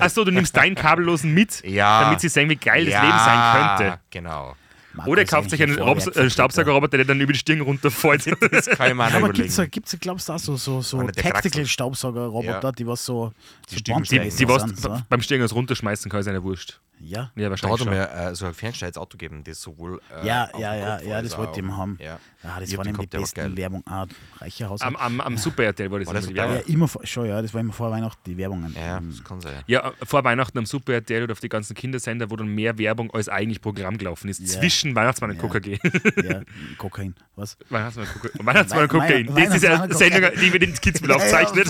S2: Achso, du nimmst deinen kabellosen mit,
S4: Ja.
S2: damit sie sehen, wie geil das Leben sein könnte.
S4: Genau.
S3: Markus
S2: Oder er kauft
S3: ist
S2: sich
S3: eigentlich
S2: einen
S3: ein
S2: Robs-
S3: Vorwerkvertreter.
S2: äh, Staubsaugerroboter, der dann über die Stirn runterfällt.
S4: Das kann ich mir auch
S3: Ja,
S4: noch
S3: aber gibt's da,
S4: überlegen.
S3: gibt's da, glaubst du, auch so, so, so
S4: Einer, der
S3: Tactical
S4: kraxelt.
S3: Staubsauger-Roboter,
S4: Ja.
S3: die was so, so
S4: stimmen
S2: Die,
S4: Eigentlich
S2: die was
S3: sind, so?
S2: beim Stirn was runterschmeißen kann, ist eine Wurst.
S3: Ja.
S2: Ja,
S4: Da
S2: wahrscheinlich
S4: hat er
S2: schon.
S4: mir äh, so ein fernsteuertes Auto gegeben, das sowohl. Äh,
S3: Ja,
S4: auf dem
S3: ja, ja,
S4: Kopf
S3: ja,
S4: als
S3: das
S4: auch
S3: wollte ich ihm
S4: auf-
S3: haben.
S4: Ja.
S3: Ah, das
S4: Ich hab
S3: war
S4: den
S3: nämlich
S4: gehabt,
S3: die
S4: der war
S3: besten
S4: geil.
S3: Werbung. Ah, reicher Haus.
S2: Am, am, am Super RTL war das
S4: War
S2: immer
S4: das
S2: die
S4: Super
S2: Werbung.
S3: ja, immer vor, schon, ja, das war immer vor Weihnachten die Werbungen.
S4: Ja,
S3: Ähm,
S4: das kann sein.
S2: Ja, vor Weihnachten am Super RTL oder auf die ganzen Kindersender, wo dann mehr Werbung als eigentlich Programm gelaufen ist. Zwischen Weihnachtsmann und Coca-G.
S3: ja, Kokain. Was?
S2: Weihnachtsmann und Coca- Weihnachtsmann und
S3: Wei-
S2: Cocaine.
S3: Wei-
S2: Das ist eine
S3: Weihnachtsmann und
S2: Sendung, die wir den Kids mit aufzeichnet.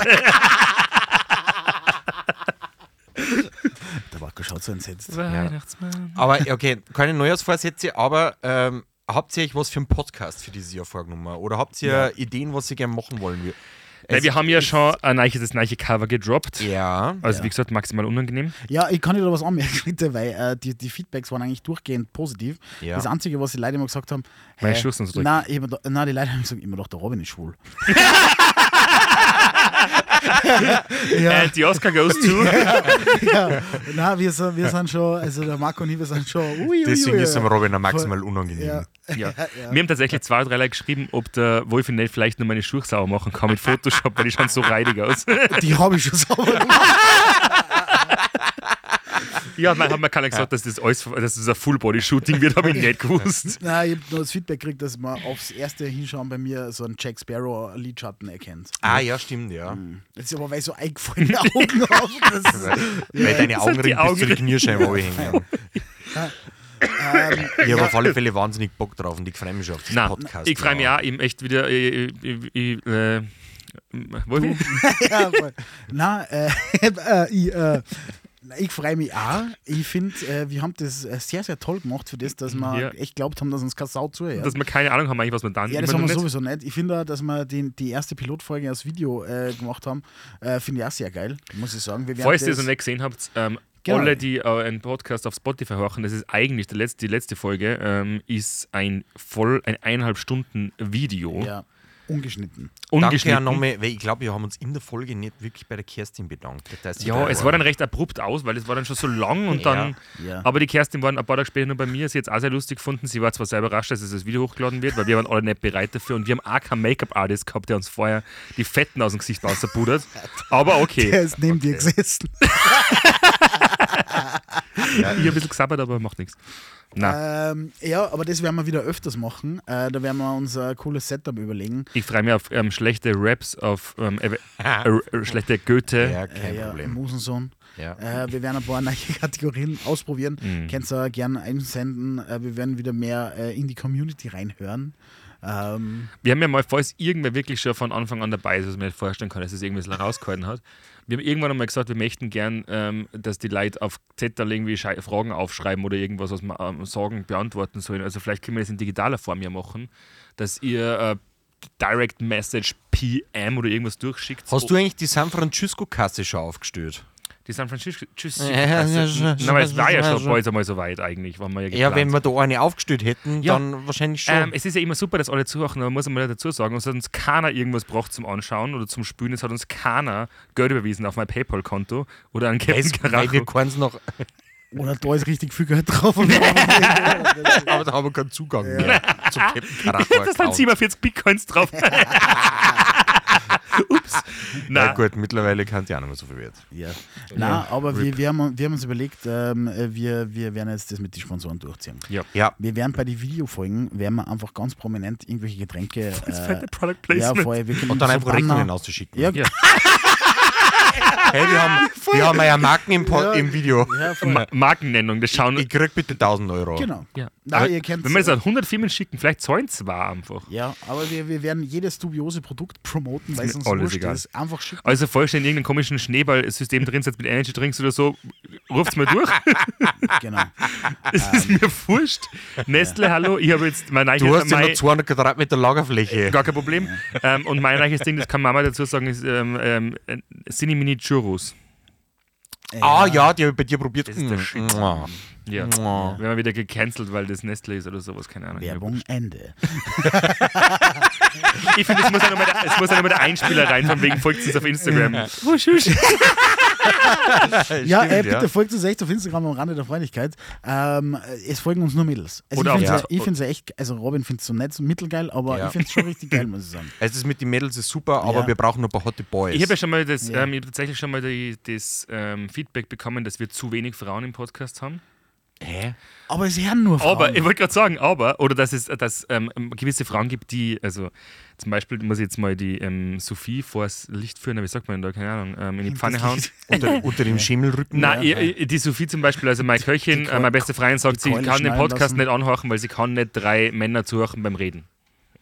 S3: Der Marco schaut so entsetzt.
S2: Weihnachtsmann.
S4: Aber okay, keine Neujahrsvorsätze, aber ähm, habt ihr euch was für einen Podcast für dieses Jahr vorgenommen? Oder habt ihr Ideen, was ihr gerne machen wollen würdet?
S2: Nein, wir haben ja schon ein neues, das neue Cover gedroppt.
S4: Ja.
S2: Also wie gesagt, maximal unangenehm.
S3: Ja, ich kann dir da was anmerken, bitte, weil äh, die, die Feedbacks waren eigentlich durchgehend positiv.
S4: Ja.
S3: Das Einzige, was die Leute immer gesagt haben,
S2: Meine
S3: hä,
S2: Schuss und so drücken.
S3: nein, ich hab mir da- nein, die Leute haben gesagt, immer doch, der Robin ist schwul. ja,
S2: Äh, die Oscar goes to.
S3: ja. Nein, wir sind, wir sind schon, also der Marco und ich, wir sind schon. Ui, ui,
S4: Deswegen
S3: ui,
S4: ist dem Robin auch maximal
S3: Voll-
S4: unangenehm.
S3: ja.
S2: Ja. Mir haben tatsächlich zwei, drei Leute geschrieben, ob der Wolfi nicht vielleicht nur meine Schuhe sauber machen kann mit Photoshop, weil die schauen so reidig aus.
S3: Die habe ich schon sauber gemacht.
S2: Ja, man hat mir keiner gesagt, dass das, alles, dass das ein Full-Body-Shooting wird, habe ich nicht gewusst.
S3: Nein, ich habe nur das Feedback gekriegt, dass man aufs erste Hinschauen bei mir so einen Jack Sparrow Lidschatten erkennt.
S4: Ah, ja, stimmt, ja.
S3: Das ist aber, weil ich so eingefallene Augen habe. Das ist,
S4: Weil deine
S2: sind die
S4: Augenringe bis zu den
S2: Augenringe.
S4: Knierscheiben runterhängen.
S3: ähm,
S4: Ich habe auf alle Fälle wahnsinnig Bock drauf und ich freue mich schon auf diesen
S2: Nein,
S4: Podcast.
S2: ich freue mich auch eben echt wieder. Ich, ich, ich, äh, Wolfi?
S3: ja, voll. Na, äh, äh, ich, äh, na, ich freue mich auch. Ich finde, äh, wir haben das äh, sehr, sehr toll gemacht für das, dass wir
S2: Ja.
S3: echt glaubt haben, dass uns keine Sau zuhört.
S2: Dass wir keine Ahnung haben, eigentlich, was man dann
S3: ja, das
S2: immer
S3: haben wir
S2: noch nicht-
S3: sowieso nicht. Ich finde auch, dass wir den, die erste Pilotfolge als Video äh, gemacht haben, äh, finde ich auch sehr geil, muss ich sagen. Wir werden
S2: Falls ihr
S3: das-
S2: es noch nicht gesehen habt, ähm,
S3: Genau.
S2: alle, die äh, einen Podcast auf Spotify hören, das ist eigentlich die letzte, die letzte Folge, ähm, ist ein voll ein eineinhalb Stunden Video.
S3: Ja, ungeschnitten.
S4: Danke auch
S2: Ungeschnitten.
S4: nochmal, weil ich glaube, wir haben uns in der Folge nicht wirklich bei der Kerstin bedankt. Das heißt,
S2: Ja, es war dann recht abrupt aus, weil es war dann schon so lang und dann.
S3: Ja.
S2: Aber die Kerstin waren ein paar Tage später nur bei mir. Sie hat es auch sehr lustig gefunden. Sie war zwar sehr überrascht, dass es das Video hochgeladen wird, weil wir waren alle nicht bereit dafür und wir haben auch keinen Make-up-Artist gehabt, der uns vorher die Fetten aus dem Gesicht rausgepudert. Aber
S3: Der
S2: okay.
S3: ist neben dir gesessen.
S2: Ich habe ein bisschen gesabbert, aber macht nichts. Na,
S3: Ähm, ja, aber das werden wir wieder öfters machen. Äh, da werden wir uns ein cooles Setup überlegen.
S2: ich freue mich auf ähm, schlechte Raps, auf ähm, ev- äh, äh, schlechte Goethe.
S4: Ja, kein
S3: äh, ja,
S4: Problem.
S3: Musensohn.
S4: Ja.
S3: Äh, wir werden ein paar neue Kategorien
S2: Mhm.
S3: ausprobieren. Könnt ihr gerne einsenden. Äh, wir werden wieder mehr äh, in die Community reinhören. Ähm,
S2: Wir haben ja mal, falls irgendwer wirklich schon von Anfang an dabei ist, was ich mir nicht vorstellen kann, dass es irgendwie ein bisschen rausgehalten hat. Wir haben irgendwann einmal gesagt, wir möchten gern, ähm, dass die Leute auf Zettel irgendwie Schei- Fragen aufschreiben oder irgendwas, was man ähm, Sorgen beantworten sollen. Also vielleicht können wir das in digitaler Form ja machen, dass ihr äh, Direct Message PM oder irgendwas durchschickt.
S4: Hast du eigentlich die San Francisco-Kasse schon aufgestellt?
S2: die San Francisco? Tschüss.
S4: Ja, ja, schon-
S2: Na, weil es war ja
S4: schon-
S2: schon bald einmal so weit eigentlich, waren wir ja
S4: Ja,
S2: geplant.
S4: wenn wir da eine aufgestellt hätten,
S2: Ja.
S4: dann wahrscheinlich schon.
S2: Ähm, es ist ja immer super, dass alle zuhören, aber muss man dazu sagen, es hat uns keiner irgendwas braucht zum Anschauen oder zum Spülen. Es hat uns keiner Geld überwiesen auf mein Paypal-Konto oder an Captain
S4: Weiß- weil wir
S2: Karacho.
S4: keins noch,
S3: oder da ist richtig viel Geld drauf. Und
S4: aber da haben wir keinen Zugang mehr zum Captain Karacho.
S2: Das sind 47 Bitcoins drauf. Ups. Na,
S4: Na gut, mittlerweile kann die auch nicht mehr so viel wert.
S3: ja. Na, aber wir, wir, haben, wir haben uns überlegt, ähm, äh, wir, wir werden jetzt das mit den Sponsoren durchziehen.
S2: Ja.
S4: Ja,
S3: Wir werden bei den Videofolgen, werden wir einfach ganz prominent irgendwelche Getränke.
S2: Das
S3: Äh,
S2: fette Product
S3: ja,
S2: Placement.
S3: vorher, wir können
S4: und dann
S3: so
S4: einfach
S3: Banner-
S4: Rechnungen auszuschicken.
S3: Ja,
S2: Ja.
S4: Hey, wir haben, wir haben ja Marken im, Pod,
S3: Ja.
S4: im Video.
S3: ja, voll.
S2: Ma Markennennung, das schauen.
S4: Ich krieg bitte 1000 Euro.
S3: genau.
S2: Ja.
S3: Na,
S2: Aber
S3: ihr kennt's. äh,
S2: wenn wir es an 100 Firmen schicken, vielleicht zahlen sie war einfach.
S3: Ja, aber wir, wir werden jedes dubiose Produkt promoten, weil
S2: mir
S3: es uns
S2: alles
S3: wurscht
S2: egal.
S3: ist. Einfach schicken.
S2: Also, falls ihr in irgendeinem komischen Schneeballsystem drin seid mit Energy Drinks oder so, ruft's mal durch. Ah,
S3: Genau.
S2: Es ist mir wurscht. Nestle, hallo, ich habe jetzt mein
S4: Ähm. Du
S2: eigenes
S4: hast ja
S2: mein,
S4: nur 200 Quadratmeter Lagerfläche.
S2: Gar kein Problem. ähm, und mein reiches Ding, das kann Mama dazu sagen, ist ähm, ähm, äh, Cinnamini Churros.
S4: Ah ja, die habe ich bei dir probiert.
S2: Das ist der
S4: Mm,
S2: Shit.
S4: mua.
S2: Ja.
S4: Mua.
S2: Wenn man wieder gecancelt, weil das Nestle ist oder sowas, keine Ahnung.
S3: Werbung Ende.
S2: Ich finde, es muss ja nochmal der, es muss ja noch mal der Einspieler rein, von wegen folgt uns auf Instagram. Wusch, wusch.
S3: Ja, äh,
S4: Stimmt,
S3: bitte folgt uns echt auf Instagram am Rande der Freundlichkeit. Ähm, es folgen uns nur Mädels. Also
S2: Oder
S3: ich finde
S2: auf-
S3: es ja. ich find's ja echt, also Robin findet es so nett, so mittelgeil, aber
S4: Ja.
S3: ich finde es schon richtig geil, muss ich sagen.
S4: Also das mit den Mädels ist super, aber
S3: Ja.
S4: wir brauchen noch ein paar Hotte Boys.
S2: Ich habe ja schon mal das,
S3: Ja.
S2: ähm, ich hab tatsächlich schon mal die, das ähm, Feedback bekommen, dass wir zu wenig Frauen im Podcast haben.
S4: Hä?
S3: Aber es hören nur Frauen.
S2: Aber, ich wollte gerade sagen, aber, oder dass es dass, ähm, gewisse Frauen gibt, die, also zum Beispiel muss ich jetzt mal die ähm, Sophie vors Licht führen, aber wie sagt man da, keine Ahnung, ähm, in die Pfanne hauen.
S4: Unter, unter dem Schimmelrücken.
S2: Nein, ich- ich- die Sophie zum Beispiel, also meine Köchin,
S3: Keule-
S2: äh, meine beste Freundin, sagt, sie
S3: Keule
S2: kann den
S3: schneiden
S2: Podcast
S3: lassen.
S2: nicht anhorchen, weil sie kann nicht drei Männer zuhören beim Reden.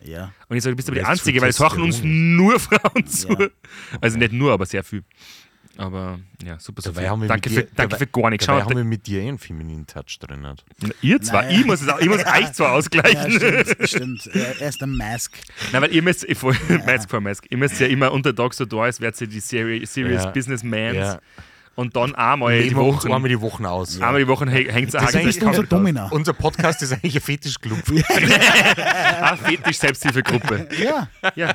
S3: ja.
S2: Und ich sage, du bist aber die
S4: Das ist
S2: Einzige,
S4: viel
S2: weil es horchen uns nur Frauen zu. Also nicht nur, aber sehr viel. Aber ja, super Sophie.
S4: Dabei haben wir
S2: Danke,
S4: mit
S2: für,
S4: dir,
S2: danke
S4: dabei,
S2: für gar nichts.
S4: Dabei
S2: Schau,
S4: haben wir mit dir eh einen femininen Touch drin. Hat.
S2: da- ihr zwar,
S3: Naja.
S2: ich muss, es auch, ich muss euch zwar
S3: Ja,
S2: ausgleichen.
S3: stimmt, stimmt. Er er ist der Mask.
S2: Nein, weil ihr müsst, ich, voll- Mask for Mask, ihr müsst ja immer unter Dogs or Doors, werdet ihr die Serie, Serious
S4: Ja.
S2: Businessmans
S4: Ja.
S2: und dann einmal die
S4: Leben wir uns
S2: Woche.
S4: einmal die Wochen aus.
S2: Einmal die Woche hängt es
S4: Das ist
S3: Bist du unser Domina?
S4: Unser Podcast ist eigentlich ein Fetischclub.
S3: genau.
S2: Eine Fetisch-Selbsthilfegruppe.
S3: Ja,
S2: Ja.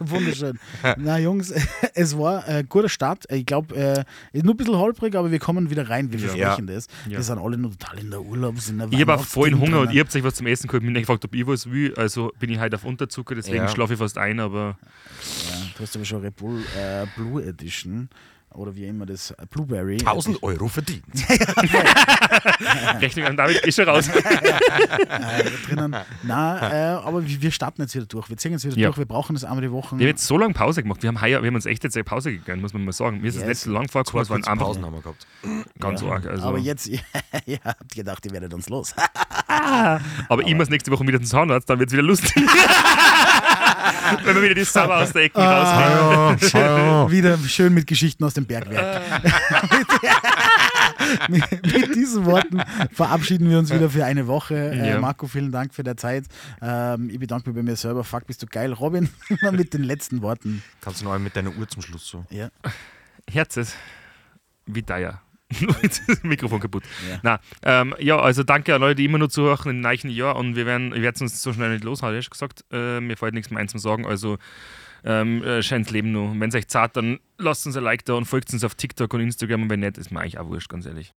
S3: wunderschön. Na Jungs, es war ein guter Start. Ich glaube, äh, ist nur ein bisschen holprig, aber wir kommen wieder rein, wir versprechen das. Wir sind alle nur total in der Urlaub, sind in der
S2: Ich habe auch
S3: Weihnachts-
S2: vorhin Hunger und
S3: drin.
S2: ihr habt euch was zum Essen geholt. Ich bin gefragt, ob ich was will. Also bin ich halt auf Unterzucker, deswegen
S4: Ja.
S2: schlafe ich fast ein, aber
S3: Du hast aber schon Red Bull äh, Blue Edition oder wie immer das äh, Blueberry.
S4: 1000 Euro verdient.
S2: Rechnung an David ist schon raus.
S3: Äh, drinnen. Na, äh, aber wir wir starten jetzt wieder durch. Wir ziehen jetzt wieder
S2: Ja.
S3: durch. Wir brauchen das einmal die Woche.
S2: Wir haben jetzt so lange Pause gemacht. Wir haben, heuer, wir haben uns echt jetzt eine Pause gegönnt, muss man mal sagen. Mir ist
S3: Yes.
S2: das nicht so lang vorgekommen, es waren
S4: Kurze
S2: einfach
S4: Pausen haben wir gehabt.
S2: ganz arg. Also.
S3: Aber
S2: Aber,
S3: jetzt, ihr habt gedacht, ihr werdet uns los.
S2: ich muss nächste Woche wieder zum Zahnarzt, dann wird es wieder lustig. Wenn wir wieder die Sauer aus der Ecke
S4: Ah.
S2: raushauen.
S4: Genau.
S3: Wieder schön mit Geschichten aus dem Bergwerk. mit, mit diesen Worten verabschieden wir uns wieder für eine Woche. Äh,
S2: Ja.
S3: Marco, vielen Dank für der Zeit. Ähm, ich bedanke mich bei mir selber. Fuck, bist du geil. Robin, mit den letzten Worten.
S4: Kannst du noch einmal mit deiner Uhr zum Schluss so.
S3: Ja.
S2: Herzes, wie teuer. Jetzt ist das Mikrofon kaputt.
S3: Ja.
S2: Ja. Na, ähm, ja, also danke an Leute, die immer nur zuhören im neuen Jahr und wir werden, ich werde es uns so schnell nicht los, habe ich schon gesagt. Äh, mir fällt nichts mehr ein zum Sagen, also ähm, äh, scheint Leben nur. Wenn es euch zart, dann lasst uns ein Like da und folgt uns auf TikTok und Instagram und wenn nicht, ist mir eigentlich auch wurscht, ganz ehrlich.